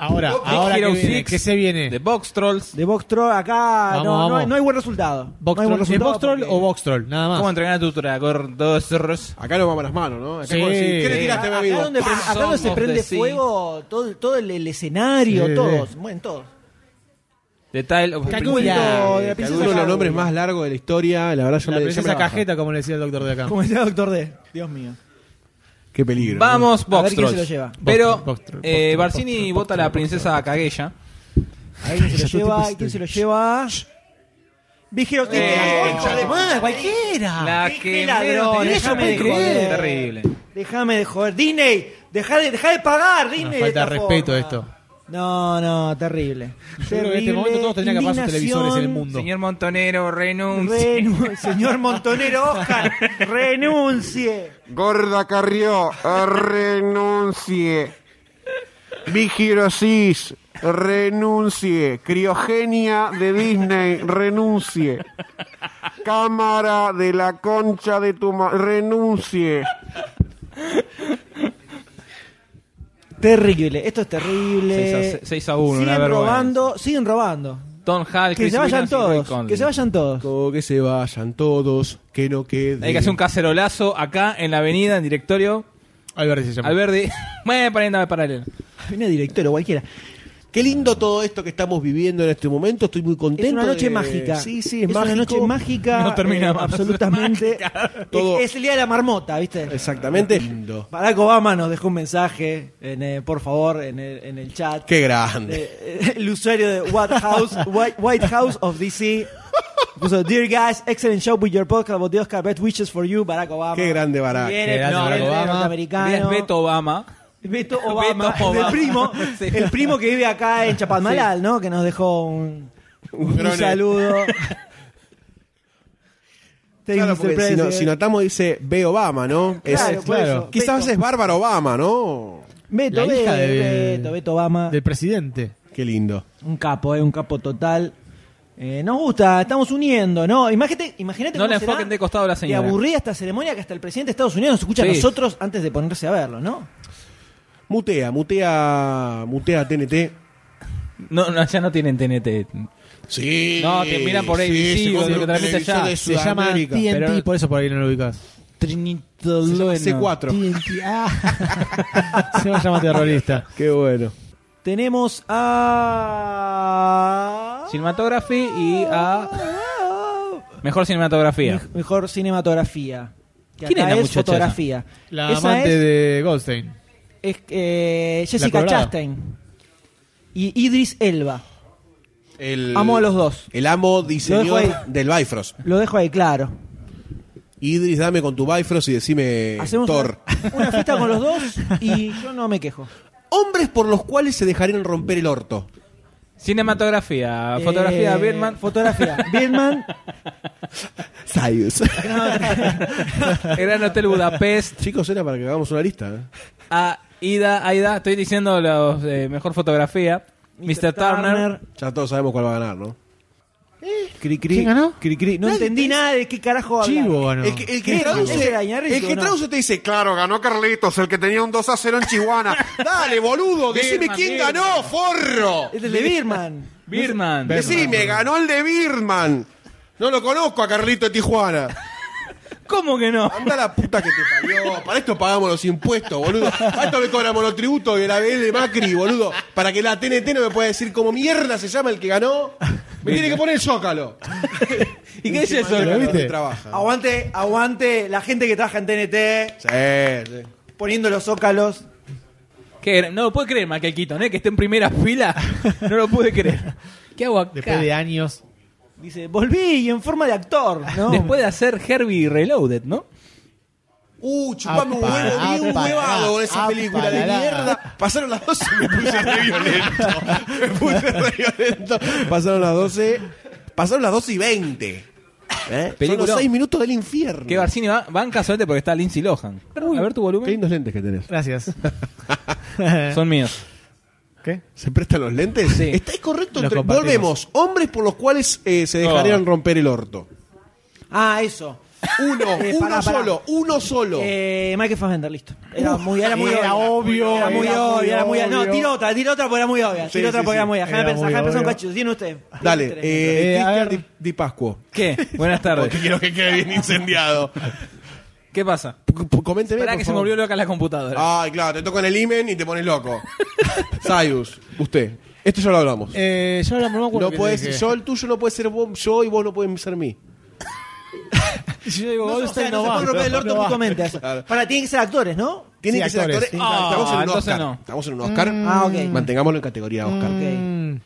[SPEAKER 9] Ahora,
[SPEAKER 11] Big
[SPEAKER 9] ahora que
[SPEAKER 11] Hero
[SPEAKER 9] viene,
[SPEAKER 11] 6,
[SPEAKER 9] que se viene.
[SPEAKER 11] De Box Trolls.
[SPEAKER 8] De Box Troll acá no,
[SPEAKER 9] Vamos,
[SPEAKER 8] no
[SPEAKER 9] vamos.
[SPEAKER 8] hay- no hay buen resultado.
[SPEAKER 9] Box
[SPEAKER 8] no hay buen
[SPEAKER 9] Troll- ¿Es
[SPEAKER 8] resultado
[SPEAKER 9] Box Troll
[SPEAKER 8] porque-
[SPEAKER 9] o Box Troll? Nada más.
[SPEAKER 11] ¿Cómo entrenar a tu dragón? Dos cerros.
[SPEAKER 2] Acá lo vamos a las manos, ¿no? Acá
[SPEAKER 9] Sí.
[SPEAKER 2] como decir, ¿Qué le tiraste, mi
[SPEAKER 8] Ah, Acá,
[SPEAKER 2] amigo?
[SPEAKER 8] donde, pre- acá donde se
[SPEAKER 11] Song of
[SPEAKER 8] prende
[SPEAKER 11] the Sea.
[SPEAKER 8] fuego todo, todo el, el escenario,
[SPEAKER 9] Sí.
[SPEAKER 8] todos, mueren todos.
[SPEAKER 11] The Tale of
[SPEAKER 9] Cacuya.
[SPEAKER 8] Cuento de la
[SPEAKER 2] Que
[SPEAKER 8] princesa
[SPEAKER 2] Uno de los
[SPEAKER 8] Gaudi.
[SPEAKER 2] nombres más largos de la historia, la verdad yo
[SPEAKER 9] La
[SPEAKER 2] me, yo me
[SPEAKER 9] princesa
[SPEAKER 2] la bajo.
[SPEAKER 9] cajeta, como le decía el doctor de acá.
[SPEAKER 8] Como decía Doctor D. Dios mío.
[SPEAKER 2] Qué peligro. ¿no?
[SPEAKER 11] Vamos,
[SPEAKER 8] A ver
[SPEAKER 11] Box
[SPEAKER 8] quién se
[SPEAKER 11] Trolls.
[SPEAKER 8] lo lleva.
[SPEAKER 11] Pero
[SPEAKER 9] Box Troll, Box Troll,
[SPEAKER 11] eh,
[SPEAKER 9] Box Troll,
[SPEAKER 11] Barcini
[SPEAKER 9] Box Troll,
[SPEAKER 11] vota a la
[SPEAKER 9] Box Troll,
[SPEAKER 11] princesa Kagueya.
[SPEAKER 8] A ver quién se lo lleva, a quién se lo lleva. Vigero
[SPEAKER 11] Eh,
[SPEAKER 8] de más, cualquiera.
[SPEAKER 11] La
[SPEAKER 8] Qué-
[SPEAKER 11] que
[SPEAKER 8] qué ladrón,
[SPEAKER 11] menos-
[SPEAKER 8] déjame de
[SPEAKER 11] Eso puede
[SPEAKER 8] joder.
[SPEAKER 11] creer. Terrible.
[SPEAKER 8] Déjame de joder. Disney, deja de, dejá de pagar, Disney.
[SPEAKER 9] Una
[SPEAKER 8] de
[SPEAKER 9] falta de
[SPEAKER 8] esta
[SPEAKER 9] respeto
[SPEAKER 8] forma.
[SPEAKER 9] esto.
[SPEAKER 8] No, no, terrible.
[SPEAKER 9] Yo creo que en este momento todos tendrían que apagar sus televisores en el mundo.
[SPEAKER 11] Señor Montonero, renuncia.
[SPEAKER 8] Renuncie, señor Montonero Oscar, renuncie.
[SPEAKER 13] Gorda Carrió, renuncie. Vigirosis, renuncie. Criogenia de Disney, renuncie. Cámara de la concha de tu ma- renuncie.
[SPEAKER 8] Terrible, esto es terrible.
[SPEAKER 11] 6 a- 6 a 1, una
[SPEAKER 8] Siguen
[SPEAKER 11] vergüenza.
[SPEAKER 8] robando, siguen robando.
[SPEAKER 11] Tom Hall,
[SPEAKER 8] Que
[SPEAKER 11] Chris
[SPEAKER 8] se vayan
[SPEAKER 11] Williams y Roy
[SPEAKER 8] todos,
[SPEAKER 11] Conley.
[SPEAKER 8] que se vayan todos.
[SPEAKER 2] Todo Que se vayan todos, que no quede.
[SPEAKER 11] Hay que hacer un cacerolazo acá en la avenida, en directorio.
[SPEAKER 9] Alberti se llama.
[SPEAKER 11] Alberdi, bueno, poniéndome paralelo.
[SPEAKER 8] Viene director o cualquiera.
[SPEAKER 2] Qué lindo todo esto que estamos viviendo en este momento. Estoy muy contento.
[SPEAKER 8] Es una noche
[SPEAKER 2] de-
[SPEAKER 8] mágica.
[SPEAKER 2] Sí, sí,
[SPEAKER 8] es
[SPEAKER 2] es,
[SPEAKER 8] una
[SPEAKER 2] mágico.
[SPEAKER 8] noche mágica. eh,
[SPEAKER 11] No termina más, es
[SPEAKER 8] absolutamente.
[SPEAKER 2] Todo-
[SPEAKER 8] Es, es el día de la marmota, ¿viste?
[SPEAKER 2] Exactamente. Lindo.
[SPEAKER 8] Barack Obama nos dejó un mensaje, en, eh, por favor, en el, en el chat.
[SPEAKER 2] Qué grande.
[SPEAKER 8] Eh, el usuario de White House, White, White House of DC. Puso, Dear guys, excellent show with your podcast about the Oscar. Best wishes for you, Barack Obama.
[SPEAKER 2] Qué grande Barack.
[SPEAKER 8] Viene
[SPEAKER 9] Qué grande
[SPEAKER 8] el
[SPEAKER 9] Barack
[SPEAKER 8] presidente
[SPEAKER 9] Obama.
[SPEAKER 8] norteamericano.
[SPEAKER 11] Mira, es Beto Obama.
[SPEAKER 8] Beto Obama,
[SPEAKER 11] Beto Obama.
[SPEAKER 8] El, primo,
[SPEAKER 11] Sí.
[SPEAKER 8] el primo que vive acá en Chapadmalal, ¿no? Que nos dejó un, un
[SPEAKER 2] grone.
[SPEAKER 8] saludo. Thank you,
[SPEAKER 2] Claro,
[SPEAKER 8] Mr.
[SPEAKER 2] porque si, no-
[SPEAKER 8] President.
[SPEAKER 2] si notamos, dice B. Obama, ¿no?
[SPEAKER 8] eh, Claro,
[SPEAKER 2] Es- eh,
[SPEAKER 8] por
[SPEAKER 9] claro.
[SPEAKER 8] eso.
[SPEAKER 2] Quizás
[SPEAKER 8] Beto,
[SPEAKER 2] es Bárbara Obama, ¿no?
[SPEAKER 8] Beto,
[SPEAKER 9] La hija
[SPEAKER 8] Beto,
[SPEAKER 9] de-
[SPEAKER 8] Beto, Beto Obama.
[SPEAKER 9] Del presidente.
[SPEAKER 2] Qué lindo.
[SPEAKER 8] Un capo, ¿eh? un capo total. Eh, nos gusta, estamos uniendo, ¿no? Imagínate, imagínate
[SPEAKER 11] No
[SPEAKER 8] cómo
[SPEAKER 11] la
[SPEAKER 8] será
[SPEAKER 11] enfoquen de costado a la señora.
[SPEAKER 8] de aburrida esta ceremonia que hasta el presidente de Estados Unidos nos escucha a
[SPEAKER 11] Sí.
[SPEAKER 8] nosotros antes de ponerse a verlo, ¿no?
[SPEAKER 2] Mutea, mutea, mutea TNT.
[SPEAKER 11] No, no, ya no tienen TNT.
[SPEAKER 2] Sí.
[SPEAKER 11] No, te miran por ahí, sí,
[SPEAKER 2] se
[SPEAKER 11] o de
[SPEAKER 2] compra
[SPEAKER 11] que
[SPEAKER 2] un
[SPEAKER 11] transmite
[SPEAKER 2] televisor
[SPEAKER 11] allá.
[SPEAKER 2] de
[SPEAKER 9] Se llama
[SPEAKER 2] Sudamérica.
[SPEAKER 9] TNT,
[SPEAKER 11] pero-
[SPEAKER 9] por eso por ahí no lo ubicas.
[SPEAKER 11] Trinitolueno.
[SPEAKER 2] Se llama C4.
[SPEAKER 9] TNT. Ah. se llama terrorista.
[SPEAKER 2] Qué bueno.
[SPEAKER 8] Tenemos a...
[SPEAKER 11] Cinematography y a... Mejor cinematografía.
[SPEAKER 8] Mej- Mejor cinematografía. Que
[SPEAKER 11] ¿Quién
[SPEAKER 8] acá
[SPEAKER 11] es la
[SPEAKER 8] es
[SPEAKER 11] muchacha
[SPEAKER 8] fotografía.
[SPEAKER 9] La
[SPEAKER 8] Esa
[SPEAKER 9] amante
[SPEAKER 8] es,
[SPEAKER 9] de Goldstein.
[SPEAKER 8] es, eh, Jessica
[SPEAKER 9] colorada.
[SPEAKER 8] Chastain y Idris Elba.
[SPEAKER 2] El,
[SPEAKER 8] Amo a los dos.
[SPEAKER 2] El amo
[SPEAKER 8] Lo dejo ahí.
[SPEAKER 2] diseñador del Bifrost.
[SPEAKER 8] Lo dejo ahí claro.
[SPEAKER 2] Idris, dame con tu Bifrost y decime
[SPEAKER 8] Hacemos
[SPEAKER 2] Thor.
[SPEAKER 8] una, una fiesta con los dos y yo no me quejo.
[SPEAKER 2] Hombres por los cuales se dejarían romper el orto.
[SPEAKER 11] Cinematografía. Ah, Fotografía
[SPEAKER 8] Eh,
[SPEAKER 11] Birdman.
[SPEAKER 8] Fotografía Birdman.
[SPEAKER 2] Sayus.
[SPEAKER 11] Gran Hotel Budapest.
[SPEAKER 2] Chicos, era para que hagamos una lista. ¿eh?
[SPEAKER 11] A Ida, Aida. Estoy diciendo los eh, mejor fotografía. Mr. Turner.
[SPEAKER 2] Ya todos sabemos cuál va a ganar, ¿no?
[SPEAKER 8] Cri, cri,
[SPEAKER 9] ¿Quién ganó?
[SPEAKER 8] Cri, cri. No entendí nada de qué carajo hablan.
[SPEAKER 9] Chivo ganó.
[SPEAKER 2] El que, el que
[SPEAKER 8] ¿Qué? ¿Ese
[SPEAKER 2] traduce,
[SPEAKER 8] era Iñárritu
[SPEAKER 2] el que
[SPEAKER 8] o no?
[SPEAKER 2] traduce te dice,
[SPEAKER 13] Claro, ganó Carlitos, el que tenía un 2 a 0 en Chihuahua.
[SPEAKER 2] dale, boludo, decime
[SPEAKER 11] Birman,
[SPEAKER 2] quién
[SPEAKER 11] Birman.
[SPEAKER 2] ganó, forro.
[SPEAKER 8] Este es de Birdman.
[SPEAKER 11] Birdman.
[SPEAKER 2] Decime, ganó el de Birman. No lo conozco a Carlito de Tijuana.
[SPEAKER 11] ¿Cómo que no?
[SPEAKER 2] Anda la puta que te parió. Para esto pagamos los impuestos, boludo. Para esto le cobramos los tributos de la BL de Macri, boludo. Para que la TNT no me pueda decir cómo mierda se llama el que ganó. Me tiene que poner el zócalo.
[SPEAKER 11] ¿Y qué es eso?
[SPEAKER 9] ¿Lo
[SPEAKER 2] Donde
[SPEAKER 9] viste?
[SPEAKER 2] Trabaja.
[SPEAKER 8] Aguante, aguante la gente que trabaja en TNT
[SPEAKER 2] Sí, sí.
[SPEAKER 8] poniendo los zócalos.
[SPEAKER 11] ¿Qué era? No lo puedo creer, Michael Keaton, ¿eh? que esté en primera fila. No lo pude creer. ¿Qué hago acá?
[SPEAKER 9] Después de años.
[SPEAKER 8] Dice, volví y en forma de actor, ¿no?
[SPEAKER 11] Después de hacer Herbie Reloaded, ¿no?
[SPEAKER 2] Uh, chupame un
[SPEAKER 9] Apa,
[SPEAKER 2] huevo, vi un
[SPEAKER 9] apa,
[SPEAKER 2] huevado con esa
[SPEAKER 9] apa,
[SPEAKER 2] película de
[SPEAKER 9] la, la.
[SPEAKER 2] mierda. Pasaron las 12 y me puse re violento. Me puse re violento. Pasaron las 12. Pasaron las 12 y 20. ¿Eh? Son los
[SPEAKER 11] Peliculón.
[SPEAKER 2] 6 minutos del infierno.
[SPEAKER 11] Que Barcini va, banca solamente porque está Lindsay Lohan. A ver
[SPEAKER 2] Qué
[SPEAKER 11] tu volumen.
[SPEAKER 2] lindos lentes que tenés.
[SPEAKER 9] Gracias.
[SPEAKER 11] Son míos.
[SPEAKER 9] ¿Qué?
[SPEAKER 2] ¿Se prestan los lentes?
[SPEAKER 11] Sí.
[SPEAKER 2] Está correcto.
[SPEAKER 9] Los
[SPEAKER 2] entre-
[SPEAKER 9] compartimos.
[SPEAKER 2] Volvemos. Hombres por los cuales eh, se dejarían
[SPEAKER 11] Oh.
[SPEAKER 2] romper el orto.
[SPEAKER 8] Ah, eso.
[SPEAKER 2] Uno,
[SPEAKER 8] Eh,
[SPEAKER 2] uno
[SPEAKER 8] pará, pará.
[SPEAKER 2] solo, uno solo.
[SPEAKER 8] Eh, Michael Fassbender, listo. Era
[SPEAKER 2] Uf,
[SPEAKER 8] muy, era muy
[SPEAKER 2] era obvio,
[SPEAKER 8] Era muy
[SPEAKER 2] era muy
[SPEAKER 8] obvio, era muy obvio. No,
[SPEAKER 2] obvio.
[SPEAKER 8] tira otra, tira otra porque era muy obvia.
[SPEAKER 2] Sí,
[SPEAKER 8] Tira otra
[SPEAKER 2] sí,
[SPEAKER 8] porque era
[SPEAKER 2] sí.
[SPEAKER 8] muy obvia. Déjame
[SPEAKER 2] Era
[SPEAKER 8] pensar,
[SPEAKER 2] muy
[SPEAKER 8] déjame pensar un
[SPEAKER 2] obvio.
[SPEAKER 8] cachito. Tiene usted.
[SPEAKER 2] Dale,
[SPEAKER 8] Tiene usted.
[SPEAKER 2] eh, Cristian Di, Di Pascuo.
[SPEAKER 11] ¿Qué? Buenas tardes.
[SPEAKER 2] Porque quiero que quede bien incendiado.
[SPEAKER 11] ¿Qué pasa?
[SPEAKER 2] Coménteme.
[SPEAKER 11] Esperá
[SPEAKER 2] por
[SPEAKER 11] que se me
[SPEAKER 2] favor. Ah.
[SPEAKER 11] volvió loca la computadora.
[SPEAKER 2] Ay, claro, te tocan el imen y te pones loco. Sayus, usted. Esto ya lo hablamos.
[SPEAKER 9] Eh, ya hablamos, no me acuerdo
[SPEAKER 2] No
[SPEAKER 9] qué
[SPEAKER 2] puedes,
[SPEAKER 9] te dije.
[SPEAKER 2] yo el tuyo no puede ser vos, yo y vos no pueden ser mí.
[SPEAKER 9] Y si yo digo,
[SPEAKER 8] No, o
[SPEAKER 9] Goldstein
[SPEAKER 8] sea,
[SPEAKER 9] no
[SPEAKER 8] no se
[SPEAKER 9] va.
[SPEAKER 8] puede romper el orto
[SPEAKER 9] No va.
[SPEAKER 8] mutuamente. eso.
[SPEAKER 2] Claro.
[SPEAKER 8] Para, tienen que ser actores, ¿no?
[SPEAKER 2] Tienen
[SPEAKER 9] Sí,
[SPEAKER 2] que ser actores.
[SPEAKER 9] actores.
[SPEAKER 2] Ah, estamos en un
[SPEAKER 11] entonces
[SPEAKER 2] Oscar.
[SPEAKER 11] no.
[SPEAKER 2] Estamos en un Oscar.
[SPEAKER 8] Ah, ok. Mm.
[SPEAKER 2] Mantengámoslo en categoría Oscar.
[SPEAKER 11] Mm,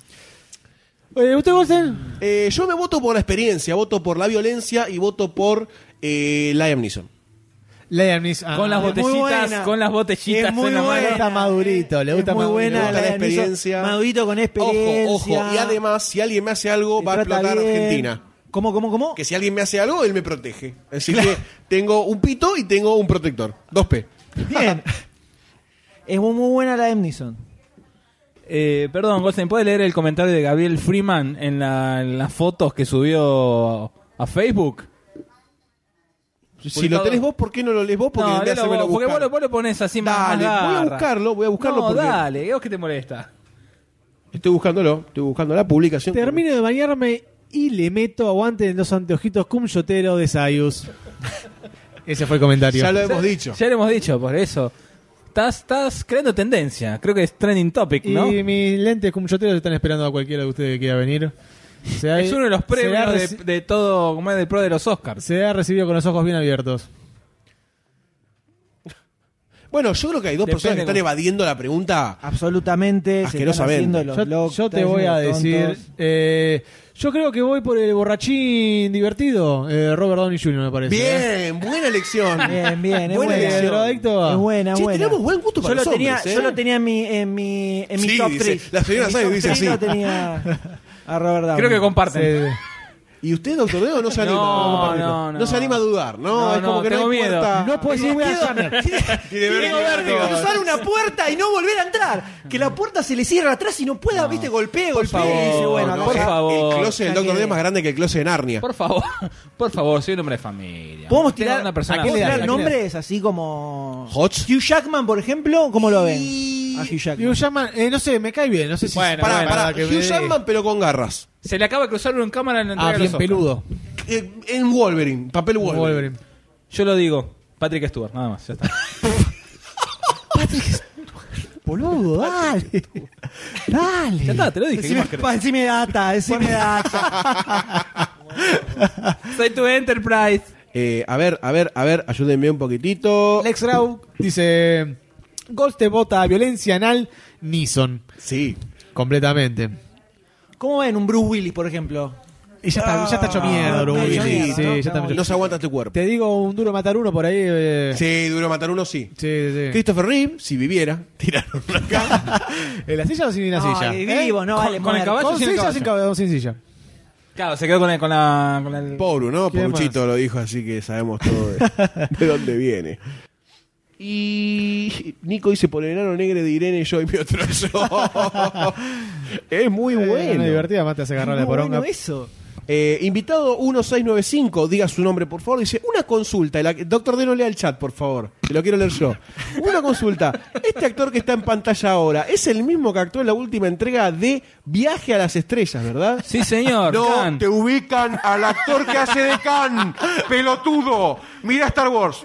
[SPEAKER 9] Eh, ¿Usted, Goldstein?
[SPEAKER 2] Eh, yo me voto por la experiencia, voto por la violencia y voto por eh, Liam Neeson.
[SPEAKER 8] Ah,
[SPEAKER 9] Liam Neeson. Ah,
[SPEAKER 11] Con las
[SPEAKER 9] es muy
[SPEAKER 11] botellitas,
[SPEAKER 9] buena.
[SPEAKER 11] con las botellitas
[SPEAKER 8] Es muy
[SPEAKER 11] en la mano.
[SPEAKER 9] Le
[SPEAKER 8] buena.
[SPEAKER 9] gusta Madurito, le
[SPEAKER 8] Es
[SPEAKER 9] gusta
[SPEAKER 8] muy
[SPEAKER 9] Madurito.
[SPEAKER 8] buena
[SPEAKER 2] gusta la
[SPEAKER 8] la
[SPEAKER 2] experiencia.
[SPEAKER 8] experiencia. Madurito con experiencia.
[SPEAKER 2] Ojo, ojo. Y además, si alguien me hace algo,
[SPEAKER 8] Te
[SPEAKER 2] va a
[SPEAKER 8] trata
[SPEAKER 2] explotar
[SPEAKER 8] bien.
[SPEAKER 2] Argentina.
[SPEAKER 8] ¿Cómo, cómo, cómo?
[SPEAKER 2] Que si alguien me hace algo, él me protege. Así que tengo un pito y tengo un protector. 2P.
[SPEAKER 8] Bien. es muy, muy buena la de Emnison.
[SPEAKER 11] Eh, perdón, Goldstein, ¿puedes leer el comentario de Gabriel Freeman en, la- en las fotos que subió a Facebook?
[SPEAKER 2] Si lo tenés vos, ¿por qué no lo lees vos? Porque
[SPEAKER 11] no,
[SPEAKER 2] me
[SPEAKER 11] léelo
[SPEAKER 2] hace
[SPEAKER 11] vos,
[SPEAKER 2] menos
[SPEAKER 11] porque vos
[SPEAKER 2] buscar.
[SPEAKER 11] lo, vos lo pones así más- más
[SPEAKER 2] Dale, voy a
[SPEAKER 11] garra.
[SPEAKER 2] buscarlo, voy a buscarlo
[SPEAKER 11] No,
[SPEAKER 2] porque
[SPEAKER 11] dale, ¿qué es que te molesta?
[SPEAKER 2] estoy buscándolo, estoy buscando la publicación.
[SPEAKER 9] Termino de bañarme y le meto aguante en los anteojitos cum yotero de Sayus. Ese fue el comentario.
[SPEAKER 2] Ya lo hemos dicho.
[SPEAKER 11] Ya lo hemos dicho, por eso. Estás, estás creando tendencia. Creo que es trending topic, ¿no?
[SPEAKER 9] Y eh, mis lentes cum yoteros están esperando a cualquiera de ustedes que quiera venir. Se ha-
[SPEAKER 11] Es uno de los
[SPEAKER 9] se ha
[SPEAKER 11] premios de,
[SPEAKER 9] reci-
[SPEAKER 11] de todo, como es del pro de los Oscars.
[SPEAKER 9] Se ha recibido con los ojos bien abiertos.
[SPEAKER 2] Bueno, yo creo que hay dos
[SPEAKER 11] Depende
[SPEAKER 2] personas que están
[SPEAKER 11] cómo-
[SPEAKER 2] evadiendo la pregunta.
[SPEAKER 8] Absolutamente. se están
[SPEAKER 2] Asquerosamente.
[SPEAKER 8] haciendo los
[SPEAKER 9] Yo,
[SPEAKER 8] locos,
[SPEAKER 9] yo te
[SPEAKER 8] están
[SPEAKER 9] voy a
[SPEAKER 8] haciendo los
[SPEAKER 9] decir.
[SPEAKER 8] tontos.
[SPEAKER 9] eh, yo creo que voy por el borrachín divertido. eh, Robert Downey Jr., me parece. ¿eh?
[SPEAKER 2] Bien, buena elección.
[SPEAKER 8] Bien, bien, es
[SPEAKER 2] Buena
[SPEAKER 8] buena.
[SPEAKER 2] elección.
[SPEAKER 9] Drogadicto.
[SPEAKER 8] Es buena,
[SPEAKER 2] Che,
[SPEAKER 8] buena.
[SPEAKER 2] tenemos buen gusto para
[SPEAKER 8] yo
[SPEAKER 2] los
[SPEAKER 8] lo tenía,
[SPEAKER 2] hombres, ¿eh?
[SPEAKER 8] Yo lo tenía en mi, en mi, en mi
[SPEAKER 2] Sí,
[SPEAKER 8] top
[SPEAKER 2] dice.
[SPEAKER 8] 3.
[SPEAKER 2] La señora Sayus dice así.
[SPEAKER 8] Yo tenía a Robert Downey.
[SPEAKER 11] Creo que comparten.
[SPEAKER 9] Se-
[SPEAKER 2] ¿Y usted, doctor Deo, no se anima?
[SPEAKER 11] No,
[SPEAKER 2] Vamos, Pablito.
[SPEAKER 11] no, no.
[SPEAKER 2] se anima a dudar, ¿no?
[SPEAKER 11] No,
[SPEAKER 2] es como
[SPEAKER 11] no,
[SPEAKER 2] que no
[SPEAKER 11] tengo
[SPEAKER 2] hay
[SPEAKER 11] miedo.
[SPEAKER 2] puerta.
[SPEAKER 9] No puedo decir voy a
[SPEAKER 2] Tiene vértigo.
[SPEAKER 8] Cruzar una puerta y no volver a entrar. Que la puerta se le cierra atrás y no pueda, viste, golpee, golpee. Y dice,
[SPEAKER 11] favor,
[SPEAKER 8] bueno,
[SPEAKER 2] No,
[SPEAKER 8] acá
[SPEAKER 11] por
[SPEAKER 2] ya
[SPEAKER 8] ya-
[SPEAKER 11] favor.
[SPEAKER 2] El closet del
[SPEAKER 8] Ya
[SPEAKER 2] doctor
[SPEAKER 8] que-
[SPEAKER 2] Deo es más grande que el closet de Narnia.
[SPEAKER 11] Por favor, por favor, soy un hombre de familia.
[SPEAKER 8] ¿Podemos
[SPEAKER 11] Tengo
[SPEAKER 8] tirar,
[SPEAKER 11] una persona
[SPEAKER 8] ¿podemos
[SPEAKER 11] así,
[SPEAKER 8] tirar
[SPEAKER 11] ¿la querés?
[SPEAKER 8] nombres así como.
[SPEAKER 2] Hodge.
[SPEAKER 8] Hugh Jackman, por ejemplo, ¿cómo lo ven? A Hugh Jackman.
[SPEAKER 9] Hugh Jackman, eh, no sé, me cae bien. No sé si.
[SPEAKER 11] Bueno,
[SPEAKER 2] Pará,
[SPEAKER 11] bueno,
[SPEAKER 2] pará.
[SPEAKER 9] la que me-
[SPEAKER 2] Hugh Jackman, pero con garras.
[SPEAKER 11] Se le acaba de cruzar uno en cámara en la entrega
[SPEAKER 9] Ah,
[SPEAKER 11] de
[SPEAKER 9] bien
[SPEAKER 11] los Oscars.
[SPEAKER 9] peludo.
[SPEAKER 2] Eh, en Wolverine, papel Wolverine.
[SPEAKER 9] Wolverine.
[SPEAKER 11] Yo lo digo, Patrick Stewart, nada más, ya está.
[SPEAKER 9] Boludo, dale. dale.
[SPEAKER 11] Ya está, te lo dije. ¿qué
[SPEAKER 8] Decime,
[SPEAKER 11] más querés?
[SPEAKER 8] pa, decime data, decime data.
[SPEAKER 11] Soy tu Enterprise.
[SPEAKER 2] Eh, a ver, a ver, a ver, ayúdenme un poquitito.
[SPEAKER 9] Lex Rau dice: Ghost te vota a violencia anal, Nison.
[SPEAKER 2] Sí.
[SPEAKER 9] Completamente.
[SPEAKER 8] ¿Cómo ven un Bruce Willis, por ejemplo?
[SPEAKER 9] Y ya está, ya está
[SPEAKER 2] Ah,
[SPEAKER 9] hecho mierda,
[SPEAKER 8] no,
[SPEAKER 9] Bruce
[SPEAKER 8] no,
[SPEAKER 9] Willis.
[SPEAKER 8] no,
[SPEAKER 9] Sí,
[SPEAKER 8] no,
[SPEAKER 9] ya está
[SPEAKER 8] no,
[SPEAKER 9] hecho-
[SPEAKER 2] No se aguanta este cuerpo.
[SPEAKER 9] Te digo un duro matar uno por ahí. eh.
[SPEAKER 2] Sí, duro matar uno, sí.
[SPEAKER 9] Sí, sí, sí.
[SPEAKER 2] Christopher Reeve, si viviera, tiraron acá.
[SPEAKER 9] ¿En la silla o sin la
[SPEAKER 8] No,
[SPEAKER 9] silla?
[SPEAKER 8] eh, vivo, no
[SPEAKER 11] Con-
[SPEAKER 8] vale.
[SPEAKER 11] con
[SPEAKER 8] muerto.
[SPEAKER 11] el caballo.
[SPEAKER 9] ¿Con
[SPEAKER 11] sin el
[SPEAKER 9] silla o sin, cab- sin silla?
[SPEAKER 11] Claro, se quedó con, el- con la. Con el...
[SPEAKER 2] Poru, ¿no?
[SPEAKER 9] ¿Quién
[SPEAKER 2] Poruchito
[SPEAKER 9] más?
[SPEAKER 2] lo dijo, así que sabemos todo de, de dónde viene. Y Nico dice por el enano negro de Irene, yo y mi otro yo. es muy
[SPEAKER 9] Eh,
[SPEAKER 2] bueno.
[SPEAKER 9] Una divertida, más te hace agarrar la
[SPEAKER 8] Muy
[SPEAKER 9] poronga.
[SPEAKER 8] bueno eso.
[SPEAKER 2] Eh, invitado 1695, diga su nombre por favor. Dice, una consulta. El ac- Doctor D no lea el chat, por favor. Te lo quiero leer yo. Una consulta. Este actor que está en pantalla ahora es el mismo que actuó en la última entrega de Viaje a las Estrellas, ¿verdad?
[SPEAKER 11] Sí, señor.
[SPEAKER 13] No,
[SPEAKER 11] Khan.
[SPEAKER 13] te ubican al actor que hace de Khan, pelotudo. Mira Star Wars.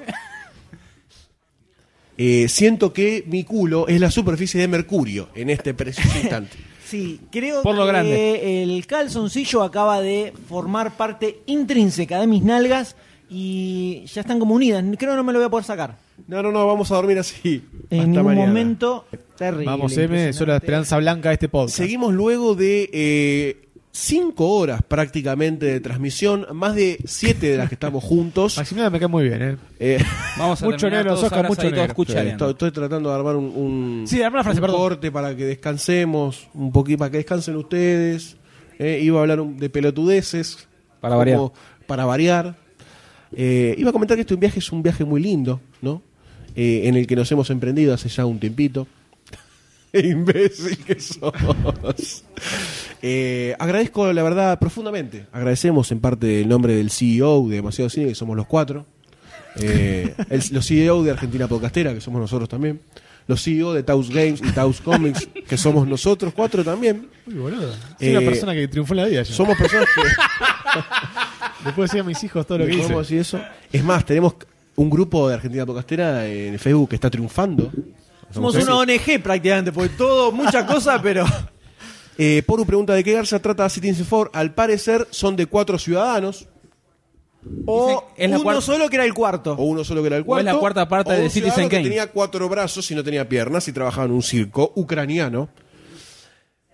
[SPEAKER 2] Eh, siento que mi culo es la superficie de Mercurio en este preciso instante.
[SPEAKER 8] Sí, creo
[SPEAKER 11] Por lo
[SPEAKER 8] que
[SPEAKER 11] grande.
[SPEAKER 8] el calzoncillo acaba de formar parte intrínseca de mis nalgas y ya están como unidas. Creo que no me lo voy a poder sacar.
[SPEAKER 2] No, no, no, vamos a dormir así.
[SPEAKER 8] En
[SPEAKER 2] Hasta
[SPEAKER 8] ningún
[SPEAKER 2] mañana.
[SPEAKER 8] momento. Terrible.
[SPEAKER 9] Vamos, M, soy la esperanza blanca de este podcast.
[SPEAKER 2] Seguimos luego de eh, cinco horas prácticamente de transmisión, más de siete de las que estamos juntos.
[SPEAKER 9] Maximiliano me cae muy bien, ¿eh?
[SPEAKER 2] Eh,
[SPEAKER 11] Vamos a
[SPEAKER 9] Mucho
[SPEAKER 11] terminar
[SPEAKER 9] negro,
[SPEAKER 11] todos
[SPEAKER 9] Oscar,
[SPEAKER 11] abrazaditos,
[SPEAKER 9] mucho negro.
[SPEAKER 11] cuchareando.
[SPEAKER 2] estoy, estoy tratando de armar un, un-
[SPEAKER 9] Sí, arma la frase,
[SPEAKER 2] un
[SPEAKER 9] perdón.
[SPEAKER 2] corte para que descansemos, un poquito para que descansen ustedes. Eh, iba a hablar un- de pelotudeces.
[SPEAKER 11] Para variar.
[SPEAKER 2] Para variar. Eh, iba a comentar que este viaje es un viaje muy lindo, ¿no? Eh, en el que nos hemos emprendido hace ya un tiempito. Imbécil que sos. Eh, agradezco, la verdad, profundamente. Agradecemos en parte el nombre del CEO de Demasiado Cine, que somos los cuatro. Eh, el- los CEO de Argentina Podcastera, que somos nosotros también. Los CEO de Taos Games y Taos Comics, que somos nosotros cuatro también.
[SPEAKER 9] Uy, boludo. Soy
[SPEAKER 2] Eh,
[SPEAKER 9] una persona que triunfó en la vida. yo.
[SPEAKER 2] Somos personas que
[SPEAKER 9] Le puedo decir a mis hijos todo lo que
[SPEAKER 2] ¿Le
[SPEAKER 9] hice.
[SPEAKER 2] podemos decir eso? Es más, tenemos un grupo de Argentina Podcastera en Facebook que está triunfando.
[SPEAKER 8] Somos una ONG prácticamente, porque todo, mucha cosa, pero.
[SPEAKER 2] Eh, Poru pregunta de qué Garza trata Citizen 4. Al parecer son de cuatro ciudadanos. O
[SPEAKER 8] es la uno cuarta- solo que era el cuarto.
[SPEAKER 11] Oh.
[SPEAKER 2] O uno solo que era el
[SPEAKER 8] O
[SPEAKER 2] cuarto.
[SPEAKER 8] es la cuarta parte
[SPEAKER 2] O
[SPEAKER 8] de
[SPEAKER 2] un
[SPEAKER 8] Citizen
[SPEAKER 2] ciudadano que
[SPEAKER 8] Kane.
[SPEAKER 2] tenía cuatro brazos y no tenía piernas y trabajaba en un circo ucraniano.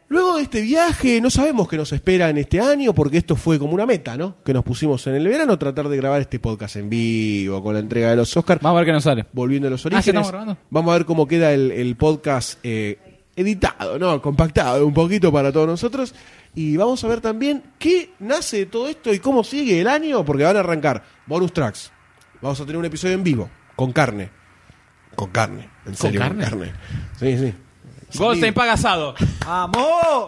[SPEAKER 2] Luego de este viaje, no sabemos qué nos espera en este año, porque esto fue como una meta, ¿no? Que nos pusimos en el verano, tratar de grabar este podcast en vivo, con la entrega de los Oscars. Vamos a ver qué nos sale. Volviendo a los
[SPEAKER 11] ¿ya Ah, estamos
[SPEAKER 2] orígenes.
[SPEAKER 11] grabando?
[SPEAKER 2] Vamos a ver cómo queda el, el podcast eh, editado, ¿no? Compactado un poquito para todos nosotros. Y vamos a ver también qué nace de todo esto y cómo sigue el año, porque van a arrancar bonus tracks. Vamos a tener un episodio en vivo, con carne. Con carne, en serio.
[SPEAKER 11] carne?
[SPEAKER 2] Sí, sí.
[SPEAKER 11] Goldstein paga asado.
[SPEAKER 8] ¡Vamos!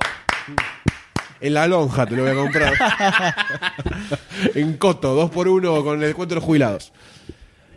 [SPEAKER 2] En la lonja te lo voy a comprar. en Coto, dos por uno con el cuento de los jubilados.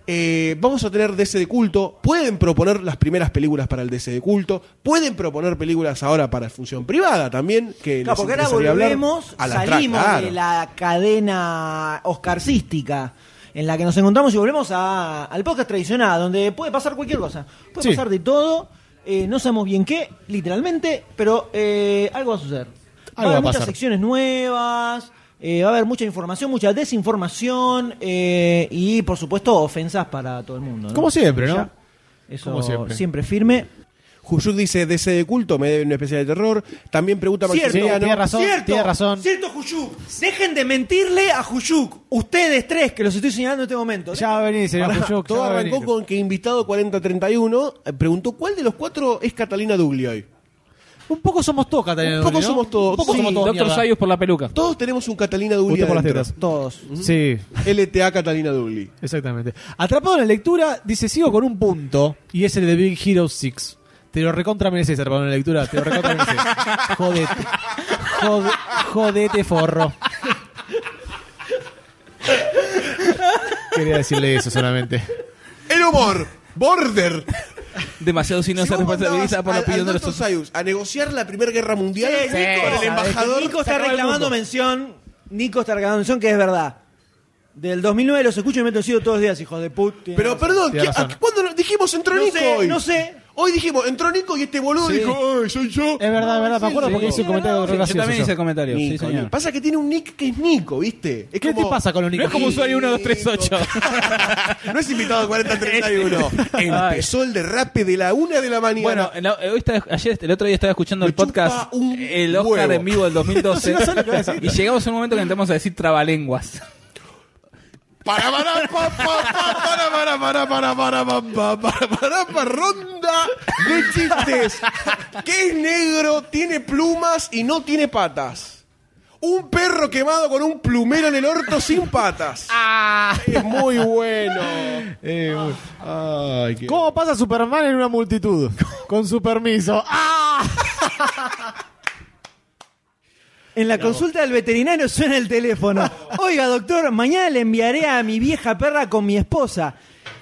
[SPEAKER 2] Eh, vamos a tener DC de culto. Pueden proponer las primeras películas para el DC de culto. Pueden proponer películas ahora para función privada también. Que
[SPEAKER 8] Claro,
[SPEAKER 2] les
[SPEAKER 8] porque ahora
[SPEAKER 2] interesaría hablar.
[SPEAKER 8] volvemos,
[SPEAKER 2] A la
[SPEAKER 8] salimos
[SPEAKER 2] track,
[SPEAKER 8] de
[SPEAKER 2] claro.
[SPEAKER 8] la cadena oscarcística en la que nos encontramos y volvemos a- al podcast tradicional, donde puede pasar cualquier cosa. Puede
[SPEAKER 9] Sí.
[SPEAKER 8] pasar de todo, eh, no sabemos bien qué, literalmente, pero eh, algo va a suceder. Va a
[SPEAKER 9] Algo va a
[SPEAKER 8] haber muchas
[SPEAKER 9] pasar.
[SPEAKER 8] secciones nuevas, eh, va a haber mucha información, mucha desinformación eh, y, por supuesto, ofensas para todo el mundo. ¿no?
[SPEAKER 9] Como siempre, ¿no?
[SPEAKER 8] Ya, Eso
[SPEAKER 9] Como siempre.
[SPEAKER 8] siempre firme.
[SPEAKER 2] Jujut dice DC de culto, me debe una especial de terror. También pregunta
[SPEAKER 8] Cierto,
[SPEAKER 2] Maximiliano.
[SPEAKER 9] tiene razón,
[SPEAKER 8] cierto,
[SPEAKER 9] tiene razón.
[SPEAKER 8] Cierto, Juyuk. Dejen de mentirle a Juyuk. Ustedes tres que los estoy señalando en este momento.
[SPEAKER 9] Ya va a venir, señor
[SPEAKER 2] Pará,
[SPEAKER 9] Puchuk, ya
[SPEAKER 2] todo
[SPEAKER 9] va a
[SPEAKER 2] arrancó
[SPEAKER 9] venir.
[SPEAKER 2] con que invitado 4031 eh, preguntó cuál de los cuatro es Catalina Dugli hoy.
[SPEAKER 9] Un poco somos todos, Catalina.
[SPEAKER 2] Un poco
[SPEAKER 9] Dugli, ¿no?
[SPEAKER 2] somos todos.
[SPEAKER 9] Un poco
[SPEAKER 2] Sí,
[SPEAKER 9] somos todos.
[SPEAKER 11] Doctor
[SPEAKER 9] mierda.
[SPEAKER 11] Sayus por la peluca.
[SPEAKER 2] Todos tenemos un Catalina Dugli.
[SPEAKER 9] Gusto por las
[SPEAKER 2] adentro.
[SPEAKER 9] tetas.
[SPEAKER 8] Todos.
[SPEAKER 9] Sí,
[SPEAKER 2] LTA Catalina Dugli.
[SPEAKER 9] exactamente. Atrapado en la lectura, dice: Sigo con un punto. Y es el de Big Hero 6. Te lo recontra mereces, atrapado en la lectura. Te lo recontra mereces. Jodete. Jod- jodete, forro. Quería decirle eso solamente.
[SPEAKER 2] El humor. Border.
[SPEAKER 11] Demasiado si no se
[SPEAKER 2] vos mandabas
[SPEAKER 11] responsabiliza por la
[SPEAKER 2] al-
[SPEAKER 11] opinión
[SPEAKER 2] al
[SPEAKER 11] de los
[SPEAKER 2] Dr. Sayus a negociar la Primera Guerra Mundial
[SPEAKER 8] Eh,
[SPEAKER 2] con el embajador.
[SPEAKER 8] Nico
[SPEAKER 2] se
[SPEAKER 8] está
[SPEAKER 2] acaba el
[SPEAKER 8] reclamando
[SPEAKER 2] mundo.
[SPEAKER 8] mención. Nico está reclamando mención, que es verdad. Del 2009 los escucho y me meto en sido todos los días, hijos de puta.
[SPEAKER 2] Pero perdón,
[SPEAKER 9] Tiene
[SPEAKER 2] ¿qué-
[SPEAKER 9] razón.
[SPEAKER 2] a- ¿cuándo lo- dijimos entró
[SPEAKER 8] No
[SPEAKER 2] Nico
[SPEAKER 8] sé,
[SPEAKER 2] hoy?
[SPEAKER 8] no sé.
[SPEAKER 2] Hoy dijimos, entró Nico y este boludo
[SPEAKER 9] Sí.
[SPEAKER 2] dijo, ¡ay, soy yo!
[SPEAKER 9] Es verdad, es verdad. Me acuerdo
[SPEAKER 2] Sí,
[SPEAKER 9] porque
[SPEAKER 2] sí,
[SPEAKER 9] hice un
[SPEAKER 2] es
[SPEAKER 9] comentario
[SPEAKER 2] verdad.
[SPEAKER 11] Yo también hice el
[SPEAKER 9] gracioso.
[SPEAKER 11] comentario. sí,
[SPEAKER 2] Nico,
[SPEAKER 11] señor.
[SPEAKER 2] Nico. Pasa que tiene un nick que es Nico, ¿viste? Es
[SPEAKER 9] ¿Qué te
[SPEAKER 2] como-
[SPEAKER 9] pasa con los
[SPEAKER 11] No es como usuario 1238.
[SPEAKER 2] No es invitado a 4031. Empezó el derrape de la una de la mañana.
[SPEAKER 11] Bueno, no, hoy está- ayer, el otro día estaba escuchando
[SPEAKER 2] Me
[SPEAKER 11] el podcast,
[SPEAKER 2] chupa un
[SPEAKER 11] el Oscar
[SPEAKER 2] huevo.
[SPEAKER 11] en vivo del 2012, y llegamos a un momento que entramos a decir trabalenguas.
[SPEAKER 2] Para, para, pa, pa, pa, para, para, para, para, para, pa, pa, para, para, pa, ronda de chistes. Que es negro, tiene plumas y no tiene patas. Un perro quemado con un plumero en el orto sin patas. Es muy bueno.
[SPEAKER 9] Eh, bueno.
[SPEAKER 2] Ay, qué-
[SPEAKER 9] ¿Cómo pasa Superman en una multitud? Con su permiso. ¡Ah!
[SPEAKER 8] En la consulta del veterinario suena el teléfono. Oiga, doctor, mañana le enviaré a mi vieja perra con mi esposa.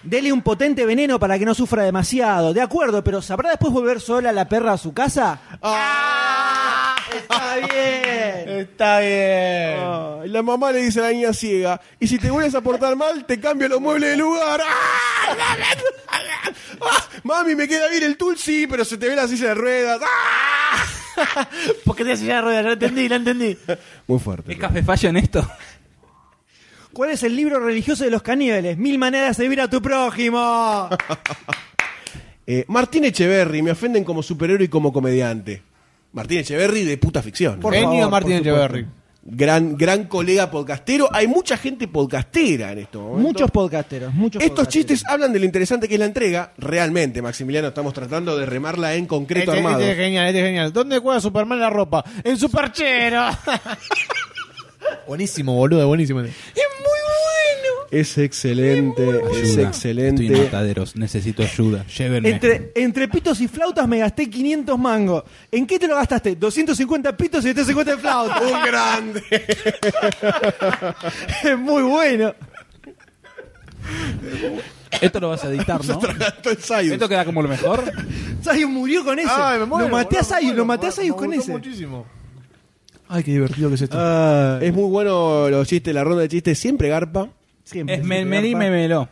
[SPEAKER 8] Dele un potente veneno para que no sufra demasiado. De acuerdo, pero ¿sabrá después volver sola la perra a su casa? ¡Ah! Eh. Está bien.
[SPEAKER 9] Está bien.
[SPEAKER 2] Ay, La mamá le dice a la niña ciega, y si te vuelves a portar mal, te cambio los muebles de lugar. ¡Ah! ¡Ah! Mami, me queda bien el tul, sí, pero se te ve la silla de ruedas. ¡Ah!
[SPEAKER 9] Porque te silla de ruedas, lo entendí, lo entendí.
[SPEAKER 2] Muy fuerte.
[SPEAKER 11] ¿Es café fallo en esto?
[SPEAKER 8] ¿Cuál es el libro religioso de los caníbales? Mil maneras de vivir a tu prójimo.
[SPEAKER 2] Eh, Martín Echeverry, me ofenden como superhéroe y como comediante. Martín Echeverry de puta ficción.
[SPEAKER 8] Por
[SPEAKER 2] Eh,
[SPEAKER 8] favor,
[SPEAKER 9] Genio
[SPEAKER 8] por
[SPEAKER 9] Martín
[SPEAKER 8] supuesto.
[SPEAKER 9] Echeverry.
[SPEAKER 2] Gran, gran colega podcastero. Hay mucha gente podcastera en esto.
[SPEAKER 8] Muchos podcasteros, muchos
[SPEAKER 2] Estos
[SPEAKER 8] podcasteros.
[SPEAKER 2] chistes hablan de lo interesante que es la entrega. Realmente, Maximiliano, estamos tratando de remarla en concreto
[SPEAKER 9] Este,
[SPEAKER 2] armado.
[SPEAKER 9] este es genial, este es genial. ¿Dónde juega Superman la ropa? En Superchero. buenísimo, boludo, buenísimo.
[SPEAKER 8] ¡Es muy bueno!
[SPEAKER 2] es excelente, es
[SPEAKER 11] Ayuda. Estoy en
[SPEAKER 2] excelente. Este-
[SPEAKER 11] mataderos, necesito ayuda. Llévenme.
[SPEAKER 10] Entre, entre pitos y flautas me gasté 500 mangos. ¿En qué te lo gastaste? 250 pitos y 350 en flautas.
[SPEAKER 2] Un grande.
[SPEAKER 10] es muy bueno.
[SPEAKER 11] Esto lo vas a editar, ¿no? Esto queda como lo mejor.
[SPEAKER 10] Sayus murió con ese.
[SPEAKER 9] Ay, me muero,
[SPEAKER 10] lo maté a
[SPEAKER 9] boludo, me
[SPEAKER 10] Sayus,
[SPEAKER 9] muero,
[SPEAKER 10] lo maté a
[SPEAKER 9] me
[SPEAKER 10] Sayus con
[SPEAKER 9] gustó
[SPEAKER 10] ese.
[SPEAKER 9] muchísimo. Ah,
[SPEAKER 2] Ay, qué divertido que es esto. Ah, es muy bueno los chistes, la ronda de chistes siempre garpa.
[SPEAKER 10] Siempre.
[SPEAKER 11] Es me, me, di, me, meló.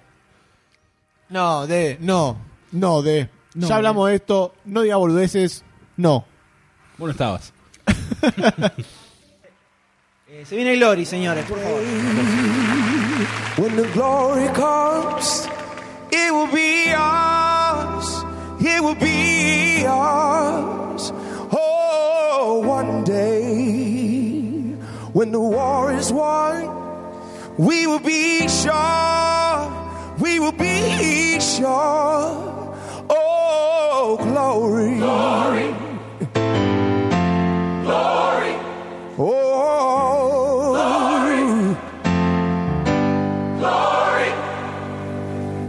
[SPEAKER 14] No, de, no, no, de.
[SPEAKER 11] No,
[SPEAKER 14] ya hablamos de esto, no diga boludeces, no.
[SPEAKER 11] Vos no estabas.
[SPEAKER 10] Eh, se viene Glory, señores, por favor.
[SPEAKER 15] When the glory comes, it will be ours. It will be ours. Oh, one day, when the war is won, we will be sure. We will be sure. Oh, glory. Glory. Glory. Oh, glory.
[SPEAKER 3] Glory!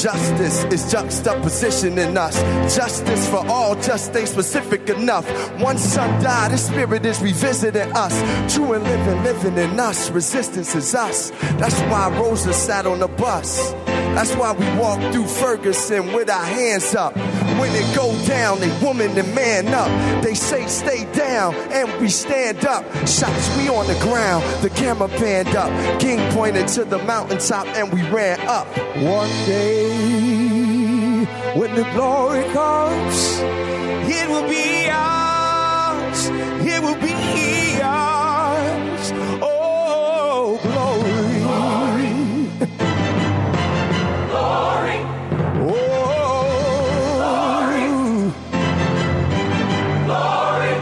[SPEAKER 3] Justice is juxtaposition in us. Justice for all, just ain't specific enough. One son died, his spirit is revisiting us. True and living, living in us. Resistance is us. That's why Rosa sat on the bus. That's why we walked through Ferguson with our hands up. When it go down, they woman and man up. They say stay down, and we stand up. Shots we on the ground, the camera panned up. King pointed to the mountaintop, and we ran up.
[SPEAKER 15] One day, when the glory comes, it will be ours. It will be ours. Oh, glory. Glory. Oh. Glory.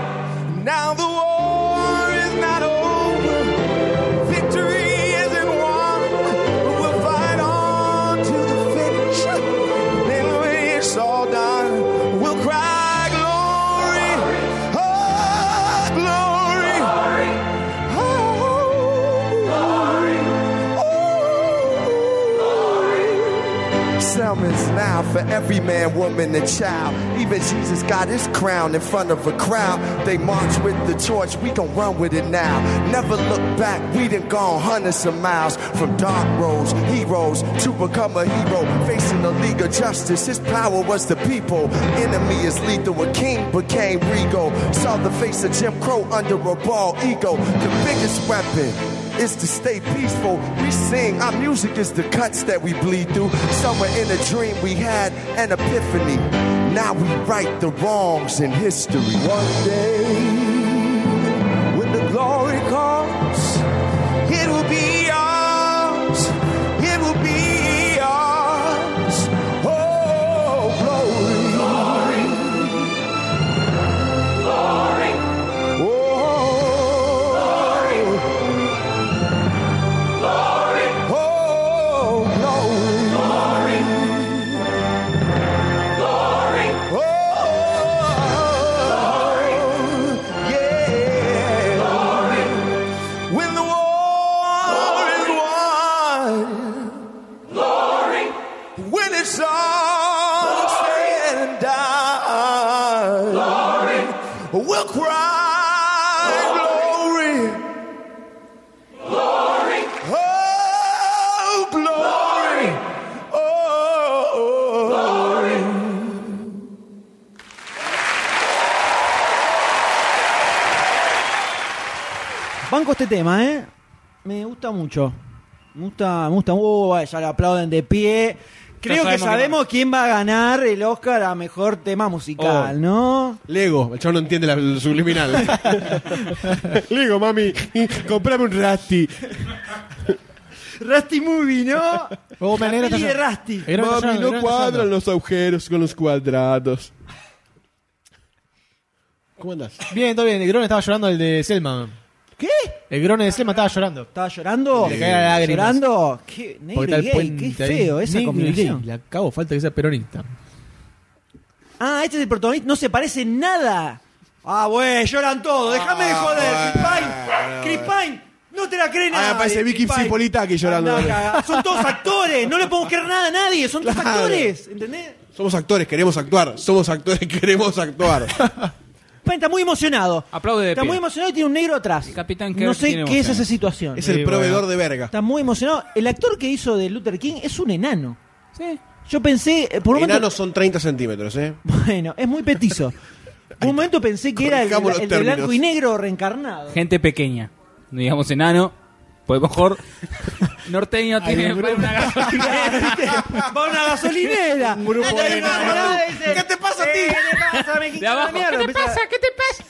[SPEAKER 15] Now the war is not over. Victory isn't won. We'll fight on to the finish. Then when it's all done, we'll cry glory. Oh, glory. Oh. Oh.
[SPEAKER 3] Sermons now for every man, woman, and child. Even Jesus got his crown in front of a crowd. They march with the torch, we gon' run with it now. Never look back, we done gone hundreds of miles from dark roads, heroes, to become a hero. Facing the league of justice, his power was the people. Enemy is lethal, a king became regal. Saw the face of Jim Crow under a bald ego. The biggest weapon is to stay peaceful. We sing, our music is the cuts that we bleed through. Somewhere in a dream we had an epiphany. Now we right the wrongs in history. One day,
[SPEAKER 15] when the glory comes, it will be ours. It will be ours. Oh, glory. Glory. Oh. When the war is won, glory. When it's all said and done, glory. We'll cry glory, glory. Oh, glory. Oh, glory.
[SPEAKER 8] Banco este tema, ¿eh? Me gusta mucho. Me gusta, me gusta. Uh, ya le aplauden de pie. Creo
[SPEAKER 10] Ya
[SPEAKER 8] que
[SPEAKER 10] sabemos
[SPEAKER 8] sabemos quién va a ganar el Oscar a mejor tema musical,
[SPEAKER 2] Oh.
[SPEAKER 8] ¿no?
[SPEAKER 2] Lego, el chavo no entiende la el subliminal. Lego, mami, comprame un Rasti.
[SPEAKER 10] Rusty Movie, ¿no?
[SPEAKER 9] Oh,
[SPEAKER 10] La peli de Rusty.
[SPEAKER 2] Mami, no cuadran los agujeros con los cuadrados.
[SPEAKER 9] ¿Cómo andás? Bien, todo bien. El Grone estaba llorando el de Selma.
[SPEAKER 8] ¿Qué?
[SPEAKER 9] El grone de Selma estaba llorando.
[SPEAKER 8] ¿Estaba llorando?
[SPEAKER 9] Le caían las lágrimas.
[SPEAKER 8] ¿Llorando? ¿Qué? Negro
[SPEAKER 9] Porque
[SPEAKER 8] y
[SPEAKER 9] está el
[SPEAKER 8] gay, qué
[SPEAKER 9] puente ahí.
[SPEAKER 8] feo esa
[SPEAKER 9] Negro y
[SPEAKER 8] combinación.
[SPEAKER 9] gay. Le acabo, falta que sea peronista.
[SPEAKER 8] Ah, este es el protagonista. No se parece en nada. Ah, güey, lloran todos. Déjame
[SPEAKER 2] Ah,
[SPEAKER 8] de joder. Chris Pine. Chris Pine. No te la creen
[SPEAKER 2] Ah,
[SPEAKER 8] nada.
[SPEAKER 2] aparece Vicky Cipolitaki llorando.
[SPEAKER 8] Son todos actores. No le podemos creer nada a nadie. Son todos
[SPEAKER 2] Claro.
[SPEAKER 8] actores. ¿Entendés?
[SPEAKER 2] Somos actores, queremos actuar. Somos actores, queremos actuar.
[SPEAKER 8] Pine está muy emocionado.
[SPEAKER 11] Aplaude de
[SPEAKER 8] Está
[SPEAKER 11] pie.
[SPEAKER 8] muy emocionado y tiene un negro atrás.
[SPEAKER 11] Capitán
[SPEAKER 8] no
[SPEAKER 11] Kirk
[SPEAKER 8] sé qué
[SPEAKER 11] tiene
[SPEAKER 8] es esa
[SPEAKER 11] emociones.
[SPEAKER 8] situación. Eh,
[SPEAKER 2] Es el proveedor de verga.
[SPEAKER 8] Está muy emocionado. El actor que hizo de Luther King es un enano. Yo pensé, eh, por un momento,
[SPEAKER 2] Enanos son 30 centímetros, ¿eh?
[SPEAKER 8] bueno, es muy petizo. Por un momento pensé que era el,
[SPEAKER 2] Corrijamos los
[SPEAKER 8] el de blanco
[SPEAKER 2] términos.
[SPEAKER 8] y negro reencarnado.
[SPEAKER 11] Gente pequeña. No digamos enano. Pues mejor norteño tiene una
[SPEAKER 8] Va a una gasolinera.
[SPEAKER 11] Un grupo de enanos.
[SPEAKER 8] ¿Qué te pasa a ti? ¿Qué te pasa,
[SPEAKER 11] De abajo. ¿Qué te pasa? ¿Qué te
[SPEAKER 8] pasa?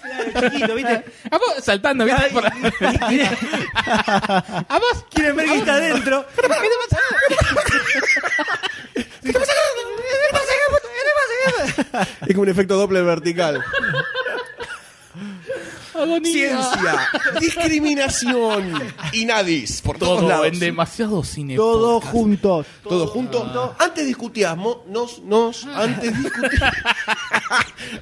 [SPEAKER 8] Chiquito, ¿viste?
[SPEAKER 11] A vos, saltando, ¿viste? Por la-
[SPEAKER 8] A vos. Quieren ver que está adentro.
[SPEAKER 2] Es como un efecto Doppler vertical. Ciencia, discriminación y nadis por todos
[SPEAKER 11] Todo
[SPEAKER 2] lados.
[SPEAKER 11] en demasiado cine.
[SPEAKER 2] Todo
[SPEAKER 8] juntos.
[SPEAKER 2] Todo junto.
[SPEAKER 8] Ah.
[SPEAKER 2] Antes discutíamos, nos, nos, antes discutíamos.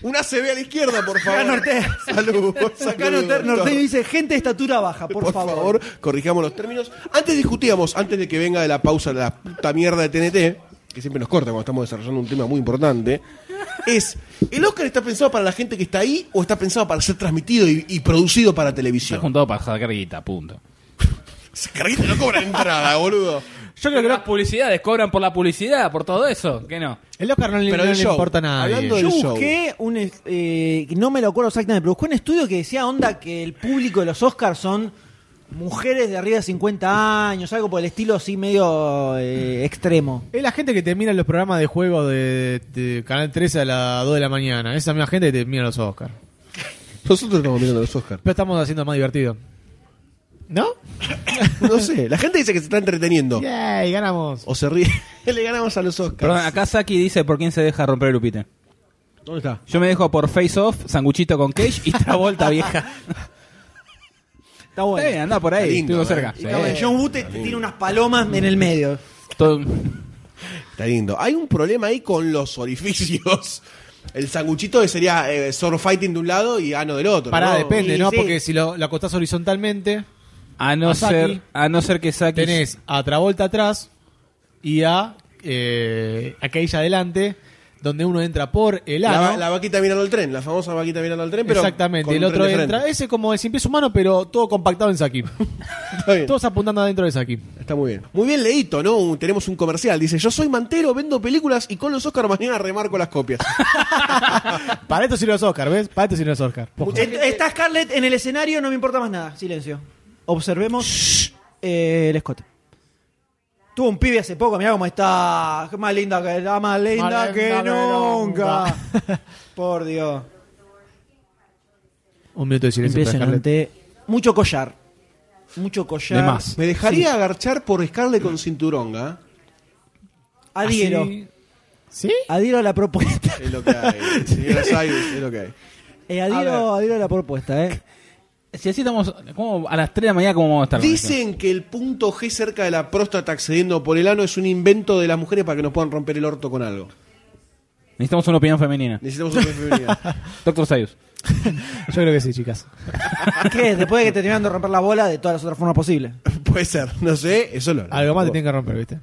[SPEAKER 2] Una se ve a la izquierda, por favor.
[SPEAKER 8] Acá norte-
[SPEAKER 2] Salud.
[SPEAKER 8] Acá
[SPEAKER 2] salud,
[SPEAKER 8] norte- norteño
[SPEAKER 2] doctor.
[SPEAKER 8] dice gente de estatura baja, por,
[SPEAKER 2] Por favor, corrijamos los términos. Antes discutíamos, antes de que venga de la pausa la puta mierda de TNT, que siempre nos corta cuando estamos desarrollando un tema muy importante, es, ¿el Oscar está pensado para la gente que está ahí o está pensado para ser transmitido y, y producido para televisión?
[SPEAKER 11] juntado para sacar guita, punto.
[SPEAKER 2] Carguita no cobra entrada, boludo.
[SPEAKER 11] Yo creo que las publicidades cobran por la publicidad, por todo eso. ¿Qué no?
[SPEAKER 9] El Oscar no le,
[SPEAKER 11] Pero
[SPEAKER 9] no
[SPEAKER 11] el
[SPEAKER 9] le
[SPEAKER 11] show.
[SPEAKER 9] importa nada.
[SPEAKER 11] Hablando
[SPEAKER 8] Yo
[SPEAKER 11] del show.
[SPEAKER 8] busqué un. es- eh, no me lo acuerdo exactamente, pero busqué un estudio que decía onda que el público de los Oscars son mujeres de arriba de 50 años, algo por el estilo así medio eh, extremo.
[SPEAKER 9] Es la gente que te mira los programas de juego de, de Canal 13 a las 2 de la mañana. Esa misma gente que te mira los Oscars.
[SPEAKER 2] Nosotros estamos mirando los Oscars.
[SPEAKER 9] Pero estamos haciendo más divertido. ¿No?
[SPEAKER 2] No sé, la gente dice que se está entreteniendo.
[SPEAKER 9] Yay, ganamos.
[SPEAKER 2] O se ríe. Le ganamos a los Oscars.
[SPEAKER 11] Perdón, acá Saki dice por quién se deja romper el upite.
[SPEAKER 2] ¿Dónde está?
[SPEAKER 11] Yo me dejo por Face Off, Sanguchito con Cage y Travolta vieja.
[SPEAKER 8] Está bueno.
[SPEAKER 11] Está bien, anda por ahí,
[SPEAKER 2] Está lindo,
[SPEAKER 11] estuvo cerca.
[SPEAKER 2] eh.
[SPEAKER 8] Está bueno. John Woo te- te tiene unas palomas en el medio.
[SPEAKER 11] Todo-
[SPEAKER 2] Está lindo. Hay un problema ahí con los orificios. El sanguchito que sería eh, Sword Fighting de un lado y Ano del otro.
[SPEAKER 9] Pará,
[SPEAKER 2] ¿no?
[SPEAKER 9] depende,
[SPEAKER 2] Y
[SPEAKER 9] ¿no?
[SPEAKER 2] sí.
[SPEAKER 9] Porque si lo, lo acostás horizontalmente,
[SPEAKER 11] A no
[SPEAKER 9] A Saki.
[SPEAKER 11] ser, a no ser que Saki
[SPEAKER 9] tenés a Travolta atrás y a eh, a Cage adelante, donde uno entra por el
[SPEAKER 2] la,
[SPEAKER 9] ano.
[SPEAKER 2] va- la vaquita mirando al tren, la famosa vaquita mirando al tren, pero. con
[SPEAKER 9] Exactamente, el
[SPEAKER 2] un
[SPEAKER 9] otro
[SPEAKER 2] tren de
[SPEAKER 9] entra.
[SPEAKER 2] frente.
[SPEAKER 9] Ese como de sin pies humano, pero todo compactado en Saki.
[SPEAKER 2] Está bien.
[SPEAKER 9] Todos apuntando adentro de Saki.
[SPEAKER 2] Está muy bien. Muy bien leíto, ¿no? Un- Tenemos un comercial. Dice, yo soy mantero, vendo películas y con los Oscar mañana remarco las copias.
[SPEAKER 9] Para esto sirven los Oscar, ¿ves? Para esto sirven los Oscar. Posta.
[SPEAKER 8] Est- Está Scarlett en el escenario, no me importa más nada. Silencio. Observemos eh, el escote. Tuvo un pibe hace poco, mirá cómo está. Qué Más linda que, está más linda
[SPEAKER 9] Más linda
[SPEAKER 8] que,
[SPEAKER 9] que
[SPEAKER 8] nunca.
[SPEAKER 9] nunca.
[SPEAKER 8] Por Dios.
[SPEAKER 9] Un minuto de silencio para Scarlett.
[SPEAKER 8] Impresionante. Mucho collar. Mucho collar.
[SPEAKER 9] De más.
[SPEAKER 2] Me dejaría
[SPEAKER 8] Sí.
[SPEAKER 2] agarchar por Scarlett con ¿ah? cinturonga.
[SPEAKER 8] Adhiero.
[SPEAKER 9] Así- ¿Sí?
[SPEAKER 8] Adhiero a la propuesta.
[SPEAKER 2] Es lo que hay. Señora Cyrus, es lo que hay.
[SPEAKER 8] Eh, adhiero, adhiero a la propuesta, eh.
[SPEAKER 11] Si así estamos como a las 3 de la mañana, ¿cómo vamos a estar?
[SPEAKER 2] Dicen que el punto G cerca de la próstata accediendo por el ano es un invento de las mujeres para que nos puedan romper el orto con algo.
[SPEAKER 11] Necesitamos una opinión femenina.
[SPEAKER 2] Necesitamos una feminidad.
[SPEAKER 11] Doctor Sayus.
[SPEAKER 9] Yo creo que sí, chicas.
[SPEAKER 8] ¿Qué es? Después de que te terminan de romper la bola de todas las otras formas posibles.
[SPEAKER 2] Puede ser, no sé, eso lo
[SPEAKER 9] Algo más te tienen que romper, ¿viste?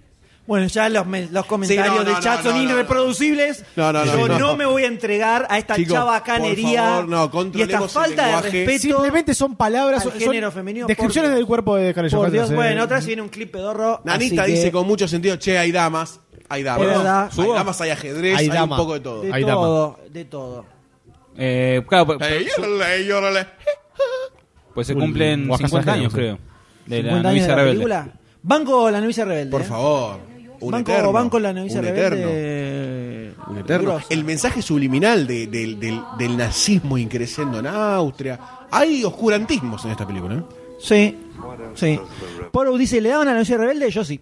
[SPEAKER 8] Bueno, ya los, me- los comentarios
[SPEAKER 2] no, no,
[SPEAKER 8] del chat
[SPEAKER 2] no,
[SPEAKER 8] son
[SPEAKER 2] no, no,
[SPEAKER 8] irreproducibles.
[SPEAKER 2] No, no, no,
[SPEAKER 8] Yo no,
[SPEAKER 2] no.
[SPEAKER 8] me voy a entregar a esta
[SPEAKER 2] Chicos, por
[SPEAKER 8] chabacanería
[SPEAKER 2] favor,
[SPEAKER 8] y
[SPEAKER 2] no,
[SPEAKER 8] esta
[SPEAKER 2] controlemos el
[SPEAKER 8] falta de
[SPEAKER 2] lenguaje.
[SPEAKER 8] respeto.
[SPEAKER 9] Simplemente son palabras,
[SPEAKER 8] al
[SPEAKER 9] son-
[SPEAKER 8] género
[SPEAKER 9] son
[SPEAKER 8] femenino,
[SPEAKER 9] descripciones
[SPEAKER 8] por-
[SPEAKER 9] del cuerpo de Scarlett
[SPEAKER 8] Por Dios,
[SPEAKER 9] Johansson, eh.
[SPEAKER 8] bueno, otra vez viene un clip pedorro.
[SPEAKER 2] Nanita
[SPEAKER 8] así que-
[SPEAKER 2] dice con mucho sentido, che, hay damas, hay damas.
[SPEAKER 8] Es verdad.
[SPEAKER 2] Hay damas, hay ajedrez,
[SPEAKER 9] Hay
[SPEAKER 2] hay,
[SPEAKER 9] dama.
[SPEAKER 2] un poco de todo.
[SPEAKER 8] de
[SPEAKER 9] Ahí, dama.
[SPEAKER 8] todo, de todo.
[SPEAKER 11] Eh, claro, pues,
[SPEAKER 2] Ey, llórale, llórale.
[SPEAKER 11] pues se
[SPEAKER 9] Un
[SPEAKER 11] cumplen
[SPEAKER 9] Guajazán
[SPEAKER 11] 50 años,
[SPEAKER 9] Revolution.
[SPEAKER 11] creo. De
[SPEAKER 8] 50
[SPEAKER 11] la
[SPEAKER 8] años de
[SPEAKER 11] novicia
[SPEAKER 8] la
[SPEAKER 11] rebelde.
[SPEAKER 8] película. Banco la novicia rebelde.
[SPEAKER 2] Por
[SPEAKER 8] eh.
[SPEAKER 2] favor. Un
[SPEAKER 8] Banco,
[SPEAKER 2] eterno,
[SPEAKER 8] banco la novicia
[SPEAKER 2] un
[SPEAKER 8] rebelde.
[SPEAKER 2] eterno,
[SPEAKER 8] eh,
[SPEAKER 2] un eterno.
[SPEAKER 8] grosso.
[SPEAKER 2] El mensaje subliminal de- del, del- del nazismo increciendo en Austria. Hay oscurantismos en esta película. ¿eh?
[SPEAKER 8] Sí, sí. Poru dice, ¿le daban a la noche rebelde? Yo sí.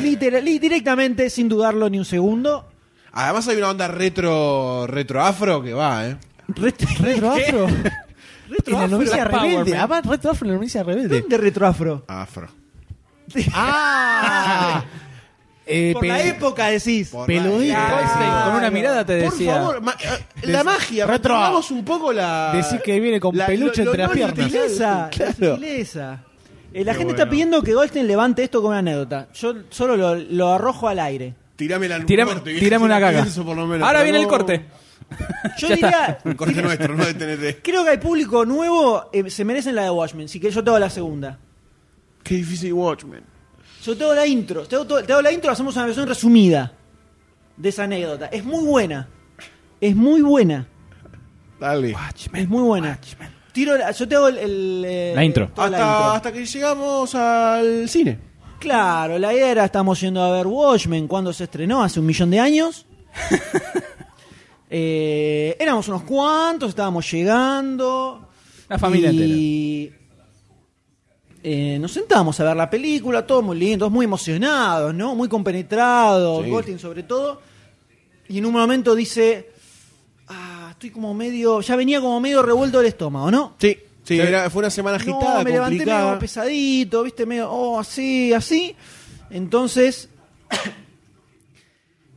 [SPEAKER 8] Literal- li- directamente, sin dudarlo ni un segundo.
[SPEAKER 2] Además hay una onda retro retro afro que va, ¿eh?
[SPEAKER 8] ¿Retro afro?
[SPEAKER 9] En la novicia rebelde. Ah, va, Retro Afro en la novicia rebelde. ¿Dónde
[SPEAKER 8] Retro Afro?
[SPEAKER 2] Afro.
[SPEAKER 9] ¡Ah! Eh,
[SPEAKER 8] Por la
[SPEAKER 9] pe-
[SPEAKER 8] época decís. Por
[SPEAKER 9] la Peludita, época. decís. Con una mirada te
[SPEAKER 2] Por
[SPEAKER 9] decía.
[SPEAKER 2] favor, ma- eh, la
[SPEAKER 9] Des-
[SPEAKER 2] magia.
[SPEAKER 9] Retro.
[SPEAKER 2] Vamos un poco la.
[SPEAKER 9] Decís que viene con peluche entre las piernas.
[SPEAKER 8] Sutileza, la
[SPEAKER 9] Claro.
[SPEAKER 8] sutileza. Eh, la
[SPEAKER 2] Qué
[SPEAKER 8] gente
[SPEAKER 2] bueno.
[SPEAKER 8] está pidiendo que Goldstein levante esto con una anécdota. Yo solo lo, lo arrojo al aire.
[SPEAKER 2] Tirame la
[SPEAKER 11] Tirame, tirame una caca. Ahora viene el corte.
[SPEAKER 8] Yo
[SPEAKER 11] Ya
[SPEAKER 8] diría,
[SPEAKER 2] Un corte nuestro, no de TNT.
[SPEAKER 8] creo que al público nuevo eh, se merecen la de Watchmen, así que yo te hago la segunda.
[SPEAKER 2] Qué difícil Watchmen.
[SPEAKER 8] Yo te hago la intro, te hago, to- te hago la intro, hacemos una versión resumida de esa anécdota. Es muy buena. Es muy buena.
[SPEAKER 2] Dale.
[SPEAKER 8] Es muy buena. Tiro la- yo te hago el, el, eh,
[SPEAKER 11] La intro.
[SPEAKER 8] toda la
[SPEAKER 2] Hasta,
[SPEAKER 8] intro.
[SPEAKER 2] hasta que llegamos al cine.
[SPEAKER 8] Claro, la idea era estamos yendo a ver Watchmen cuando se estrenó, hace un millón de años. Eh, éramos unos cuantos, estábamos llegando.
[SPEAKER 11] La familia
[SPEAKER 8] y, eh, nos sentamos a ver la película, todos muy lindos, muy emocionados, ¿no? Muy compenetrados,
[SPEAKER 2] Sí.
[SPEAKER 8] Goldstein sobre todo. Y en un momento dice, ah, estoy como medio, ya venía como medio revuelto el estómago, ¿no?
[SPEAKER 2] Sí, sí, era- fue una semana agitada,
[SPEAKER 8] No, me levanté
[SPEAKER 2] complicada.
[SPEAKER 8] medio pesadito, viste, medio, oh, así, así. Entonces,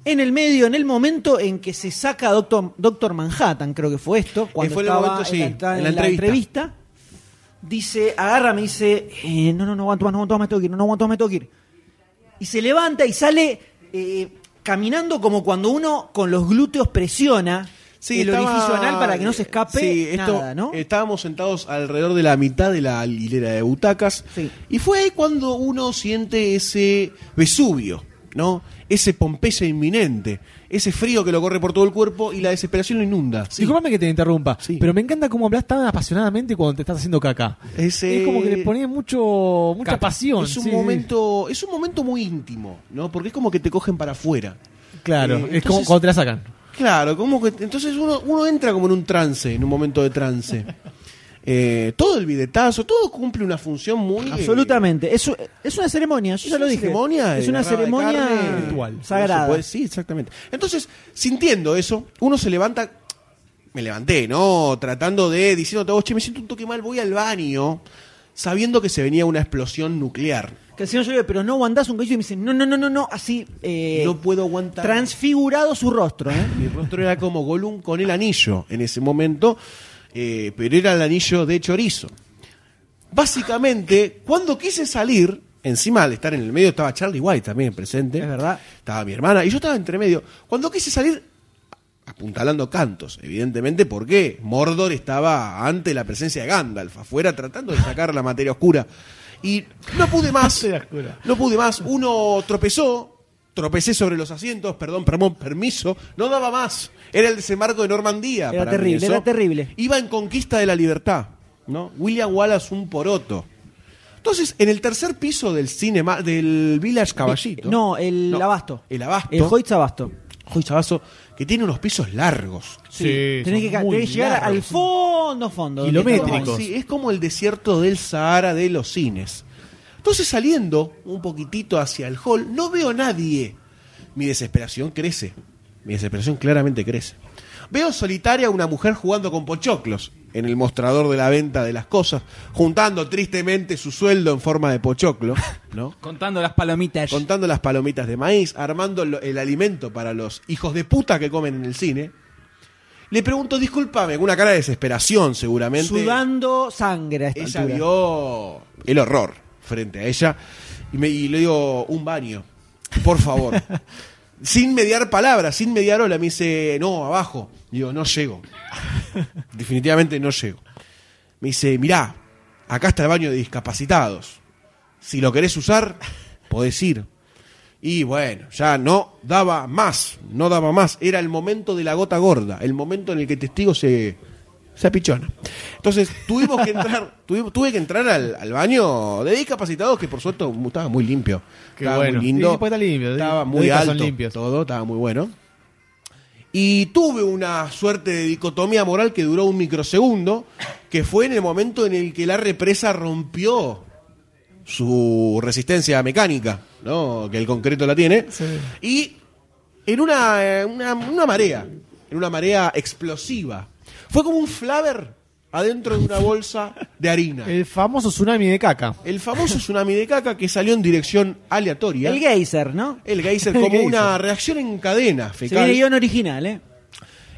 [SPEAKER 8] en el medio, en el momento en que se saca Doctor, Doctor Manhattan, creo que fue esto, cuando
[SPEAKER 2] fue el
[SPEAKER 8] estaba
[SPEAKER 2] momento, sí,
[SPEAKER 8] en, la,
[SPEAKER 2] en la
[SPEAKER 8] en la entrevista. dice, agarra, me dice, eh, no, no, no aguanto más, no aguanto más, me tengo que ir, no, no aguanto más, me tengo que ir. Y se levanta y sale eh, caminando como cuando uno con los glúteos presiona
[SPEAKER 2] Sí,
[SPEAKER 8] el
[SPEAKER 2] estaba-
[SPEAKER 8] orificio anal para que no se escape
[SPEAKER 2] Sí, esto-
[SPEAKER 8] nada, ¿no?
[SPEAKER 2] Estábamos sentados alrededor de la mitad de la hilera de butacas. Y fue ahí cuando uno siente ese Vesubio, ¿no? Ese Pompeya inminente, ese frío que lo corre por todo el cuerpo y la desesperación lo inunda.
[SPEAKER 9] Disculpame que te interrumpa, pero me encanta cómo hablas tan apasionadamente cuando te estás haciendo caca.
[SPEAKER 2] Ese-
[SPEAKER 9] Es como que le
[SPEAKER 8] eh,
[SPEAKER 9] pones mucho, mucha
[SPEAKER 2] Caca.
[SPEAKER 9] pasión.
[SPEAKER 2] Es un
[SPEAKER 9] sí, sí.
[SPEAKER 2] momento, es un momento muy íntimo, ¿no? Porque es como que te cogen para afuera.
[SPEAKER 9] Claro,
[SPEAKER 2] Eh,
[SPEAKER 9] es como
[SPEAKER 2] entonces-
[SPEAKER 9] cuando te la sacan.
[SPEAKER 2] Claro, como que entonces uno, uno entra como en un trance, en un momento de trance. Eh, todo el bidetazo, todo cumple una función muy eh,
[SPEAKER 8] Absolutamente. Es, u- es una ceremonia, yo ya lo
[SPEAKER 2] una
[SPEAKER 8] dije.
[SPEAKER 2] ceremonia
[SPEAKER 8] es
[SPEAKER 2] de
[SPEAKER 8] una
[SPEAKER 2] la raba de
[SPEAKER 8] ceremonia
[SPEAKER 2] carne.
[SPEAKER 8] ritual,
[SPEAKER 2] No se
[SPEAKER 8] sagrada.
[SPEAKER 2] puede- sí, exactamente. Entonces, sintiendo eso, uno se levanta. Me levanté, ¿no? Tratando de, diciéndote a vos, che, me siento un toque mal, voy al baño, sabiendo que se venía una explosión nuclear.
[SPEAKER 8] que el señor yo le digo, pero no aguantás un cachito y me dice, no, no, no, no, no, así. eh,
[SPEAKER 2] No puedo aguantar.
[SPEAKER 8] Transfigurado su rostro, ¿eh?
[SPEAKER 2] Mi rostro era como Gollum con el anillo en ese momento, eh, pero era el anillo de chorizo. Básicamente, cuando quise salir, encima al estar en el medio estaba Charlie White también presente. Es
[SPEAKER 8] verdad.
[SPEAKER 2] Estaba mi hermana y yo estaba entre medio. Cuando quise salir, apuntalando cantos, evidentemente, porque Mordor estaba ante la presencia de Gandalf, afuera tratando de sacar la materia oscura. Y no pude más. No pude más. Uno tropezó. Tropecé sobre los asientos, perdón, perdón, permiso. No daba más. Era el desembarco de Normandía.
[SPEAKER 8] Era
[SPEAKER 2] para mí
[SPEAKER 8] terrible,
[SPEAKER 2] eso.
[SPEAKER 8] era terrible.
[SPEAKER 2] Iba en conquista de la libertad. ¿no? William Wallace, un poroto. Entonces, en el tercer piso del cinema, del Village Caballito.
[SPEAKER 8] No, el abasto.
[SPEAKER 2] El abasto.
[SPEAKER 8] El Hoyts Abasto.
[SPEAKER 2] Hoyts Abasto, que tiene unos pisos largos.
[SPEAKER 8] tenés que, ca- tenés que llegar al fondo, fondo. donde estamos.
[SPEAKER 2] Sí, es como el desierto del Sahara de los cines. Entonces saliendo un poquitito hacia el hall, no veo a nadie. Mi desesperación crece. Mi desesperación claramente crece. Veo solitaria a una mujer jugando con pochoclos en el mostrador de la venta de las cosas, juntando tristemente su sueldo en forma de pochoclo, ¿no?
[SPEAKER 11] Contando las palomitas.
[SPEAKER 2] Contando las palomitas de maíz, armando lo- el alimento para los hijos de puta que comen en el cine. Le pregunto, discúlpame, con una cara de desesperación seguramente.
[SPEAKER 8] Sudando sangre a esta
[SPEAKER 2] Ella
[SPEAKER 8] altura.
[SPEAKER 2] vio el horror frente a ella y, me, y le digo, un baño, por favor. sin mediar palabras, sin mediar hola, me dice, no, abajo. Digo, no llego. Definitivamente no llego. Me dice, mirá, acá está el baño de discapacitados. Si lo querés usar, podés ir. Y bueno, ya no daba más, no daba más. Era el momento de la gota gorda, el momento en el que testigo se, se apichona. Entonces tuvimos que entrar, tuvimos- tuve que entrar al, al baño de discapacitados, que por suerte mu- estaba muy limpio.
[SPEAKER 9] Qué
[SPEAKER 2] estaba
[SPEAKER 9] bueno.
[SPEAKER 2] muy lindo.
[SPEAKER 9] Sí, sí, porque está limpio.
[SPEAKER 2] Estaba
[SPEAKER 9] Los
[SPEAKER 2] muy
[SPEAKER 9] discos son
[SPEAKER 2] alto.
[SPEAKER 9] limpios.
[SPEAKER 2] Todo, estaba muy bueno. Y tuve una suerte de dicotomía moral que duró un microsegundo, que fue en el momento en el que la represa rompió su resistencia mecánica, ¿no? Que el concreto la tiene. Y en una, eh, una, una marea, en una marea explosiva. Fue como un flaver adentro de una bolsa de harina.
[SPEAKER 9] El famoso tsunami de caca.
[SPEAKER 2] El famoso tsunami de caca que salió en dirección aleatoria.
[SPEAKER 8] El geyser, ¿no?
[SPEAKER 2] El geyser,
[SPEAKER 8] El
[SPEAKER 2] como
[SPEAKER 8] geyser.
[SPEAKER 2] una reacción en cadena
[SPEAKER 8] Se
[SPEAKER 2] fecal.
[SPEAKER 8] viene guión original, ¿eh?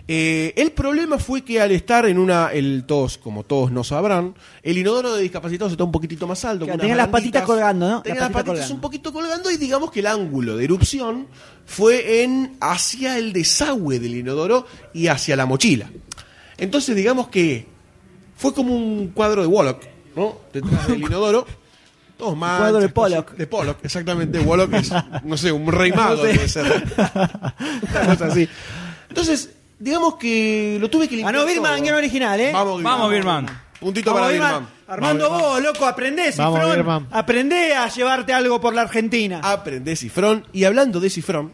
[SPEAKER 2] Eh, el problema fue que al estar en una, el todos, como todos no sabrán, el inodoro de discapacitados está un poquitito más alto.
[SPEAKER 8] Claro,
[SPEAKER 2] con unas
[SPEAKER 8] tenía las
[SPEAKER 2] barranditas.
[SPEAKER 8] patitas colgando, ¿no?
[SPEAKER 2] Tenía
[SPEAKER 8] Las
[SPEAKER 2] las
[SPEAKER 8] patitas
[SPEAKER 2] patitas un poquito colgando y digamos que el ángulo de erupción fue en hacia el desagüe del inodoro y hacia la mochila. Entonces digamos que fue como un cuadro de Wolock, ¿no? Detrás del inodoro. Todos más.
[SPEAKER 8] cuadro de Pollock.
[SPEAKER 2] De Pollock, exactamente. Wolock es, no sé, un rey mago
[SPEAKER 8] No sé.
[SPEAKER 2] debe ser. Una cosa así. Entonces, digamos que lo tuve que limpiar.
[SPEAKER 8] Ganó Birman,
[SPEAKER 2] todo.
[SPEAKER 8] guión original, ¿eh?
[SPEAKER 2] Vamos, Birman.
[SPEAKER 11] Vamos, Birman.
[SPEAKER 2] Puntito
[SPEAKER 8] Vamos,
[SPEAKER 2] para
[SPEAKER 8] Birman.
[SPEAKER 2] Birman.
[SPEAKER 8] Armando
[SPEAKER 2] Vamos, Birman.
[SPEAKER 8] vos, loco, aprendés,
[SPEAKER 2] Vamos,
[SPEAKER 8] Cifrón.
[SPEAKER 2] Birman.
[SPEAKER 8] Aprendé a llevarte algo por la Argentina.
[SPEAKER 2] Aprende Cifrón. Y hablando de Cifrón,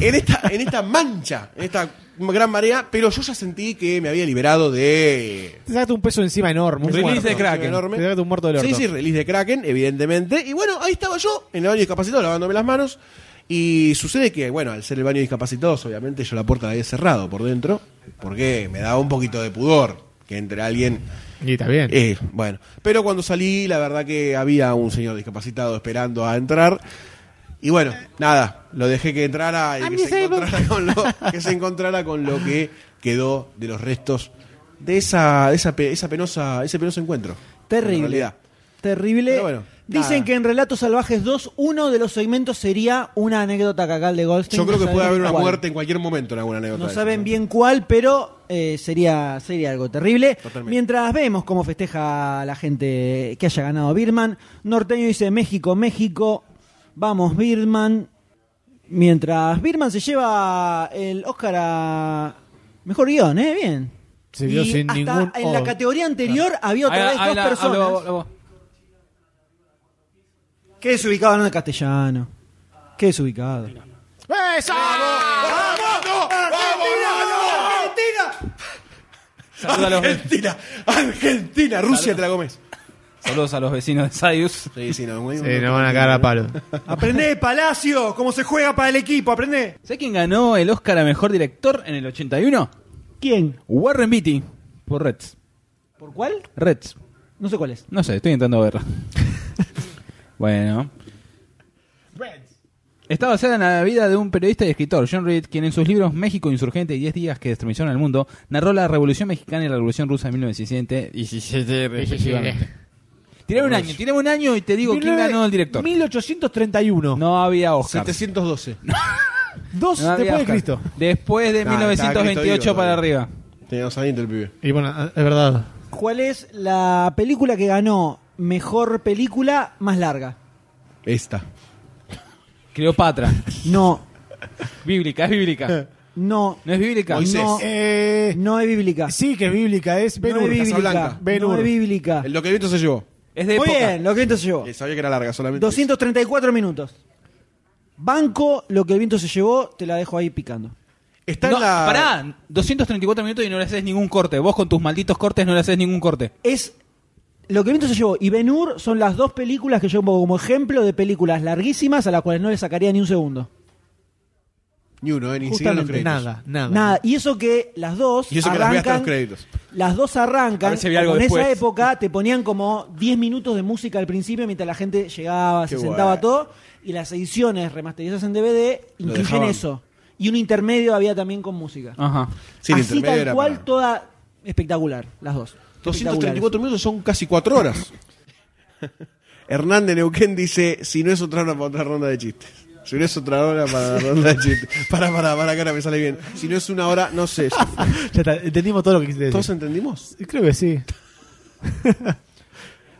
[SPEAKER 2] en esta, en esta mancha, en esta gran marea, pero yo ya sentí que me había liberado de.
[SPEAKER 9] Te sacaste un peso encima enorme. Un
[SPEAKER 2] Release
[SPEAKER 9] muerto.
[SPEAKER 2] de Kraken.
[SPEAKER 9] Enorme. Te sacaste un muerto del orto.
[SPEAKER 2] Sí, sí, release de Kraken, evidentemente. Y bueno, ahí estaba yo, en el baño discapacitado, lavándome las manos. Y sucede que, bueno, al ser el baño discapacitado, obviamente yo la puerta la había cerrado por dentro, porque me daba un poquito de pudor que entre alguien.
[SPEAKER 9] Y está bien.
[SPEAKER 2] Eh, bueno, pero cuando salí, la verdad que había un señor discapacitado esperando a entrar. Y bueno, nada, lo dejé que entrara y
[SPEAKER 9] I'm
[SPEAKER 2] que se,
[SPEAKER 9] disabled.
[SPEAKER 2] encontrara con lo, que se encontrara con lo que quedó de los restos de esa, de esa, pe- esa penosa, ese penoso encuentro.
[SPEAKER 8] Terrible.
[SPEAKER 2] En realidad.
[SPEAKER 8] Terrible.
[SPEAKER 2] Pero bueno,
[SPEAKER 8] Dicen
[SPEAKER 2] nada.
[SPEAKER 8] que en Relatos Salvajes 2, uno de los segmentos sería una anécdota cacal de Goldstein.
[SPEAKER 2] Yo creo
[SPEAKER 8] No
[SPEAKER 2] que puede
[SPEAKER 8] saben
[SPEAKER 2] haber una
[SPEAKER 8] cuál.
[SPEAKER 2] muerte en cualquier momento en alguna anécdota.
[SPEAKER 8] No
[SPEAKER 2] de
[SPEAKER 8] saben
[SPEAKER 2] esas,
[SPEAKER 8] bien cuál, pero eh, sería, sería algo terrible.
[SPEAKER 2] Totalmente.
[SPEAKER 8] Mientras vemos cómo festeja la gente que haya ganado Birman, Norteño dice México, México, vamos Birman. Mientras Birman se lleva el Oscar a mejor guión, ¿eh? Bien.
[SPEAKER 9] Se vio
[SPEAKER 8] Y
[SPEAKER 9] sin
[SPEAKER 8] hasta
[SPEAKER 9] ningún
[SPEAKER 8] En
[SPEAKER 2] oh,
[SPEAKER 8] la
[SPEAKER 9] odo.
[SPEAKER 8] categoría anterior había otra vez dos personas. Qué desubicado, no de castellano. Qué desubicado.
[SPEAKER 9] ¡Eso!
[SPEAKER 2] ¡Vamos!
[SPEAKER 8] ¡Argentina!
[SPEAKER 11] Saluda a los-
[SPEAKER 2] Argentina, Argentina, Rusia te la comes.
[SPEAKER 11] Saludos a los vecinos de Sayus.
[SPEAKER 2] Sí, sí, no,
[SPEAKER 9] Sí, nos Eh, van a cagar a palo.
[SPEAKER 8] Aprende, Palacio, cómo se juega para el equipo, aprende.
[SPEAKER 11] ¿Sabés quién ganó el Oscar a Mejor Director en el 81?
[SPEAKER 8] ¿Quién?
[SPEAKER 11] Warren Beatty, por Reds.
[SPEAKER 8] ¿Por cuál?
[SPEAKER 11] Reds.
[SPEAKER 8] No sé cuál es.
[SPEAKER 11] No sé, estoy intentando verla. bueno. Está basada en la vida de un periodista y escritor, John Reed, quien en sus libros México Insurgente y 10 días que destruyeron al mundo, narró la Revolución Mexicana y la Revolución Rusa de 1917 17, respectivamente. Tirame un año, tirame un año y te digo quién ganó el director.
[SPEAKER 9] 1831.
[SPEAKER 11] No había Oscar.
[SPEAKER 2] 712.
[SPEAKER 9] Dos
[SPEAKER 11] No
[SPEAKER 9] después
[SPEAKER 11] había
[SPEAKER 9] de
[SPEAKER 11] Oscar.
[SPEAKER 9] Cristo.
[SPEAKER 11] Después de
[SPEAKER 2] Nah, estaba
[SPEAKER 11] 1928
[SPEAKER 2] Cristo
[SPEAKER 11] para
[SPEAKER 2] vivo
[SPEAKER 11] arriba.
[SPEAKER 2] Tenía dos añitos el pibe.
[SPEAKER 9] Y bueno, es verdad.
[SPEAKER 8] ¿Cuál es la película que ganó mejor película más larga?
[SPEAKER 2] Esta.
[SPEAKER 11] Cleopatra.
[SPEAKER 8] No,
[SPEAKER 11] Bíblica, es bíblica.
[SPEAKER 8] no,
[SPEAKER 11] ¿No es bíblica?
[SPEAKER 2] Moisés.
[SPEAKER 8] no,
[SPEAKER 9] Eh,
[SPEAKER 8] no es bíblica.
[SPEAKER 9] sí, que es bíblica. Es
[SPEAKER 8] No es
[SPEAKER 9] Ben-Hur.
[SPEAKER 8] bíblica.
[SPEAKER 2] Casablanca.
[SPEAKER 8] No
[SPEAKER 9] Ben-Hur.
[SPEAKER 8] es bíblica.
[SPEAKER 2] El lo que el viento se llevó.
[SPEAKER 11] Es de
[SPEAKER 8] Muy
[SPEAKER 11] época.
[SPEAKER 8] bien, lo que el viento se llevó.
[SPEAKER 2] Eh, Sabía que era larga solamente.
[SPEAKER 8] 234 minutos. Banco, lo que el viento se llevó, te la dejo ahí picando.
[SPEAKER 2] Está
[SPEAKER 11] No,
[SPEAKER 2] en la.
[SPEAKER 11] Pará, 234 minutos y no le haces ningún corte. Vos con tus malditos cortes no le haces ningún corte.
[SPEAKER 8] es lo que el viento se llevó y Ben Hur son las dos películas que yo pongo como ejemplo de películas larguísimas a las cuales no le sacaría ni un segundo.
[SPEAKER 2] Ni uno, eh, ni siquiera los
[SPEAKER 8] Justamente,
[SPEAKER 2] créditos.
[SPEAKER 9] Nada, nada.
[SPEAKER 8] Nada. Y eso que las dos
[SPEAKER 2] Y eso que las veas hasta
[SPEAKER 8] arrancan.
[SPEAKER 2] los créditos.
[SPEAKER 8] las dos
[SPEAKER 11] A
[SPEAKER 8] arrancan.
[SPEAKER 11] ver si había algo
[SPEAKER 8] como en esa
[SPEAKER 11] después.
[SPEAKER 8] época te ponían como 10 minutos de música al principio mientras la gente llegaba, se
[SPEAKER 2] Qué
[SPEAKER 8] sentaba
[SPEAKER 2] bueno.
[SPEAKER 8] todo. Y las ediciones remasterizadas en DVD incluyen
[SPEAKER 2] dejaban.
[SPEAKER 8] eso. Y un intermedio había también con música.
[SPEAKER 11] Ajá.
[SPEAKER 2] Sí, el
[SPEAKER 8] Así
[SPEAKER 2] intermedio
[SPEAKER 8] tal
[SPEAKER 2] era
[SPEAKER 8] cual,
[SPEAKER 2] para-
[SPEAKER 8] toda espectacular, las dos. Espectaculares.
[SPEAKER 2] 234 minutos son casi 4 horas. Hernán de Neuquén dice: Si no es otra hora para otra ronda de chistes. Si no es otra hora para la ronda de chistes. Para, para, para, que ahora me sale bien. Si no es una hora, no sé. ya fue.
[SPEAKER 9] Ya está, entendimos todo lo que quisiste decir.
[SPEAKER 2] ¿Todos entendimos?
[SPEAKER 9] Creo que sí.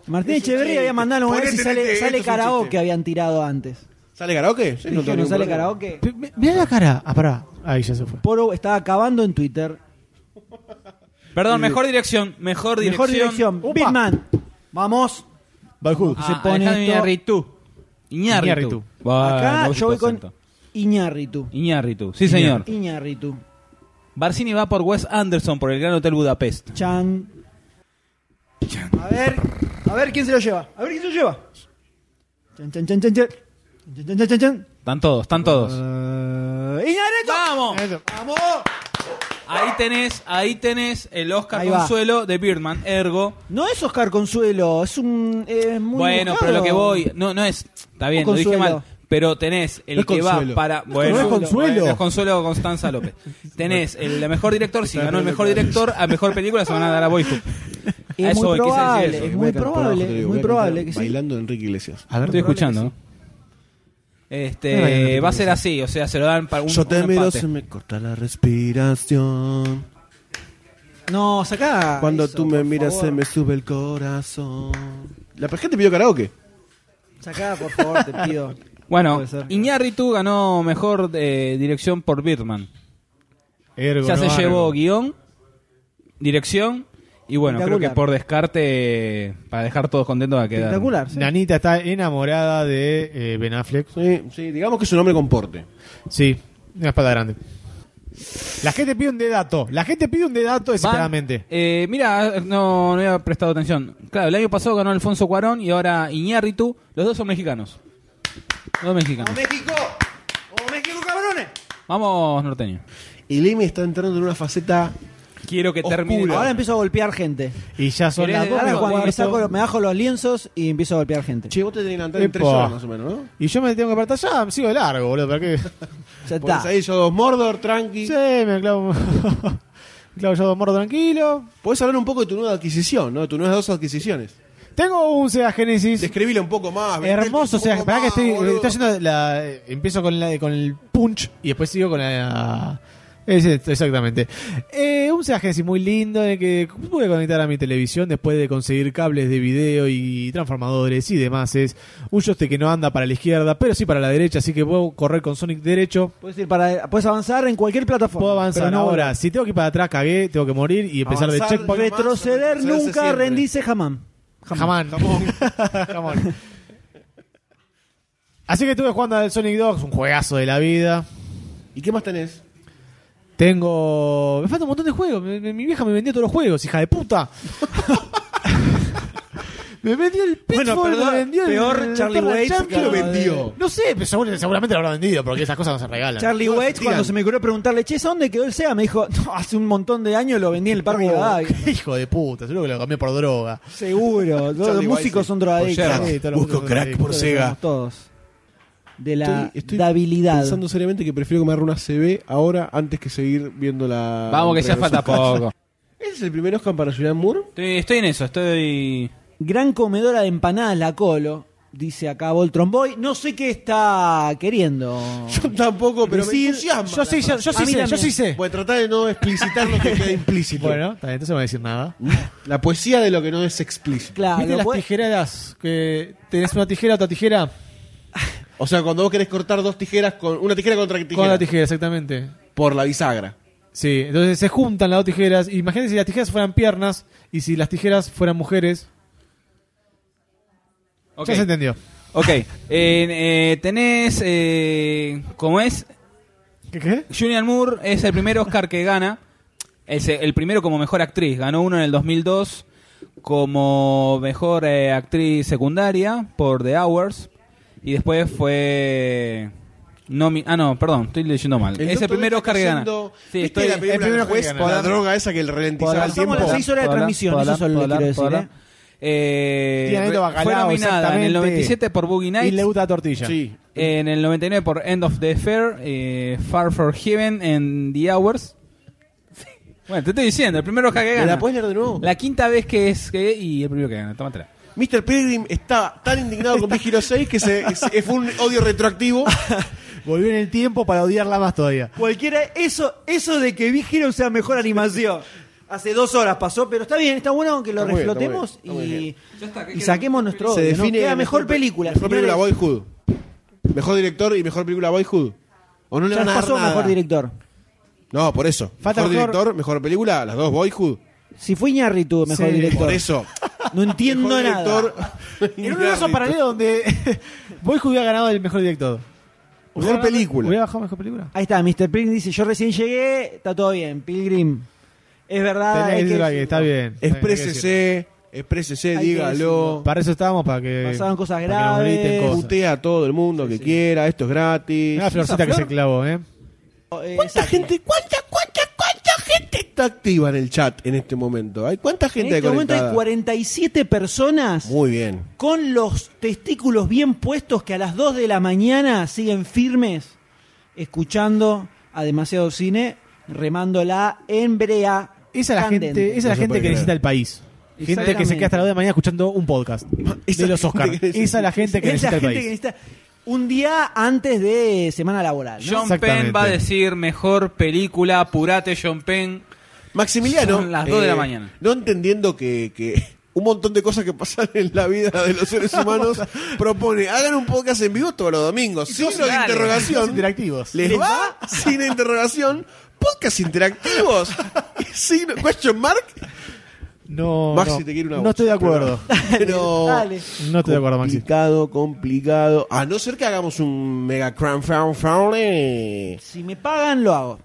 [SPEAKER 8] Martín Echeverría había mandado a ver si sale, sale karaoke, habían tirado antes.
[SPEAKER 2] ¿Sale karaoke? Sí,
[SPEAKER 8] Dije,
[SPEAKER 2] tengo
[SPEAKER 8] no
[SPEAKER 2] ningún
[SPEAKER 8] sale
[SPEAKER 2] problema.
[SPEAKER 8] karaoke.
[SPEAKER 9] Pe- me- Mirá la cara. Ah, pará. Ahí ya se fue.
[SPEAKER 8] Poro estaba acabando en Twitter.
[SPEAKER 11] Perdón, mejor dirección. Mejor dirección.
[SPEAKER 8] Eh, Mejor dirección.
[SPEAKER 9] Upa.
[SPEAKER 8] Big Man. Vamos.
[SPEAKER 9] Balhood.
[SPEAKER 11] Ah,
[SPEAKER 8] Se pone
[SPEAKER 11] Alejandro
[SPEAKER 8] esto.
[SPEAKER 11] Iñárritu. Iñárritu.
[SPEAKER 9] Iñárritu.
[SPEAKER 11] Bueno,
[SPEAKER 8] Acá
[SPEAKER 11] vos
[SPEAKER 8] yo voy con
[SPEAKER 11] contento.
[SPEAKER 8] Iñarritu.
[SPEAKER 11] Iñárritu. Sí, señor.
[SPEAKER 8] Iñarritu.
[SPEAKER 11] Barcini va por Wes Anderson por el Gran Hotel Budapest.
[SPEAKER 8] Chan. A ver. A ver quién se lo lleva. A ver quién se lo lleva. Chan, chan, chan, chan, chan. Chan, chan, chan, chan, chan. Ah.
[SPEAKER 11] Están todos, están todos.
[SPEAKER 8] Eh, Iñárritu.
[SPEAKER 11] ¡Vamos!
[SPEAKER 8] ¡Vamos!
[SPEAKER 11] Ahí tenés, ahí tenés el Oscar
[SPEAKER 8] Ahí va.
[SPEAKER 11] Consuelo de Birdman, ergo.
[SPEAKER 8] No es Oscar Consuelo, es un. eh, es muy
[SPEAKER 11] bueno, pero lo que voy, no, no es, está bien,
[SPEAKER 8] No
[SPEAKER 11] lo
[SPEAKER 8] es
[SPEAKER 11] dije
[SPEAKER 8] Consuelo.
[SPEAKER 11] mal, pero tenés el
[SPEAKER 8] No es
[SPEAKER 11] que va
[SPEAKER 8] Consuelo.
[SPEAKER 11] para,
[SPEAKER 8] No es
[SPEAKER 11] bueno,
[SPEAKER 8] Consuelo.
[SPEAKER 11] bueno, es Consuelo Constanza López. Tenés el mejor director, si ganó el mejor director, a mejor película se van a dar a Boyhood.
[SPEAKER 8] Es
[SPEAKER 11] A
[SPEAKER 8] muy
[SPEAKER 11] voy, quise decir
[SPEAKER 8] probable,
[SPEAKER 11] eso.
[SPEAKER 8] es muy probable, es muy probable que sí. Ah,
[SPEAKER 2] Bailando Enrique Iglesias.
[SPEAKER 11] A ver, estoy escuchando.
[SPEAKER 2] No, no, no,
[SPEAKER 11] Este,
[SPEAKER 2] no,
[SPEAKER 11] va a
[SPEAKER 2] no,
[SPEAKER 11] ser
[SPEAKER 2] no.
[SPEAKER 11] así, o sea, se lo dan para un
[SPEAKER 2] Yo te
[SPEAKER 11] un
[SPEAKER 2] miro,
[SPEAKER 11] empate.
[SPEAKER 2] se me corta la respiración.
[SPEAKER 8] No, sacá.
[SPEAKER 2] Cuando
[SPEAKER 8] Ah, eso,
[SPEAKER 2] tú me
[SPEAKER 8] por
[SPEAKER 2] miras,
[SPEAKER 8] favor.
[SPEAKER 2] se me sube el corazón. La gente pidió karaoke.
[SPEAKER 8] Sacá, por favor, te pido.
[SPEAKER 11] Bueno, Iñárritu ganó mejor eh, dirección por Birdman.
[SPEAKER 9] Ergo,
[SPEAKER 11] ya se
[SPEAKER 9] no,
[SPEAKER 11] llevó
[SPEAKER 9] ergo.
[SPEAKER 11] guión, dirección y bueno, creo que
[SPEAKER 9] Espectacular.
[SPEAKER 11] por descarte, para dejar todos contentos va a quedar.
[SPEAKER 9] Nanita está enamorada de eh, Ben Affleck.
[SPEAKER 2] Sí, digamos que es un hombre con porte.
[SPEAKER 9] Sí, una espada grande. La gente pide un dedato. La gente pide un dedato desesperadamente.
[SPEAKER 11] Eh, mira, no, no había prestado atención. Claro, el año pasado ganó Alfonso Cuarón y ahora Iñárritu. Los dos son mexicanos. Los dos mexicanos.
[SPEAKER 10] México! ¡Oh, México, cabrones!
[SPEAKER 11] Vamos, norteño.
[SPEAKER 2] El M está entrando en una faceta.
[SPEAKER 11] Quiero que termine.
[SPEAKER 8] Ahora empiezo a golpear gente.
[SPEAKER 9] Y ya
[SPEAKER 8] Ahora
[SPEAKER 9] son las dos menos
[SPEAKER 8] cuando me,
[SPEAKER 9] cuarto.
[SPEAKER 8] saco, me bajo los lienzos y empiezo a golpear gente.
[SPEAKER 2] Che, vos te tenés que levantar
[SPEAKER 9] en tres Epa. horas más o
[SPEAKER 2] menos, ¿no?
[SPEAKER 9] Y yo me tengo que apartar ya, me sigo de largo, boludo. ¿Para qué?
[SPEAKER 8] Ya
[SPEAKER 9] pues
[SPEAKER 2] Pones ahí yo dos Mordor, tranqui.
[SPEAKER 9] Sí, me clavo. me clavo yo dos moros tranquilo.
[SPEAKER 2] Podés hablar un poco de tu nueva adquisición, ¿no? Tu nuevas dos adquisiciones.
[SPEAKER 9] Tengo un Sega Genesis.
[SPEAKER 2] Describile un poco más. vendete
[SPEAKER 9] Hermoso, o
[SPEAKER 2] un
[SPEAKER 9] sea,
[SPEAKER 2] poco
[SPEAKER 9] para que
[SPEAKER 2] más,
[SPEAKER 9] estoy, eh,
[SPEAKER 2] boludo.
[SPEAKER 9] estoy haciendo la, eh, empiezo con, la, con el punch y después sigo con la... es esto, exactamente. Eh, un Sega Genesis muy lindo en el que pude conectar a mi televisión después de conseguir cables de video y transformadores y demás. Es un joystick que no anda para la izquierda, pero sí para la derecha, así que puedo correr con Sonic derecho.
[SPEAKER 8] Puedes ir para, puedes avanzar en cualquier plataforma.
[SPEAKER 9] Puedo avanzar
[SPEAKER 8] pero no
[SPEAKER 9] ahora.
[SPEAKER 8] volver.
[SPEAKER 9] Si tengo que ir para atrás, cagué, tengo que morir y empezar
[SPEAKER 8] Avanzar,
[SPEAKER 9] de checkpoint.
[SPEAKER 8] Retroceder
[SPEAKER 9] retroceder
[SPEAKER 8] nunca,
[SPEAKER 9] siempre.
[SPEAKER 8] rendirse jamás.
[SPEAKER 9] Jamán. Así que estuve jugando al Sonic Dogs, un juegazo de la vida.
[SPEAKER 2] ¿Y qué más tenés?
[SPEAKER 9] Tengo. Me falta un montón de juegos. Me- me- Mi vieja me vendió todos los juegos, hija de puta. me vendió el Pitfall,
[SPEAKER 8] Bueno, perdón,
[SPEAKER 9] me vendió el-
[SPEAKER 8] peor
[SPEAKER 9] el
[SPEAKER 8] Charlie
[SPEAKER 9] Terra
[SPEAKER 8] Waits que
[SPEAKER 9] Champion.
[SPEAKER 8] lo vendió.
[SPEAKER 9] No sé, pero seguro- seguramente lo habrá vendido porque esas cosas no se regalan.
[SPEAKER 8] Charlie Waits, cuando se me ocurrió preguntarle, che, ¿a dónde quedó el SEA? Me dijo, "No, hace un montón de años lo vendí en el parque
[SPEAKER 9] Oh.
[SPEAKER 8] de Davia".
[SPEAKER 9] Hijo de puta, seguro que lo cambié por droga.
[SPEAKER 8] Seguro, todos los
[SPEAKER 9] Charlie
[SPEAKER 8] músicos
[SPEAKER 9] Waits,
[SPEAKER 8] son
[SPEAKER 9] sí.
[SPEAKER 8] drogadictos.
[SPEAKER 9] Por
[SPEAKER 8] Sí,
[SPEAKER 9] Sega.
[SPEAKER 8] todos los
[SPEAKER 9] Busco
[SPEAKER 8] músicos son
[SPEAKER 9] crack
[SPEAKER 8] drogadictos,
[SPEAKER 9] por
[SPEAKER 8] lo
[SPEAKER 9] Sega.
[SPEAKER 8] sabemos Todos. De la
[SPEAKER 2] Estoy- estoy
[SPEAKER 8] habilidad.
[SPEAKER 2] Pensando seriamente que prefiero comer una CB ahora antes que seguir viendo la.
[SPEAKER 11] Vamos, que ya
[SPEAKER 2] entrega de los
[SPEAKER 11] falta
[SPEAKER 2] Oscars.
[SPEAKER 11] poco.
[SPEAKER 2] ¿Ese es el primer Oscar para Julian Moore?
[SPEAKER 11] Estoy, estoy en eso, estoy.
[SPEAKER 8] Gran comedora de empanadas la colo, dice acá Voltron Boy. No sé qué está queriendo.
[SPEAKER 2] Yo tampoco, pero
[SPEAKER 8] Decir-
[SPEAKER 2] me entusiasma.
[SPEAKER 8] yo sí, yo- yo sí
[SPEAKER 2] A mí
[SPEAKER 8] sé, yo
[SPEAKER 2] también.
[SPEAKER 8] sí sé.
[SPEAKER 2] Voy a tratar de no explicitar lo que queda implícito.
[SPEAKER 9] Bueno, está bien, entonces no voy a decir nada.
[SPEAKER 2] La poesía de lo que no es explícito.
[SPEAKER 9] ¿Viste
[SPEAKER 8] pues,
[SPEAKER 9] las tijeras que tenés una tijera, otra tijera?
[SPEAKER 2] O sea, cuando vos querés cortar dos tijeras con una tijera contra tijera.
[SPEAKER 9] Con la tijera, exactamente.
[SPEAKER 2] Por la bisagra.
[SPEAKER 9] Sí, entonces se juntan las dos tijeras. Imagínate si las tijeras fueran piernas y si las tijeras fueran mujeres.
[SPEAKER 11] Ok.
[SPEAKER 9] Ya se entendió.
[SPEAKER 11] Ok, eh, eh, tenés. Eh, ¿Cómo es?
[SPEAKER 9] ¿Qué, qué?
[SPEAKER 11] Julian Moore es el primer Oscar que gana. Es eh, el primero como mejor actriz. Ganó uno en el 2002 como mejor eh, actriz secundaria por The Hours. Y después fue. nomi- ah, no, perdón, estoy leyendo mal. es el
[SPEAKER 2] doctor
[SPEAKER 11] primer
[SPEAKER 2] está
[SPEAKER 11] Oscar que gana.
[SPEAKER 2] cayendo-
[SPEAKER 11] Sí,
[SPEAKER 2] ¿Viste
[SPEAKER 11] estoy-
[SPEAKER 2] la película
[SPEAKER 11] el primero
[SPEAKER 2] del juez
[SPEAKER 11] que gana.
[SPEAKER 2] por la
[SPEAKER 11] Podrá-
[SPEAKER 2] droga esa que le ralentizaba el tiempo?
[SPEAKER 8] Pasamos las 6 horas de
[SPEAKER 11] Podrá-
[SPEAKER 8] transmisión,
[SPEAKER 11] podrá-
[SPEAKER 8] eso solo le
[SPEAKER 11] podrá-
[SPEAKER 8] quiero decir.
[SPEAKER 11] podrá.
[SPEAKER 8] ¿eh?
[SPEAKER 11] Eh,
[SPEAKER 9] Tiene Neto
[SPEAKER 11] fue
[SPEAKER 9] Bacalao,
[SPEAKER 11] nominada en el
[SPEAKER 9] exactamente.
[SPEAKER 11] 97 por Boogie
[SPEAKER 9] Y
[SPEAKER 11] Nights.
[SPEAKER 9] le gusta la tortilla.
[SPEAKER 2] Sí.
[SPEAKER 11] En el 99 por End of the Fair, eh, Far for Heaven en The Hours. Bueno, te estoy diciendo, el primero que gana.
[SPEAKER 2] la puedes leer de nuevo? Ah,
[SPEAKER 11] La quinta vez que es que y el primero que gana, tómatela.
[SPEAKER 2] Mr. Pilgrim está tan indignado con Big Hero 6 que se, se- fue un odio retroactivo.
[SPEAKER 9] Volvió en el tiempo para odiarla más todavía.
[SPEAKER 8] Cualquiera, eso, eso de que Big Hero sea mejor animación. Hace dos horas pasó, pero está bien, está bueno que lo
[SPEAKER 2] Está muy bien,
[SPEAKER 8] reflotemos
[SPEAKER 2] está muy bien,
[SPEAKER 8] y, y saquemos nuestro
[SPEAKER 2] se
[SPEAKER 8] odio, ¿no?
[SPEAKER 2] define.
[SPEAKER 8] Queda mejor película.
[SPEAKER 2] Mejor película
[SPEAKER 8] señores.
[SPEAKER 2] Boyhood. Mejor director y mejor película Boyhood. O no le
[SPEAKER 8] Ya
[SPEAKER 2] van a dar
[SPEAKER 8] pasó
[SPEAKER 2] nada.
[SPEAKER 8] mejor director.
[SPEAKER 2] No, por eso.
[SPEAKER 8] Falta
[SPEAKER 2] mejor
[SPEAKER 8] mejor-
[SPEAKER 2] director, mejor película, las dos Boyhood.
[SPEAKER 8] Si fue Iñárritu mejor
[SPEAKER 2] Sí.
[SPEAKER 8] director.
[SPEAKER 2] Por eso.
[SPEAKER 8] No entiendo
[SPEAKER 2] Mejor
[SPEAKER 8] nada.
[SPEAKER 2] director-
[SPEAKER 9] En un universo paralelo donde Boyhood hubiera ganado el mejor director.
[SPEAKER 2] Mejor película.
[SPEAKER 9] ¿Hubiera bajado mejor película?
[SPEAKER 8] Ahí está, Mr. Pilgrim dice, yo recién llegué, está todo bien, Pilgrim. Es verdad, hay
[SPEAKER 9] Tenés Ah, que
[SPEAKER 8] que
[SPEAKER 9] decirlo ahí,
[SPEAKER 8] decirlo.
[SPEAKER 9] está bien.
[SPEAKER 2] Exprésese, exprésese,
[SPEAKER 8] Hay que
[SPEAKER 2] dígalo.
[SPEAKER 9] Para eso estábamos, para que.
[SPEAKER 8] Pasaron cosas
[SPEAKER 9] para que nos
[SPEAKER 8] graves.
[SPEAKER 9] griten cosas.
[SPEAKER 2] Putea a todo el mundo que quiera, esto es gratis.
[SPEAKER 9] Mirá la florcita que se clavó, ¿eh?
[SPEAKER 8] ¿Cuánta gente,
[SPEAKER 2] cuánta, cuánta, cuánta gente está activa en el chat en este momento? ¿Hay cuánta
[SPEAKER 8] En
[SPEAKER 2] gente
[SPEAKER 8] este
[SPEAKER 2] hay
[SPEAKER 8] momento
[SPEAKER 2] conectada?
[SPEAKER 8] hay 47 personas
[SPEAKER 2] Muy bien.
[SPEAKER 8] con los testículos bien puestos que a las 2 de la mañana siguen firmes escuchando a demasiado cine, remando la embrea.
[SPEAKER 9] Esa es la gente, esa es la gente que necesita el país. Gente que se queda hasta la hora de la mañana escuchando un podcast de los Oscars. Esa es la gente que necesita el país.
[SPEAKER 8] un día antes de semana laboral. ¿no?
[SPEAKER 11] John Penn va a decir mejor película, apurate John Penn.
[SPEAKER 2] Maximiliano.
[SPEAKER 11] Son las 2 de la
[SPEAKER 2] eh,
[SPEAKER 11] mañana.
[SPEAKER 2] No entendiendo que, que un montón de cosas que pasan en la vida de los seres humanos propone, hagan un podcast en vivo todos los domingos, sin
[SPEAKER 9] sociales,
[SPEAKER 2] interrogación.
[SPEAKER 9] son interactivos.
[SPEAKER 2] ¿Les,
[SPEAKER 9] ¿Les
[SPEAKER 2] va? Sin interrogación, podcast interactivos. sin question mark.
[SPEAKER 9] No,
[SPEAKER 2] Maxi,
[SPEAKER 9] no.
[SPEAKER 2] te quiero una
[SPEAKER 9] No
[SPEAKER 2] voz,
[SPEAKER 9] estoy de acuerdo.
[SPEAKER 2] Pero,
[SPEAKER 9] Dale. No estoy de acuerdo, Maxi.
[SPEAKER 2] Complicado, complicado. A no ser que hagamos un mega crown eh. found
[SPEAKER 8] Si me pagan, lo hago.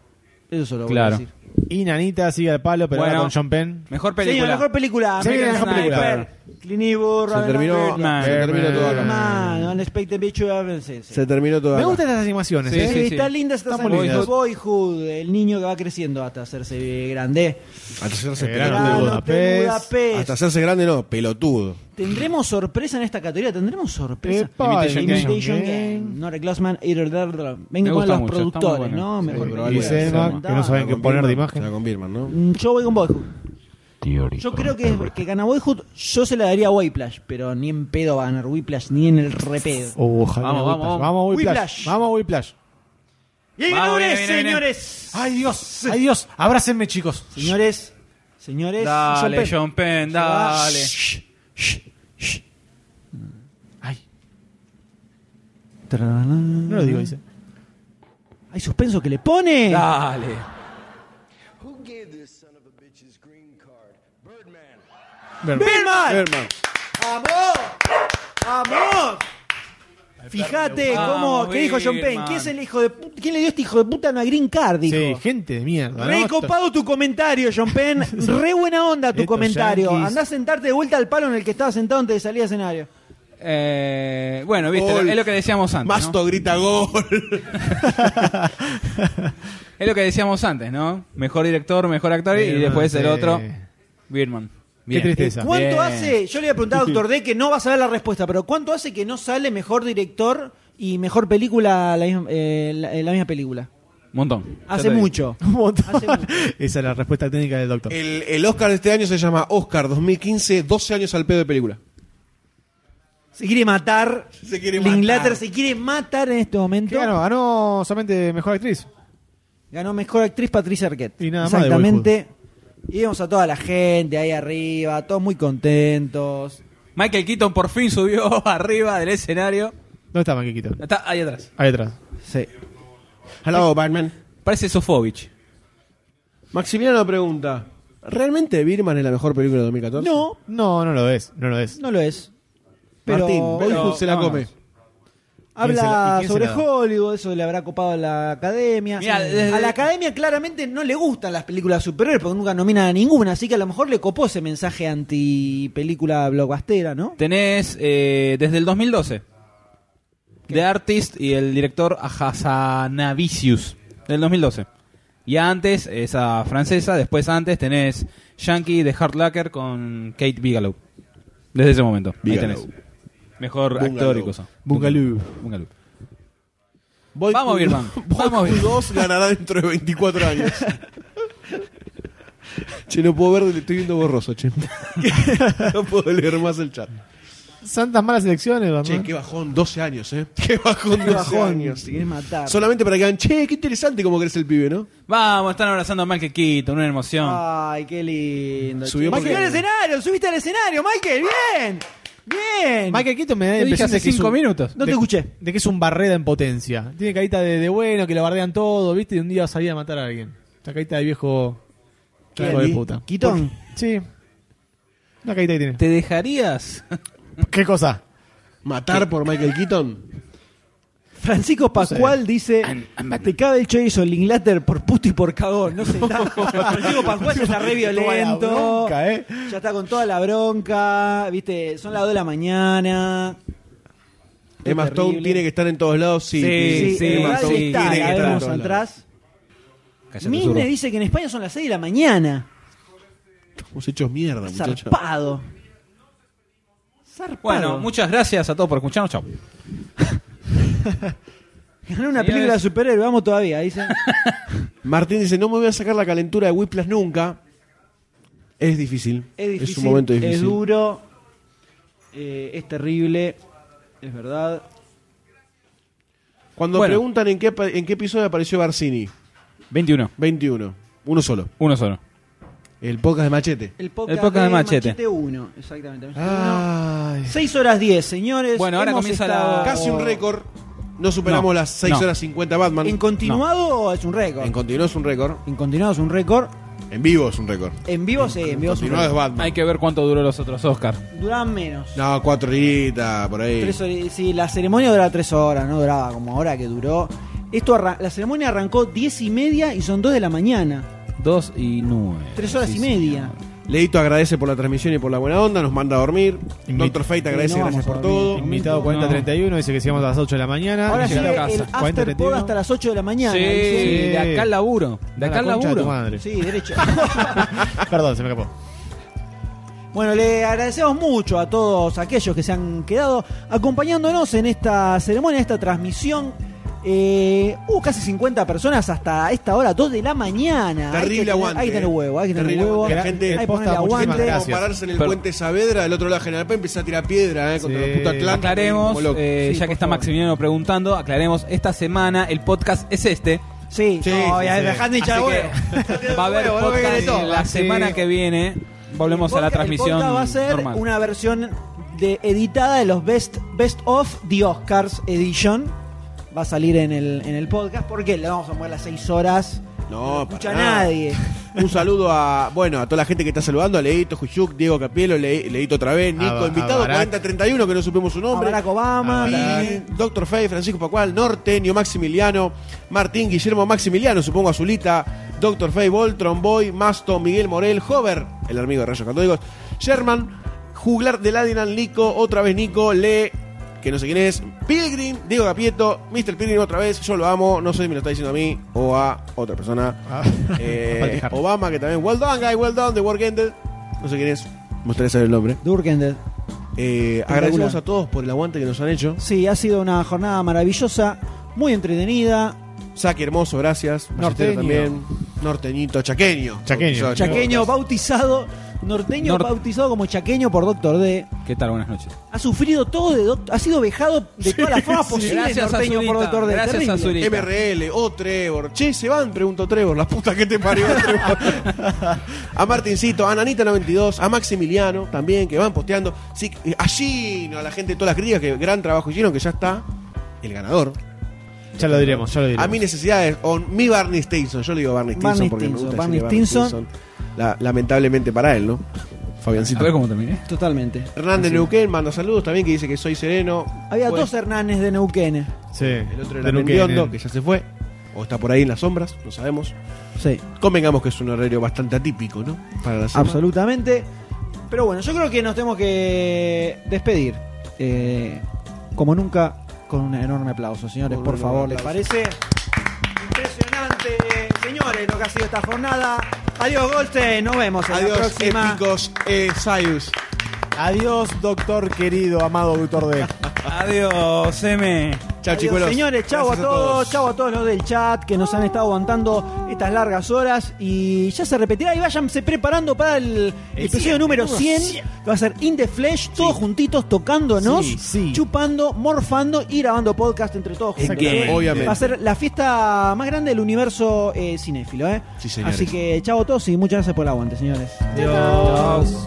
[SPEAKER 8] Eso solo voy a
[SPEAKER 9] Claro.
[SPEAKER 8] decir.
[SPEAKER 9] Y Nanita sigue al palo, pero
[SPEAKER 11] Bueno.
[SPEAKER 9] ahora con John Penn.
[SPEAKER 11] Mejor
[SPEAKER 8] Sí,
[SPEAKER 11] película.
[SPEAKER 8] la mejor película.
[SPEAKER 9] Sí,
[SPEAKER 8] American
[SPEAKER 9] la mejor
[SPEAKER 8] Sniper,
[SPEAKER 9] película.
[SPEAKER 8] Clint Eastwood,
[SPEAKER 2] Se
[SPEAKER 8] Robert
[SPEAKER 2] terminó-
[SPEAKER 8] Redford.
[SPEAKER 2] Man. se terminó todo acá.
[SPEAKER 8] Man, Unexpected Beach, sí, sí.
[SPEAKER 2] Se terminó todo.
[SPEAKER 9] Me
[SPEAKER 2] acá.
[SPEAKER 9] gustan estas animaciones.
[SPEAKER 8] Sí,
[SPEAKER 9] ¿eh?
[SPEAKER 8] está linda esta
[SPEAKER 9] Están muy
[SPEAKER 8] sangre.
[SPEAKER 9] lindas.
[SPEAKER 8] Boyhood, el niño que va creciendo hasta hacerse grande.
[SPEAKER 2] Hasta hacerse
[SPEAKER 9] Grande
[SPEAKER 2] pelotudo.
[SPEAKER 9] Budapest.
[SPEAKER 8] Budapest.
[SPEAKER 2] Hasta hacerse grande no, pelotudo.
[SPEAKER 8] Tendremos sorpresa en esta categoría, tendremos sorpresa.
[SPEAKER 9] Epa, Imitation
[SPEAKER 8] Imitation
[SPEAKER 9] Game.
[SPEAKER 8] Game. Nora Glassman, Eder Dardra.
[SPEAKER 11] Me
[SPEAKER 8] Vengo con los
[SPEAKER 11] gusta mucho, está muy
[SPEAKER 8] productores,
[SPEAKER 11] buena.
[SPEAKER 8] ¿no?
[SPEAKER 11] Sí,
[SPEAKER 8] Mejor
[SPEAKER 11] pero
[SPEAKER 8] película.
[SPEAKER 9] Alice Emma, que no saben
[SPEAKER 2] Se
[SPEAKER 9] qué
[SPEAKER 2] la
[SPEAKER 9] poner de
[SPEAKER 2] confirman,
[SPEAKER 9] imagen.
[SPEAKER 2] Se la confirman, ¿no?
[SPEAKER 8] Mm, Yo voy con Boyhood. Yo creo que, que gana Boyhood, yo se la daría a Whiplash, pero ni en pedo va a ganar Whiplash, ni en el repedo.
[SPEAKER 9] Ojalá,
[SPEAKER 11] Vamos,
[SPEAKER 9] Whiplash.
[SPEAKER 11] vamos,
[SPEAKER 9] vamos, Whiplash.
[SPEAKER 8] Whiplash.
[SPEAKER 9] Vamos, Whiplash.
[SPEAKER 8] Y hay
[SPEAKER 11] Vamos,
[SPEAKER 8] ganadores,
[SPEAKER 11] viene, viene,
[SPEAKER 8] señores.
[SPEAKER 9] Ay Dios, ay Dios, abrácenme chicos.
[SPEAKER 8] Señores, señores.
[SPEAKER 11] Dale,
[SPEAKER 8] Penn.
[SPEAKER 11] John Penn, dale.
[SPEAKER 9] No lo digo, dice.
[SPEAKER 8] Hay suspenso que le pone.
[SPEAKER 11] Dale.
[SPEAKER 8] Birdman.
[SPEAKER 2] Birdman.
[SPEAKER 8] ¡Vamos! ¡Vamos! Fíjate
[SPEAKER 11] Vamos,
[SPEAKER 8] cómo, ¿qué dijo John Penn?
[SPEAKER 11] Birdman.
[SPEAKER 8] ¿Quién, es el hijo de pu- ¿Quién le dio este hijo de puta una green card? Dijo.
[SPEAKER 9] Sí, gente de mierda. ¿no?
[SPEAKER 8] Re copado tu comentario, John Penn. Re buena onda tu
[SPEAKER 9] Estos
[SPEAKER 8] comentario.
[SPEAKER 9] yankees.
[SPEAKER 8] Andá a sentarte de vuelta al palo en el que estabas sentado antes de salir al escenario.
[SPEAKER 11] Eh, bueno, viste,
[SPEAKER 2] Gol.
[SPEAKER 11] es lo que decíamos antes. ¿no?
[SPEAKER 2] Masto grita gol.
[SPEAKER 11] Es lo que decíamos antes, ¿no? Mejor director, mejor actor y
[SPEAKER 9] Birdman,
[SPEAKER 11] después el
[SPEAKER 9] sí.
[SPEAKER 11] otro. Birdman. Bien.
[SPEAKER 9] tristeza.
[SPEAKER 8] ¿Cuánto
[SPEAKER 11] Bien.
[SPEAKER 8] hace? Yo le voy a preguntar a Doctor D que no vas a ver la respuesta, pero ¿cuánto hace que no sale mejor director y mejor película la misma, eh, la- eh, la misma película?
[SPEAKER 11] Montón. Ya te
[SPEAKER 8] Hace
[SPEAKER 11] digo.
[SPEAKER 8] mucho.
[SPEAKER 9] Un montón.
[SPEAKER 8] Hace mucho.
[SPEAKER 9] Esa es la respuesta técnica del
[SPEAKER 13] Eh,
[SPEAKER 9] doctor.
[SPEAKER 2] El, el Oscar de este año se llama Oscar 2015, 12 años al pedo de película.
[SPEAKER 8] Se quiere matar.
[SPEAKER 2] Se quiere
[SPEAKER 8] La
[SPEAKER 2] matar.
[SPEAKER 8] Inglaterra se quiere matar en este momento.
[SPEAKER 9] ¿Qué ganó? Ganó solamente mejor actriz.
[SPEAKER 8] Ganó mejor actriz Patricia Arquette.
[SPEAKER 9] Y nada más de
[SPEAKER 8] Exactamente. Y vemos a toda la gente ahí arriba, todos muy contentos.
[SPEAKER 11] Michael Keaton por fin subió arriba del escenario.
[SPEAKER 9] ¿Dónde está Manquequito?
[SPEAKER 11] Está ahí atrás.
[SPEAKER 9] Ahí atrás.
[SPEAKER 8] Sí.
[SPEAKER 2] Hello, Batman.
[SPEAKER 11] Parece Sofovich.
[SPEAKER 2] Maximiliano pregunta: ¿Realmente Birman es la mejor película de 2014?
[SPEAKER 8] No,
[SPEAKER 9] No, no lo es, no lo es.
[SPEAKER 8] no lo es. Pero
[SPEAKER 2] Martín,
[SPEAKER 8] bueno,
[SPEAKER 2] Boyhood se la
[SPEAKER 11] vámonos.
[SPEAKER 2] come.
[SPEAKER 9] ¿Quién se la- y
[SPEAKER 8] habla
[SPEAKER 9] quién se
[SPEAKER 8] sobre
[SPEAKER 9] la da?
[SPEAKER 8] Hollywood, eso le habrá copado a la academia.
[SPEAKER 11] Mirá,
[SPEAKER 8] Sí.
[SPEAKER 11] desde-
[SPEAKER 8] A la academia claramente no le gustan las películas superiores porque nunca nominan a ninguna, así que a lo mejor le copó ese mensaje anti película blockbustera, ¿no?
[SPEAKER 11] Tenés eh, desde el 2012. The Artist y el director Hasanavicius. Del 2012. Y antes, esa francesa. Después, antes, tenés Yankee de Hard Locker con Kate Bigelow. Desde ese momento.
[SPEAKER 2] Bigelow.
[SPEAKER 11] Ahí tenés. Mejor actor y
[SPEAKER 2] Bungalow.
[SPEAKER 11] cosa.
[SPEAKER 9] Bungalow.
[SPEAKER 11] Bungalow.
[SPEAKER 2] Boyhood-
[SPEAKER 11] Vamos, Birdman.
[SPEAKER 2] Boyhood
[SPEAKER 11] Vamos, Birdman.
[SPEAKER 2] 2 ganará dentro de 24 años. che, no puedo ver, estoy viendo borroso, che. no puedo leer más el chat.
[SPEAKER 9] Santas malas elecciones, Batman.
[SPEAKER 2] Che, qué bajón, 12 años, ¿eh? Qué bajón, 12
[SPEAKER 8] Qué bajón,
[SPEAKER 2] años.
[SPEAKER 8] si querés matar.
[SPEAKER 2] Solamente para que hagan, che, qué interesante cómo crece el pibe, ¿no?
[SPEAKER 11] Vamos, están abrazando a Michael Keaton. Una emoción.
[SPEAKER 8] Ay, qué lindo.
[SPEAKER 2] Subió
[SPEAKER 8] chico.
[SPEAKER 2] porque-
[SPEAKER 8] Michael, al escenario, subiste al escenario, Michael, bien. Bien.
[SPEAKER 9] Michael Keaton me da la
[SPEAKER 11] Lo dije
[SPEAKER 9] impresión
[SPEAKER 11] hace
[SPEAKER 9] de que es
[SPEAKER 11] cinco
[SPEAKER 9] un-
[SPEAKER 11] minutos.
[SPEAKER 8] No te
[SPEAKER 9] de-
[SPEAKER 8] escuché.
[SPEAKER 9] De que es un barreda en potencia. Tiene carita de, de bueno, que lo bardean todo, ¿viste? Y un día va a salir a matar a alguien. Esta carita de viejo.
[SPEAKER 8] ¿Quién?
[SPEAKER 9] hijo de puta.
[SPEAKER 8] Keaton.
[SPEAKER 9] Sí. Una carita que tiene.
[SPEAKER 11] ¿Te dejarías?
[SPEAKER 9] ¿Qué cosa?
[SPEAKER 2] Matar por Michael Keaton.
[SPEAKER 8] Francisco Pascual dice: Te cabe el chorizo el Inglaterra por puto y por cagón. No sé, está- Francisco Pascual ya está re violento.
[SPEAKER 9] Toda la bronca, ¿eh?
[SPEAKER 8] Ya está con toda la bronca. Viste, son las 2 de la mañana.
[SPEAKER 2] Emma Stone
[SPEAKER 8] terrible.
[SPEAKER 2] tiene que estar en todos lados, sí.
[SPEAKER 11] Sí,
[SPEAKER 8] Sí,
[SPEAKER 11] sí,
[SPEAKER 8] en
[SPEAKER 11] Emma
[SPEAKER 8] realidad
[SPEAKER 11] Stone
[SPEAKER 8] está,
[SPEAKER 11] tiene que
[SPEAKER 8] la
[SPEAKER 11] estar en
[SPEAKER 8] vemos
[SPEAKER 2] todos
[SPEAKER 8] atrás.
[SPEAKER 11] cállate, zurdo.
[SPEAKER 8] Misne dice que en España son las 6 de la mañana.
[SPEAKER 2] Hemos hecho mierda, muchachos.
[SPEAKER 8] Zarpado. Zarpado.
[SPEAKER 11] Bueno, muchas gracias a todos por escucharnos. Chao.
[SPEAKER 8] Ganó una película de superhéroe, vamos todavía, dice.
[SPEAKER 2] Martín dice, no me voy a sacar la calentura de Whiplash nunca. Es difícil.
[SPEAKER 8] Es difícil,
[SPEAKER 2] un momento difícil.
[SPEAKER 8] es duro, eh, es terrible, es verdad.
[SPEAKER 2] Cuando
[SPEAKER 8] Bueno.
[SPEAKER 2] preguntan en qué, pa- en qué episodio apareció Barcini.
[SPEAKER 11] 21.
[SPEAKER 2] 21. Uno solo.
[SPEAKER 11] Uno solo.
[SPEAKER 2] El podcast Ah. de Machete.
[SPEAKER 8] El
[SPEAKER 11] El podcast de Machete.
[SPEAKER 8] 1, exactamente. 6 horas 10, señores.
[SPEAKER 11] Bueno, ahora
[SPEAKER 8] Hemos
[SPEAKER 11] comienza
[SPEAKER 8] estado-
[SPEAKER 11] la-
[SPEAKER 2] Casi un récord. No superamos
[SPEAKER 8] No,
[SPEAKER 2] las 6
[SPEAKER 8] no.
[SPEAKER 2] horas 50 Batman.
[SPEAKER 8] ¿En continuado o es un
[SPEAKER 2] No.
[SPEAKER 8] récord?
[SPEAKER 2] En continuo es un récord.
[SPEAKER 8] En continuado es un récord.
[SPEAKER 2] En vivo es un récord.
[SPEAKER 8] En vivo sí, en vivo es un
[SPEAKER 2] Continuado es
[SPEAKER 8] récord.
[SPEAKER 2] Batman.
[SPEAKER 11] Hay que ver cuánto duró los otros Oscars.
[SPEAKER 8] Duraban menos.
[SPEAKER 2] No, cuatro horitas, por ahí.
[SPEAKER 8] Tres horas- sí, la ceremonia duraba 3 horas, no duraba como ahora que duró. Esto arran- la ceremonia arrancó 10 y media y son 2 de la mañana.
[SPEAKER 11] 2 y 9.
[SPEAKER 8] 3 horas y media.
[SPEAKER 2] Leito agradece por la transmisión y por la buena onda, nos manda a dormir. Doctor Fate agradece,
[SPEAKER 8] no
[SPEAKER 2] gracias
[SPEAKER 8] vamos a
[SPEAKER 2] por
[SPEAKER 8] dormir.
[SPEAKER 2] todo.
[SPEAKER 9] Invitado 4031 dice que sigamos a las 8 de la mañana.
[SPEAKER 8] Ahora sigue
[SPEAKER 9] Ah, Llega a
[SPEAKER 8] el
[SPEAKER 9] la casa.
[SPEAKER 8] after pod
[SPEAKER 9] 40:31.
[SPEAKER 8] hasta las 8 de la mañana.
[SPEAKER 9] Sí,
[SPEAKER 8] dice.
[SPEAKER 9] de acá al
[SPEAKER 11] laburo.
[SPEAKER 9] De acá al laburo.
[SPEAKER 8] Sí, derecho.
[SPEAKER 9] Perdón, se me escapó.
[SPEAKER 8] Bueno, le agradecemos mucho a todos aquellos que se han quedado acompañándonos en esta ceremonia, en esta transmisión. Eh, hubo casi 50 personas hasta esta hora, 2 de la mañana. hay que
[SPEAKER 2] Terrible
[SPEAKER 8] tener-
[SPEAKER 2] aguante.
[SPEAKER 8] Hay que tener huevo, hay que tener
[SPEAKER 2] Terrible
[SPEAKER 8] huevo.
[SPEAKER 2] aguante. La gente
[SPEAKER 8] hay que poner aguante.
[SPEAKER 2] Como pararse en el puente Saavedra, del otro lado de General Paz empieza a tirar piedra eh, contra los putos Atlantes.
[SPEAKER 11] Aclaremos,
[SPEAKER 2] como loco.
[SPEAKER 11] eh, ya que está Maximiliano preguntando, aclaremos, esta semana el podcast es este.
[SPEAKER 8] Sí, no, ya, dejad de hinchar
[SPEAKER 11] Así
[SPEAKER 8] huevo.
[SPEAKER 11] que Va a haber
[SPEAKER 8] Huevo, no me
[SPEAKER 11] podcast
[SPEAKER 8] quede todo.
[SPEAKER 11] la
[SPEAKER 8] Sí.
[SPEAKER 11] semana que viene. Volvemos a la transmisión
[SPEAKER 8] El podcast va a ser
[SPEAKER 11] normal.
[SPEAKER 8] una versión de, editada de los Best, best of The Oscars Edition. Va a salir en el, en el podcast porque le vamos a mover las 6 horas.
[SPEAKER 2] No, para
[SPEAKER 8] escucha
[SPEAKER 2] nada.
[SPEAKER 8] nadie.
[SPEAKER 2] Un saludo a, bueno, a toda la gente que está saludando, a Leito Juyuk, Diego Capielo, Le- Leito otra vez, Nico,
[SPEAKER 9] Ba-
[SPEAKER 2] invitado
[SPEAKER 9] a Barat.
[SPEAKER 2] 4031, que no supimos su nombre.
[SPEAKER 8] A Barack Obama.
[SPEAKER 2] Y Doctor Fey, Francisco Pacual, Norteño, Maximiliano, Martín, Guillermo Maximiliano, supongo Azulita, Doctor Fey, Voltron Boy, Masto, Miguel Morel, Hover, el amigo de Rayos Católicos, Sherman, Juglar de Ladinan, Nico, otra vez Nico, Le, que no sé quién es, Pilgrim, Diego Capieto, Mr. Pilgrim otra vez, yo lo amo, no sé si me lo está diciendo a mí o a otra persona. Eh,
[SPEAKER 9] Aparte, Harry.
[SPEAKER 2] Obama, que también, well done, guy, well done, The Work Ended, no sé quién es. Me gustaría saber el nombre.
[SPEAKER 8] Durkendel.
[SPEAKER 2] Eh, agradecemos a todos por el aguante que nos han hecho.
[SPEAKER 8] Sí, ha sido una jornada maravillosa, muy entretenida.
[SPEAKER 2] Saque hermoso, gracias. Ballesteros
[SPEAKER 8] Norteño.
[SPEAKER 2] también. Norteñito, chaqueño. Bautizado,
[SPEAKER 8] Chaqueño bautizado, norteño
[SPEAKER 11] Norte.
[SPEAKER 8] bautizado como chaqueño por Doctor D.
[SPEAKER 11] ¿Qué tal? Buenas noches.
[SPEAKER 8] Ha sufrido todo de Doctor, ha sido vejado de todas las formas
[SPEAKER 11] sí.
[SPEAKER 8] posibles
[SPEAKER 11] Gracias a
[SPEAKER 8] norteño por
[SPEAKER 11] Zurita,
[SPEAKER 8] Doctor D.
[SPEAKER 11] gracias a
[SPEAKER 8] Terrible.
[SPEAKER 11] Zurita.
[SPEAKER 2] MRL, o Trevor. Che, ¿se van? Preguntó Trevor. La puta que te parió Trevor. a Martincito, a Nanita92, a Maximiliano también, que van posteando. Sí, eh, a Gino, a la gente de todas las críticas, que gran trabajo hicieron, que ya está el ganador.
[SPEAKER 9] Ya lo diremos, ya lo diremos.
[SPEAKER 2] A mi necesidades, o mi Barney Stinson. Yo le digo Barney Stinson
[SPEAKER 8] Barney
[SPEAKER 2] porque me gusta
[SPEAKER 8] Stinson,
[SPEAKER 2] decirle
[SPEAKER 8] Barney Stinson.
[SPEAKER 2] Stinson. La- lamentablemente para él, ¿no? Fabiancito.
[SPEAKER 11] A ver cómo terminé.
[SPEAKER 8] Totalmente.
[SPEAKER 2] Hernández Neuquén manda saludos también, que dice que soy sereno.
[SPEAKER 8] Había
[SPEAKER 2] Pues,
[SPEAKER 8] dos Hernández de Neuquén.
[SPEAKER 9] Sí.
[SPEAKER 2] El otro
[SPEAKER 9] De
[SPEAKER 2] era
[SPEAKER 9] Neuquén,
[SPEAKER 2] Mendiondo,
[SPEAKER 9] eh.
[SPEAKER 2] que ya se fue. O está por ahí en las sombras, no sabemos.
[SPEAKER 8] Sí.
[SPEAKER 2] Convengamos que es un horario bastante atípico, ¿no? Para la semana.
[SPEAKER 8] Absolutamente. Pero bueno, yo creo que nos tenemos que despedir. Eh, como nunca, con un enorme aplauso, señores,
[SPEAKER 2] Con
[SPEAKER 8] por
[SPEAKER 2] un
[SPEAKER 8] favor,
[SPEAKER 2] enorme
[SPEAKER 8] ¿les
[SPEAKER 2] aplauso.
[SPEAKER 8] parece? Impresionante, señores, lo que ha sido esta jornada. Adiós, Goldstein, nos vemos en la
[SPEAKER 2] Adiós,
[SPEAKER 8] próxima.
[SPEAKER 2] épicos eh, Sayus.
[SPEAKER 16] Adiós, doctor querido, amado doctor D.
[SPEAKER 11] Adiós, M.
[SPEAKER 2] Chao,
[SPEAKER 8] Adiós,
[SPEAKER 2] chicuelos.
[SPEAKER 8] señores, chau a
[SPEAKER 2] Gracias
[SPEAKER 8] todos, chau a todos los del chat que nos han estado aguantando estas largas horas y ya se repetirá y váyanse preparando para el, episodio número 100, que va a ser In the Flesh, todos juntitos tocándonos,
[SPEAKER 16] Sí, sí.
[SPEAKER 8] chupando, morfando y grabando podcast entre todos juntos.
[SPEAKER 2] Exactamente. Obviamente.
[SPEAKER 8] Va a ser la fiesta más grande del universo eh, cinéfilo, ¿eh?
[SPEAKER 2] Sí, señores.
[SPEAKER 8] Así que chau a todos y muchas gracias por el aguante, señores.
[SPEAKER 11] Adiós.